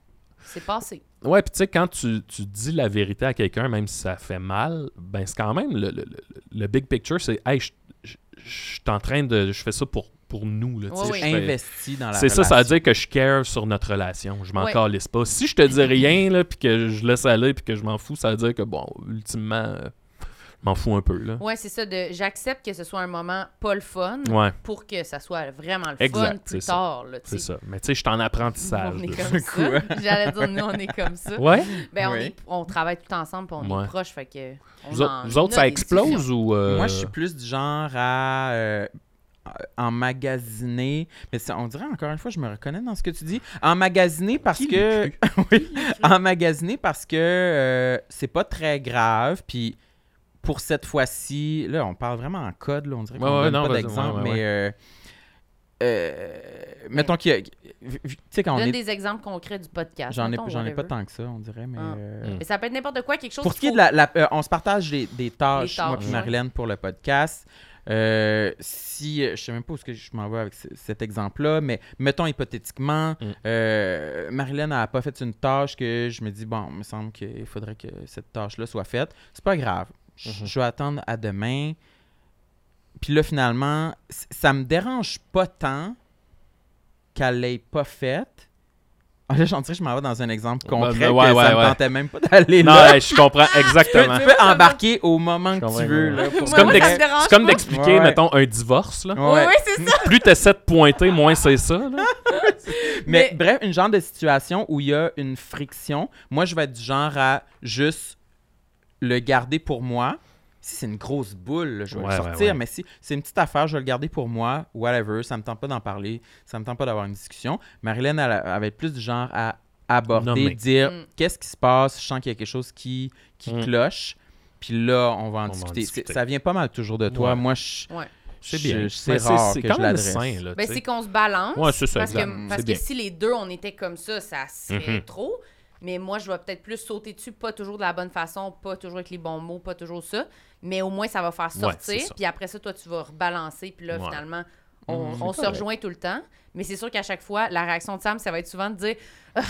c'est passé.
Ouais, puis tu sais, quand tu, tu dis la vérité à quelqu'un, même si ça fait mal, ben c'est quand même le, le- le- le big picture, c'est hey, je je- je suis en train de. Je fais ça pour, pour nous. Là, tu sais,
Oui.
je fais-
Investi dans la
C'est
relation.
ça, ça veut dire que je care sur notre relation. Je m'en
Ouais.
calisse pas. Si je te dis rien, là, puis que je laisse aller, puis que je m'en fous, ça veut dire que, bon, ultimement, euh, je m'en fous un peu. Là.
Ouais, c'est ça. De, j'accepte que ce soit un moment pas le fun
Ouais,
pour que ça soit vraiment le fun
Exact,
plus
c'est ça.
tard. là, tu
c'est
sais.
ça. Mais tu sais, je suis en apprentissage.
On est
là.
comme ça. J'allais dire, nous, on est comme ça.
hein. Ouais?
Ben, on,
Oui.
est- on travaille tout ensemble, puis on
Ouais.
est proches, fait que. on
Vous,
en-
autres- vous autres,
on a
ça
des
explose
discussions.
ou. euh,
Moi, je suis plus du genre à euh, emmagasiner. Mais ça- on dirait encore une fois, je me reconnais dans ce que tu dis. Emmagasiner parce
Qui
que.
l'eût
oui. Emmagasiner parce que euh, c'est pas très grave. Puis pour cette fois-ci, là, on parle vraiment en code. Là, on dirait qu'on
Ouais, ouais,
donne
non,
pas
vas-y,
d'exemple.
ouais, ouais,
mais. euh, euh, mettons qu'il y a. Tu sais, quand on
Donne
est.
des exemples concrets du podcast.
J'en ai,
mettons,
j'en ai pas
whatever.
tant que ça, on dirait, mais.
Ah.
euh,
Mm.
Mais ça peut être n'importe quoi, quelque chose.
Pour ce qui est
faut-
de la, la- euh, on se partage des, des tâches,
Les tâches,
moi et
ouais.
Marilyn, pour le podcast. Euh, si, euh, je sais même pas où est-ce que je m'en vais avec ce- cet exemple-là, mais mettons hypothétiquement,
Mm.
euh, Marilyn n'a pas fait une tâche que je me dis, bon, il me semble qu'il faudrait que cette tâche-là soit faite. C'est pas grave. Je-
Mhm.
Je vais attendre à demain. Puis là, finalement, c- ça me dérange pas tant qu'elle l'ait pas faite. Ah, là, j'en dirais, je m'en vais dans un exemple
Ben, ben,
concret
ouais,
que ça
ouais,
me
ouais.
tentait même pas d'aller
Non,
là
ouais, je comprends exactement.
tu peux embarquer au moment
Je
que
comprends,
tu veux.
ouais.
là, pour
C'est comme,
Moi, ça
d'ex-
me dérange
c'est comme
pas.
d'expliquer,
Ouais, ouais.
mettons, un divorce. Là.
Ouais.
Ouais, ouais, c'est ça.
Plus t'essaies de pointer, moins c'est ça. là.
Mais,
Mais-
bref, une genre de situation où il y a une friction, moi, je vais être du genre à juste le garder pour moi. Si c'est une grosse boule, là, je vais
Ouais,
le
ouais,
sortir.
ouais.
Mais si c'est une petite affaire, je vais le garder pour moi, whatever. Ça me tente pas d'en parler. Ça me tente pas d'avoir une discussion. Marilyn, elle a- avait plus du genre à aborder,
Non, mais-
dire
Mm.
qu'est-ce qui se passe, je sens qu'il y a quelque chose qui, qui
Mm.
cloche. Puis là, on va en
va en
discuter. C'est-
discuter.
Ça vient pas mal toujours de toi.
Ouais.
Moi, je.
Ouais.
C'est
je-
bien.
C'est
Mais
rare
c'est
que
quand
je
même
l'adresse.
sain, là,
Ben,
tu sais.
c'est qu'on se balance.
Ouais, c'est ça,
Parce
exact.
que, parce
C'est
que
bien.
si les deux, on était comme ça, ça serait
Mhm.
trop. Mais moi, je vais peut-être plus sauter dessus, pas toujours de la bonne façon, pas toujours avec les bons mots, pas toujours ça. Mais au moins, ça va faire sortir.
c'est ça.
puis après ça, toi, tu vas rebalancer. Puis là,
Ouais.
finalement, on,
Mhm.
on se rejoint tout le temps. Mais c'est sûr qu'à chaque fois, la réaction de Sam, ça va être souvent de dire Ah,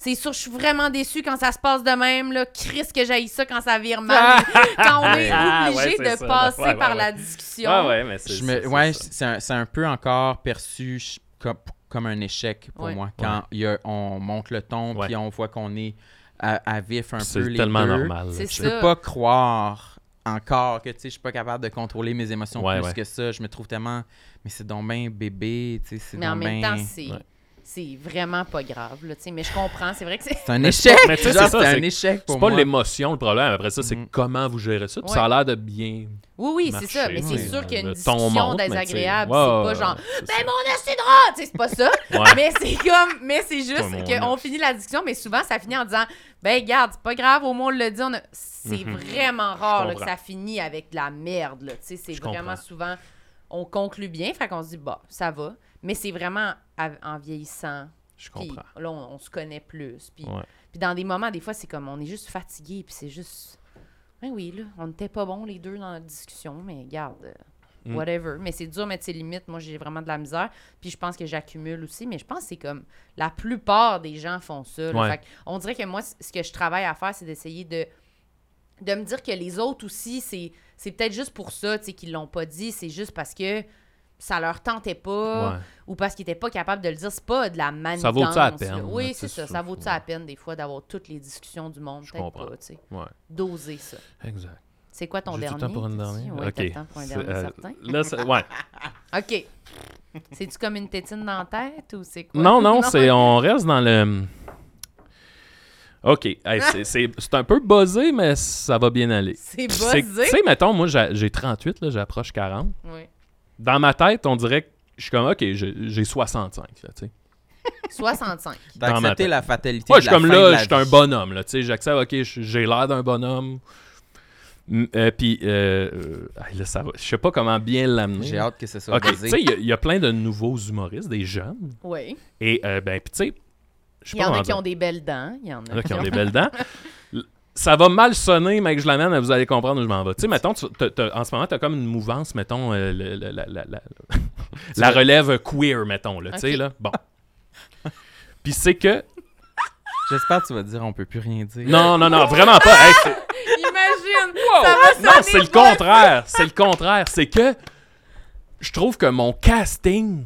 C'est sûr, je suis vraiment déçue quand ça se passe de même. Là. Chris, que j'aille ça quand ça vire mal. quand on est
Ah, ouais,
obligé
c'est
de
ça.
passer
Ouais, ouais,
par
ouais.
la discussion.
Ah ouais, mais c'est
je
c'est-
me,
c'est
ouais,
ça.
c'est un, c'est un peu encore perçu je- comme, comme un échec pour
Ouais.
moi. Quand il y a- on monte le ton,
Ouais.
puis on voit qu'on est à, à vif un peu
C'est
les
tellement
deux.
normal. là,
C'est
tu
Je
sais.
ça.
peux pas croire encore que tu sais, je suis pas capable de contrôler mes émotions
Ouais,
plus
ouais.
que ça. Je me trouve tellement, mais c'est donc ben bébé, tu sais, c'est
Mais en
donc
même
ben-
temps, c'est
Ouais.
c'est vraiment pas grave. Là, tu sais. mais je comprends, c'est vrai que c'est.
c'est un échec.
Mais tu sais,
Genre,
c'est ça,
c'est un
c'est-
échec pour
C'est pas
moi.
l'émotion le problème. Après ça, c'est
Mhm.
comment vous gérez ça. Puis
Ouais.
ça a l'air de bien.
Oui, oui,
marcher,
c'est ça. Mais
oui.
c'est sûr qu'il y a une
Le ton
discussion
monte, mais tu sais,
désagréable.
ouais, ouais,
c'est pas genre.
ouais, c'est ça.
Ben mon œuf, c'est drôle! Tu sais, C'est pas ça.
Ouais.
Mais c'est comme. Mais c'est
Pas mon
juste qu'on
œuf.
finit la discussion, mais souvent, ça finit en disant Ben, garde, c'est pas grave, au moins on l'a dit. on a- C'est
Mhm.
vraiment rare là, que
comprends.
ça finit avec de la merde. là, tu sais, C'est
Je
vraiment
comprends.
souvent. On conclut bien, fait qu'on se dit Bah, ça va. Mais c'est vraiment à- en vieillissant
Je
Puis
comprends.
là, on, on se connaît plus. Puis,
Ouais.
puis dans des moments, des fois, c'est comme on est juste fatigué, puis c'est juste. Ben oui, là, on n'était pas bons les deux dans notre discussion, mais garde, euh,
Mm.
whatever. Mais c'est dur de mettre ses limites. Moi, j'ai vraiment de la misère. Puis je pense que j'accumule aussi, mais je pense que c'est comme la plupart des gens font ça. là.
Ouais.
Fait que on dirait que moi, c- ce que je travaille à faire, c'est d'essayer de, de me dire que les autres aussi, c'est C'est peut-être juste pour ça, tu sais, qu'ils l'ont pas dit. C'est juste parce que ça leur tentait pas
Ouais.
ou parce qu'ils étaient pas capables de le dire. C'est pas de la manigance.
Ça vaut-tu la
là.
peine, là,
Oui, c'est
tu sais,
ça.
c'est-
Ça vaut-tu la peine, des fois, d'avoir toutes les discussions du monde?
Je
Peut-être
comprends.
pas, tu sais.
Ouais.
Doser ça.
Exact.
C'est quoi ton
J'ai
dernier?
du temps pour une
t'as dit?
dernière.
Ouais,
ok.
t'as le temps pour un
C'est,
dernier
euh,
certain.
là, c'est- ouais.
OK. C'est-tu comme une tétine dans la tête ou c'est quoi?
Non, non, c'est on reste dans le. Ok, hey, c'est- c'est c'est un peu buzzé, mais ça va bien aller.
C'est
Puis c'est-
buzzé?
Tu sais, mettons, moi j'a- j'ai 38, là, j'approche 40.
Oui.
Dans ma tête, on dirait que je suis comme, ok, j'ai j'ai 65. Là, tu sais.
65.
T'as
Dans ma
accepté
tête.
la fatalité.
Moi,
de
je
la
suis comme
fin de
là,
la
je suis un
vie.
bonhomme. Là, tu sais, j'accepte, ok, je- j'ai l'air d'un bonhomme. Mm, euh, Puis, euh, euh, hey, là, ça va. Je sais pas comment bien l'amener.
J'ai hâte que ce soit
Ok, tu
basé.
sais, il y a- il y, a plein de nouveaux humoristes, des jeunes.
Oui.
Et, euh, ben, puis, tu sais, je sais
Il y
pas
en a
comment
qui
dire.
ont des belles dents. Il y en a
Il y en a qui ont des belles dents. L- Ça va mal sonner, mais que je l'amène, vous allez comprendre où je m'en vais. Tu sais, mettons, tu- t'as- t'as- en ce moment, tu as comme une mouvance, mettons, euh, le- le- la, la- la- la relève queer, mettons, là, tu sais,
Ok.
là. Bon. Puis c'est que...
J'espère que tu vas dire on peut plus rien dire.
Non, non, non, vraiment pas. Hey, c'est-
Imagine! Ça va sonner
non, c'est le
bon.
contraire. C'est le contraire. C'est que je trouve que mon casting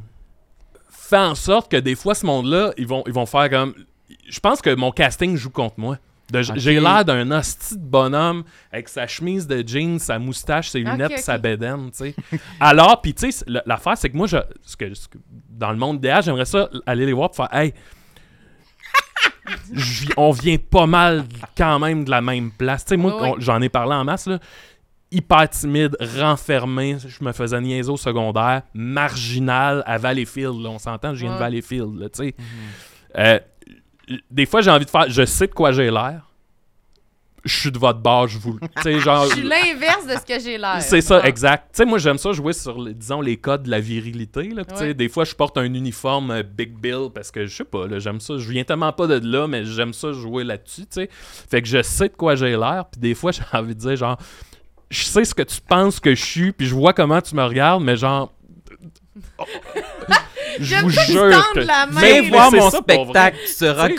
fait en sorte que des fois, ce monde-là, ils vont, ils vont faire comme. Je pense que mon casting joue contre moi. De- j-
Ok.
J'ai l'air d'un hostie de bonhomme avec sa chemise de jeans, sa moustache, ses lunettes,
ok.
sa bédaine, tu sais. Alors, puis tu sais, c'est- le- l'affaire, c'est que moi, je, ce que, ce que- dans le monde DH, j'aimerais ça aller les voir pour faire « Hey, je vi- on vient pas mal quand même de la même place. Tu sais, moi,
Oui, oui.
on- j'en ai parlé en masse, là. Hyper timide, renfermé, je me faisais niaiser au secondaire, marginal à Valleyfield. là. on s'entend, je viens de
Ouais. Mhm.
Valleyfield, là, tu sais. Euh, des fois, j'ai envie de faire, je sais de quoi j'ai l'air. Je suis de votre bord, je vous. le- Tu sais, genre.
Je suis l'inverse de ce que j'ai l'air.
C'est ça,
Ah.
exact. Tu sais, moi, j'aime ça jouer sur, les- disons, les codes de la virilité. Là. Puis, tu sais,
Ouais.
Des fois, je porte un uniforme euh, Big Bill parce que, je sais pas, là, j'aime ça. Je viens tellement pas de là, mais j'aime ça jouer là-dessus, tu sais. Fait que je sais de quoi j'ai l'air. Puis des fois, j'ai envie de dire, genre, je sais ce que tu penses que je suis, puis je vois comment tu me regardes, mais genre... oh, je
J'aime
vous
ça que tu
jure
tendes
que...
la main,
Viens
Mais
voir
c'est
mon
ça, pour vrai.
spectacle, tu seras
Tu sais-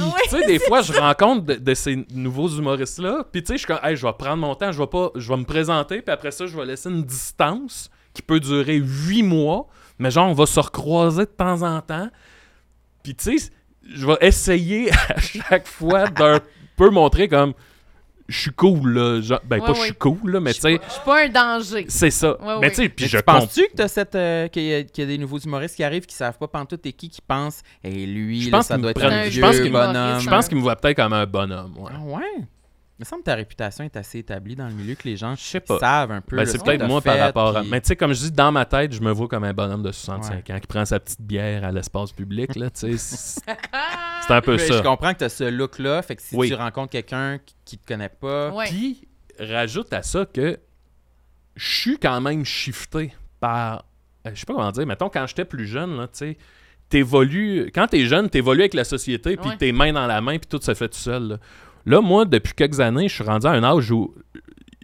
Oui.
Tu sais, des fois, je rencontre de, de ces nouveaux humoristes-là, puis tu sais, je suis comme, hey, je vais prendre mon temps, je vais pas, je vais me présenter, puis après ça, je vais laisser une distance qui peut durer huit mois, mais genre, on va se recroiser de temps en temps. Puis tu sais, je vais essayer à chaque fois d'un peu montrer comme, je suis cool, là. Genre- ben,
Ouais,
pas je suis
ouais.
cool, là, mais tu sais,
Je suis pas un danger.
c'est ça.
Ouais,
mais
ouais.
tu sais, puis
Mais
je
tu
comprends.
penses-tu que t'as cette euh, qu'il y, a- qu'il y a des nouveaux humoristes qui arrivent qui savent pas pantoute et qui qui pensent et lui
Je
là,
pense
ça
qu'ils
doit
me
être
prennent-
un
je
vieux
pense qu'ils me-
bonhomme.
Je pense qu'il me voit peut-être comme un bonhomme, ouais.
Ah ouais. Il me semble que ta réputation est assez établie dans le milieu que les gens
Je sais pas.
savent un peu.
Ben,
là, ce
c'est
que
peut-être
t'as
moi par
fait,
rapport à.
puis-
Mais tu sais, comme je dis, dans ma tête, je me vois comme un bonhomme de 65 ans qui prend sa petite bière à l'espace public. Là, tu sais, c'est c'est un peu
Puis
ça.
Je comprends que tu as ce look-là. Fait que si
Oui.
tu rencontres quelqu'un qui- qui te connaît pas,
Ouais.
Puis, rajoute à ça que je suis quand même shifté par. euh, Je sais pas comment dire, mettons, quand j'étais plus jeune, là, tu sais, t'évolues. Quand t'es jeune, t'évolues avec la société, puis
Ouais.
tes mains dans la main, puis tout se fait tout seul. Là, Là, moi, depuis quelques années, je suis rendu à un âge où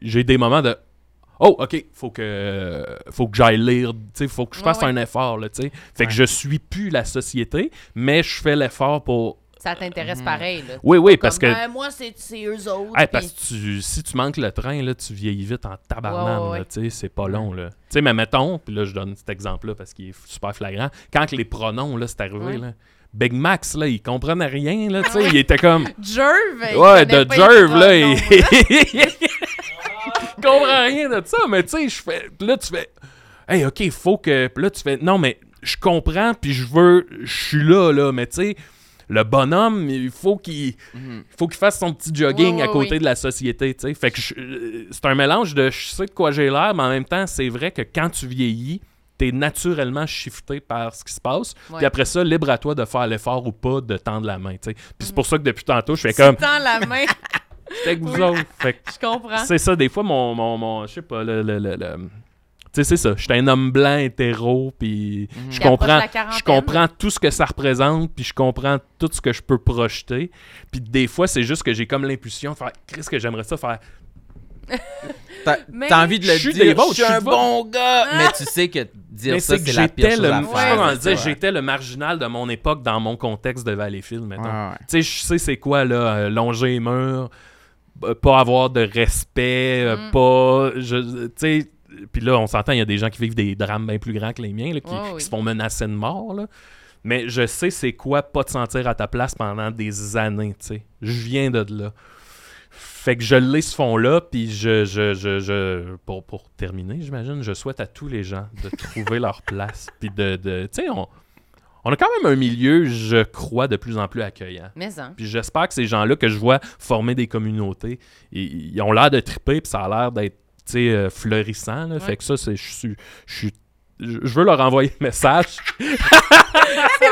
j'ai des moments de. Oh, OK, faut que, faut que j'aille lire, tu sais, faut que je
Ouais,
fasse
ouais.
un effort, là, tu sais. Fait que
Ouais.
je suis plus la société, mais je fais l'effort pour.
Ça
Hmm.
t'intéresse pareil, là.
Oui, oui, parce que.
Comme, ben, moi, c'est c'est eux autres.
Hey,
puis-
parce que tu- si tu manques le train, là, tu vieillis vite en tabarnane.
Ouais, ouais,
là,
ouais.
tu sais, C'est pas long. là. Tu sais, mais mettons, puis là, je donne cet exemple-là parce qu'il est f- super flagrant. Quand que les pronoms, là, c'est arrivé,
Ouais.
là, Big Max, là, il comprenait rien. Là, tu sais, il était comme.
Jerve. Ben, il
Ouais,
connaît
de
pas les
Jerve, là.
pronoms.
Il... il comprend rien de ça, mais tu sais, je fais. puis Là, tu fais. Hey, OK, faut que. Puis là, tu fais. Non, mais je comprends, puis je veux. Je suis là, là, mais tu sais. Le bonhomme, il faut qu'il
Mhm.
faut qu'il fasse son petit jogging
Ouais, ouais,
à côté
ouais.
de la société, tu sais. Fait que je- euh, c'est un mélange de je sais de quoi j'ai l'air, mais en même temps, c'est vrai que quand tu vieillis, t'es naturellement shifté par ce qui se passe.
Ouais.
Puis après ça, libre à toi de faire l'effort ou pas de tendre la main, tu sais. Puis c'est pour ça que depuis tantôt, je fais comme
Tu tends la main,
Fait que vous
Oui.
autres. Fait que
je comprends.
c'est ça, des fois, mon. mon, mon- je sais pas, le. le- le- le- Tu sais, c'est ça. Je suis un homme blanc, hétéro, puis je
Mhm. Qui approche
comprends.
la quarantaine.
Je comprends tout ce que ça représente, puis je comprends tout ce que je peux projeter. Puis des fois, c'est juste que j'ai comme l'impulsion de faire Chris, que j'aimerais ça faire.
T'as
Mais-
t'as envie de le
Je suis
dire,
des vôtres,
je suis
je
un
suis de vôtre.
bon gars, mais tu sais que dire
Mais
ça,
c'est que
c'est la pire
j'étais
chose
le.
à
je sais pas
faire.
comment
Ouais,
le dire,
Ouais.
j'étais le marginal de mon époque dans mon contexte de Valleyfield, mettons.
Ouais, ouais.
Tu sais, je sais c'est quoi, là, euh, longer les murs, euh, pas avoir de respect, euh,
Mm.
pas. je- Tu sais. Puis là, on s'entend, il y a des gens qui vivent des drames bien plus grands que les miens, là, qui,
Ouais,
qui
Oh oui.
se font menacer de mort. Là. Mais je sais c'est quoi pas te sentir à ta place pendant des années, tu sais. Je viens de là. Fait que je l'ai ce fond-là, puis je, je, je, je- pour, pour terminer, j'imagine, je souhaite à tous les gens de trouver leur place, puis de, de tu sais, on, on a quand même un milieu, je crois, de plus en plus accueillant.
Mais hein.
Puis j'espère que ces gens-là que je vois former des communautés, ils, ils ont l'air de triper, puis ça a l'air d'être, tu sais, euh, fleurissant, là. Fait que ça, c'est, je suis, je suis- je je veux leur envoyer le message.
Quelqu'un fait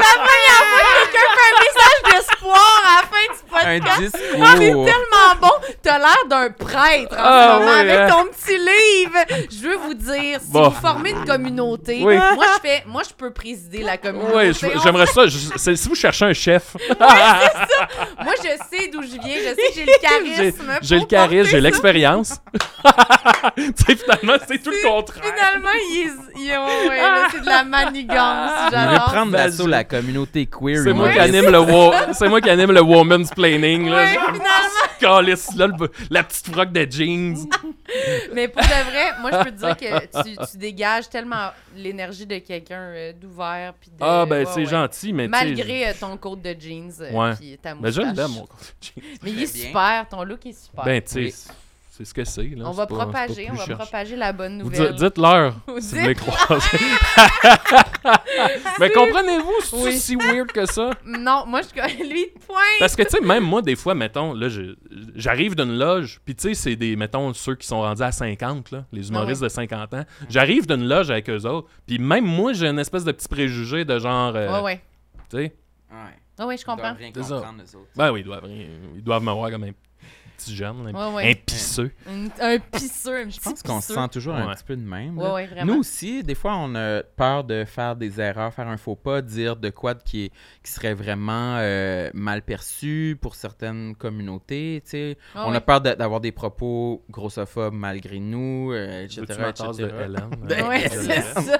un message d'espoir à la fin du
Un
podcast. Ah, c'est
discours.
tellement bon! T'as l'air d'un prêtre en
Ah,
ce moment
oui,
avec
hein.
ton petit livre! Je veux vous dire, si
Bon.
vous formez une communauté,
Oui.
moi je fais moi je peux présider la communauté.
Oui, je-
On-
j'aimerais ça. je- c'est- si vous cherchez un chef,
Moi je sais d'où je viens, je sais que j'ai le
j'ai
charisme.
j'ai le
pour
charisme,
porter
j'ai
ça.
l'expérience. tu sais, finalement, c'est tout le contraire. Ah!
Finalement, ils, ils ont- ouais, là, c'est de la manigance,
Il veut
j'adore.
prendre
Vas-y.
d'assaut la communauté queer.
C'est moi, qui
humoriste.
anime le wo- c'est moi qui anime le woman's planning.
Ouais,
Là.
finalement.
Calisse, là, le- la petite froc de jeans.
Mais pour de vrai, moi je peux te dire que tu, tu dégages tellement l'énergie de quelqu'un euh, d'ouvert. puis de-
Ah, ben,
ouais,
c'est
ouais.
gentil, mais tu sais, je-
Malgré euh, ton coat de jeans euh,
Ouais.
puis ta
Mais je
moustache.
l'aime, mon compte de jeans.
Mais il est
Très bien.
super, ton look est super.
Ben, tu sais,
Oui.
c'est- c'est ce que c'est. là,
on
c'est
va
pas- c'est pas
propager,
plus
on va
chercher.
propager la bonne
Vous
nouvelle.
dites- Dites-leur
Vous
si vous les
dites-
croisez. Mais comprenez-vous, c'est
Oui.
si weird que ça?
Non, moi je lui point.
Parce que, tu sais, même moi, des fois, mettons, là, je- j'arrive d'une loge, puis, tu sais, c'est des, mettons, ceux qui sont rendus à 50, là,
Ah
les humoristes de 50 ans. J'arrive d'une loge avec eux autres, puis même moi, j'ai une espèce de petit préjugé de genre, euh,
Ouais ouais.
tu sais,
Ouais.
Ouais ouais, je
Ils doivent
comprends.
rien
C'est ça.
comprendre, eux autres.
ben oui, ils doivent, rien- ils doivent me voir comme un petit jeune, là,
Ouais, ouais.
un pisseux.
Un, un pisseux, un petit
Je pense qu'on se
pisseux.
sent toujours un
Ouais.
petit peu de même.
Ouais
là.
ouais, vraiment.
Nous aussi, des fois, on a peur de faire des erreurs, faire un faux pas, dire de quoi de- qui, est- qui serait vraiment euh, mal perçu pour certaines communautés. tu sais.
Ah
on
ouais.
a peur de- d'avoir des propos grossophobes malgré nous, euh, etc.
Veux-tu ma tasse de
etc..
Hélène?
Ben,
Euh,
Ouais,
je
c'est
l'aurais.
ça.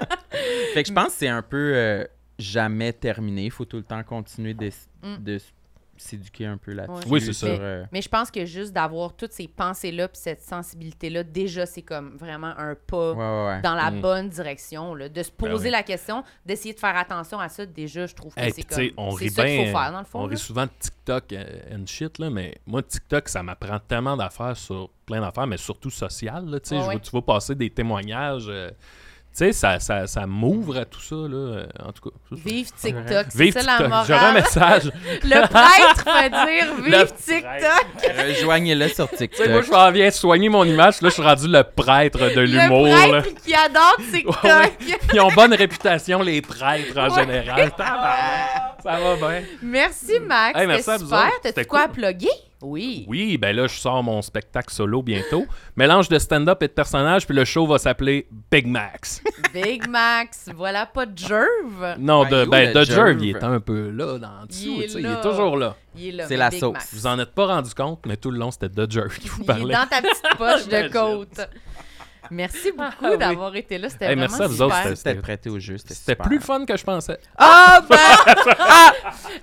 Fait que je pense que c'est un peu euh, jamais terminé. Il faut tout le temps continuer de, s-
Mm.
de s- s'éduquer un peu là-dessus.
Oui, c'est ça.
sur, euh,
Mais je pense que juste d'avoir toutes ces pensées-là puis cette sensibilité-là, déjà, c'est comme vraiment un pas
ouais, ouais, ouais.
dans la
Mm.
bonne direction. là. De se
Ben
poser
oui.
la question, d'essayer de faire attention à ça, déjà, je trouve que
Hey,
c'est
puis tu sais,
comme...
on
c'est
rit
ça qu'il
bien.
faut faire, dans le fond.
on
là.
rit souvent de TikTok euh, and shit, là, mais moi, TikTok, ça m'apprend tellement d'affaires sur plein d'affaires, mais surtout sociales. là, tu sais,
Ouais,
je vois-
ouais.
Tu vas passer des témoignages. euh, tu sais, ça, ça, ça m'ouvre à tout ça, là, euh, en tout cas. c'est ça.
Vive TikTok, c'est
Vive
ça la
TikTok.
morale.
J'aurais un message.
Le prêtre va dire
Le
vive TikTok.
Rejoignez-le sur
Tu sais, moi,
TikTok.
je m'en viens soigner mon image. Là, je suis rendu le prêtre de l'humour.
Le
là.
prêtre qui adore TikTok.
Ouais, Ils ont bonne réputation, les prêtres,
Ouais.
en
Ah,
général. Tabarnak, Ça va bien.
Merci Max,
Hey, merci à
c'était
vous
super.
autres,
T'as-tu
c'était
quoi à
cool.
plugger? Oui.
Oui, ben là, je sors mon spectacle solo bientôt. Mélange de stand-up et de personnages, puis le show va s'appeler Big Max.
Big Max, voilà pas de jerve.
Non,
Ben,
de,
il est où,
ben,
le
de Jerv,
Jerv?
il est un peu là, dans le dessous.
Il est
tu sais, Il,
là.
est toujours là.
Il est là,
C'est
mais
la
Big
sauce.
Max.
Vous en êtes pas rendu compte, mais tout le long, c'était de Jerv qui vous
Il est
parlait.
dans ta petite poche de
J'imagine.
côte. Merci beaucoup
Ah, oui.
d'avoir été là. C'était
Hey,
vraiment
merci à vous
super.
autres,
C'était prêté au jeu.
C'était
super.
plus le fun que je pensais.
Ah ben!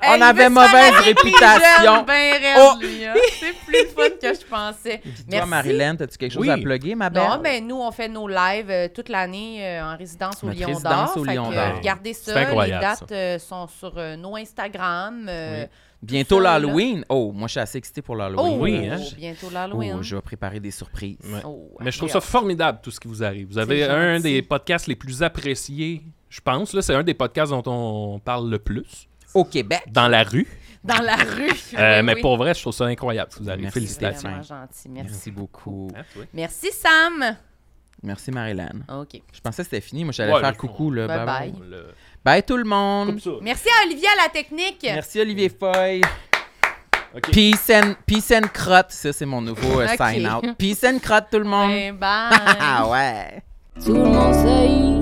on
il veut
avait
se
mauvaise
faire avec les
réputation.
jeunes, Ben raide,
Oh.
lui, hein. C'est plus le fun que je pensais.
Toi,
Merci.
Marilyn, as-tu quelque chose
Oui.
à plugger, ma belle?
Non, mais nous, on fait nos lives euh, toute l'année euh, en résidence au
Notre
Lion
résidence
d'Or.
au
Fait
Lion
que,
d'Or.
euh, Regardez ça.
C'est incroyable,
Les dates
ça.
euh, sont sur euh, nos Instagram. euh,
Oui.
Bientôt
ça, là.
l'Halloween. Oh, moi, je suis assez excitée pour l'Halloween.
Oh,
Oui, hein.
bientôt
Oh,
l'Halloween.
je vais préparer des surprises.
Ouais.
Oh,
Mais je trouve
j'ai
ça
hâte.
formidable, tout ce qui vous arrive. Vous avez
gentil.
un des podcasts les plus appréciés, je pense. là. C'est un des podcasts dont on parle le plus,
Au Québec.
dans la rue.
Dans la rue.
Euh,
Ah oui,
mais
oui.
pour vrai, je trouve ça incroyable. ce que Vous avez
Merci.
C'est
félicitations.
vraiment gentil. Merci.
Merci beaucoup.
Hein, toi?
Merci, Sam.
Merci, Marilyn.
OK.
Je pensais que c'était fini. Moi, j'allais
Ouais,
faire
mais-
coucou. Là.
Bye bye.
On le-
Bye, tout le monde.
Coupe ça.
Merci à Olivier à la technique.
Merci, Olivier Foy.
Ok.
Peace and, peace and crotte. Ça, c'est mon nouveau euh,
Ok.
sign-out. Peace and crotte, tout le monde.
Ben, bye.
Ah ouais.
Tout le monde saillit.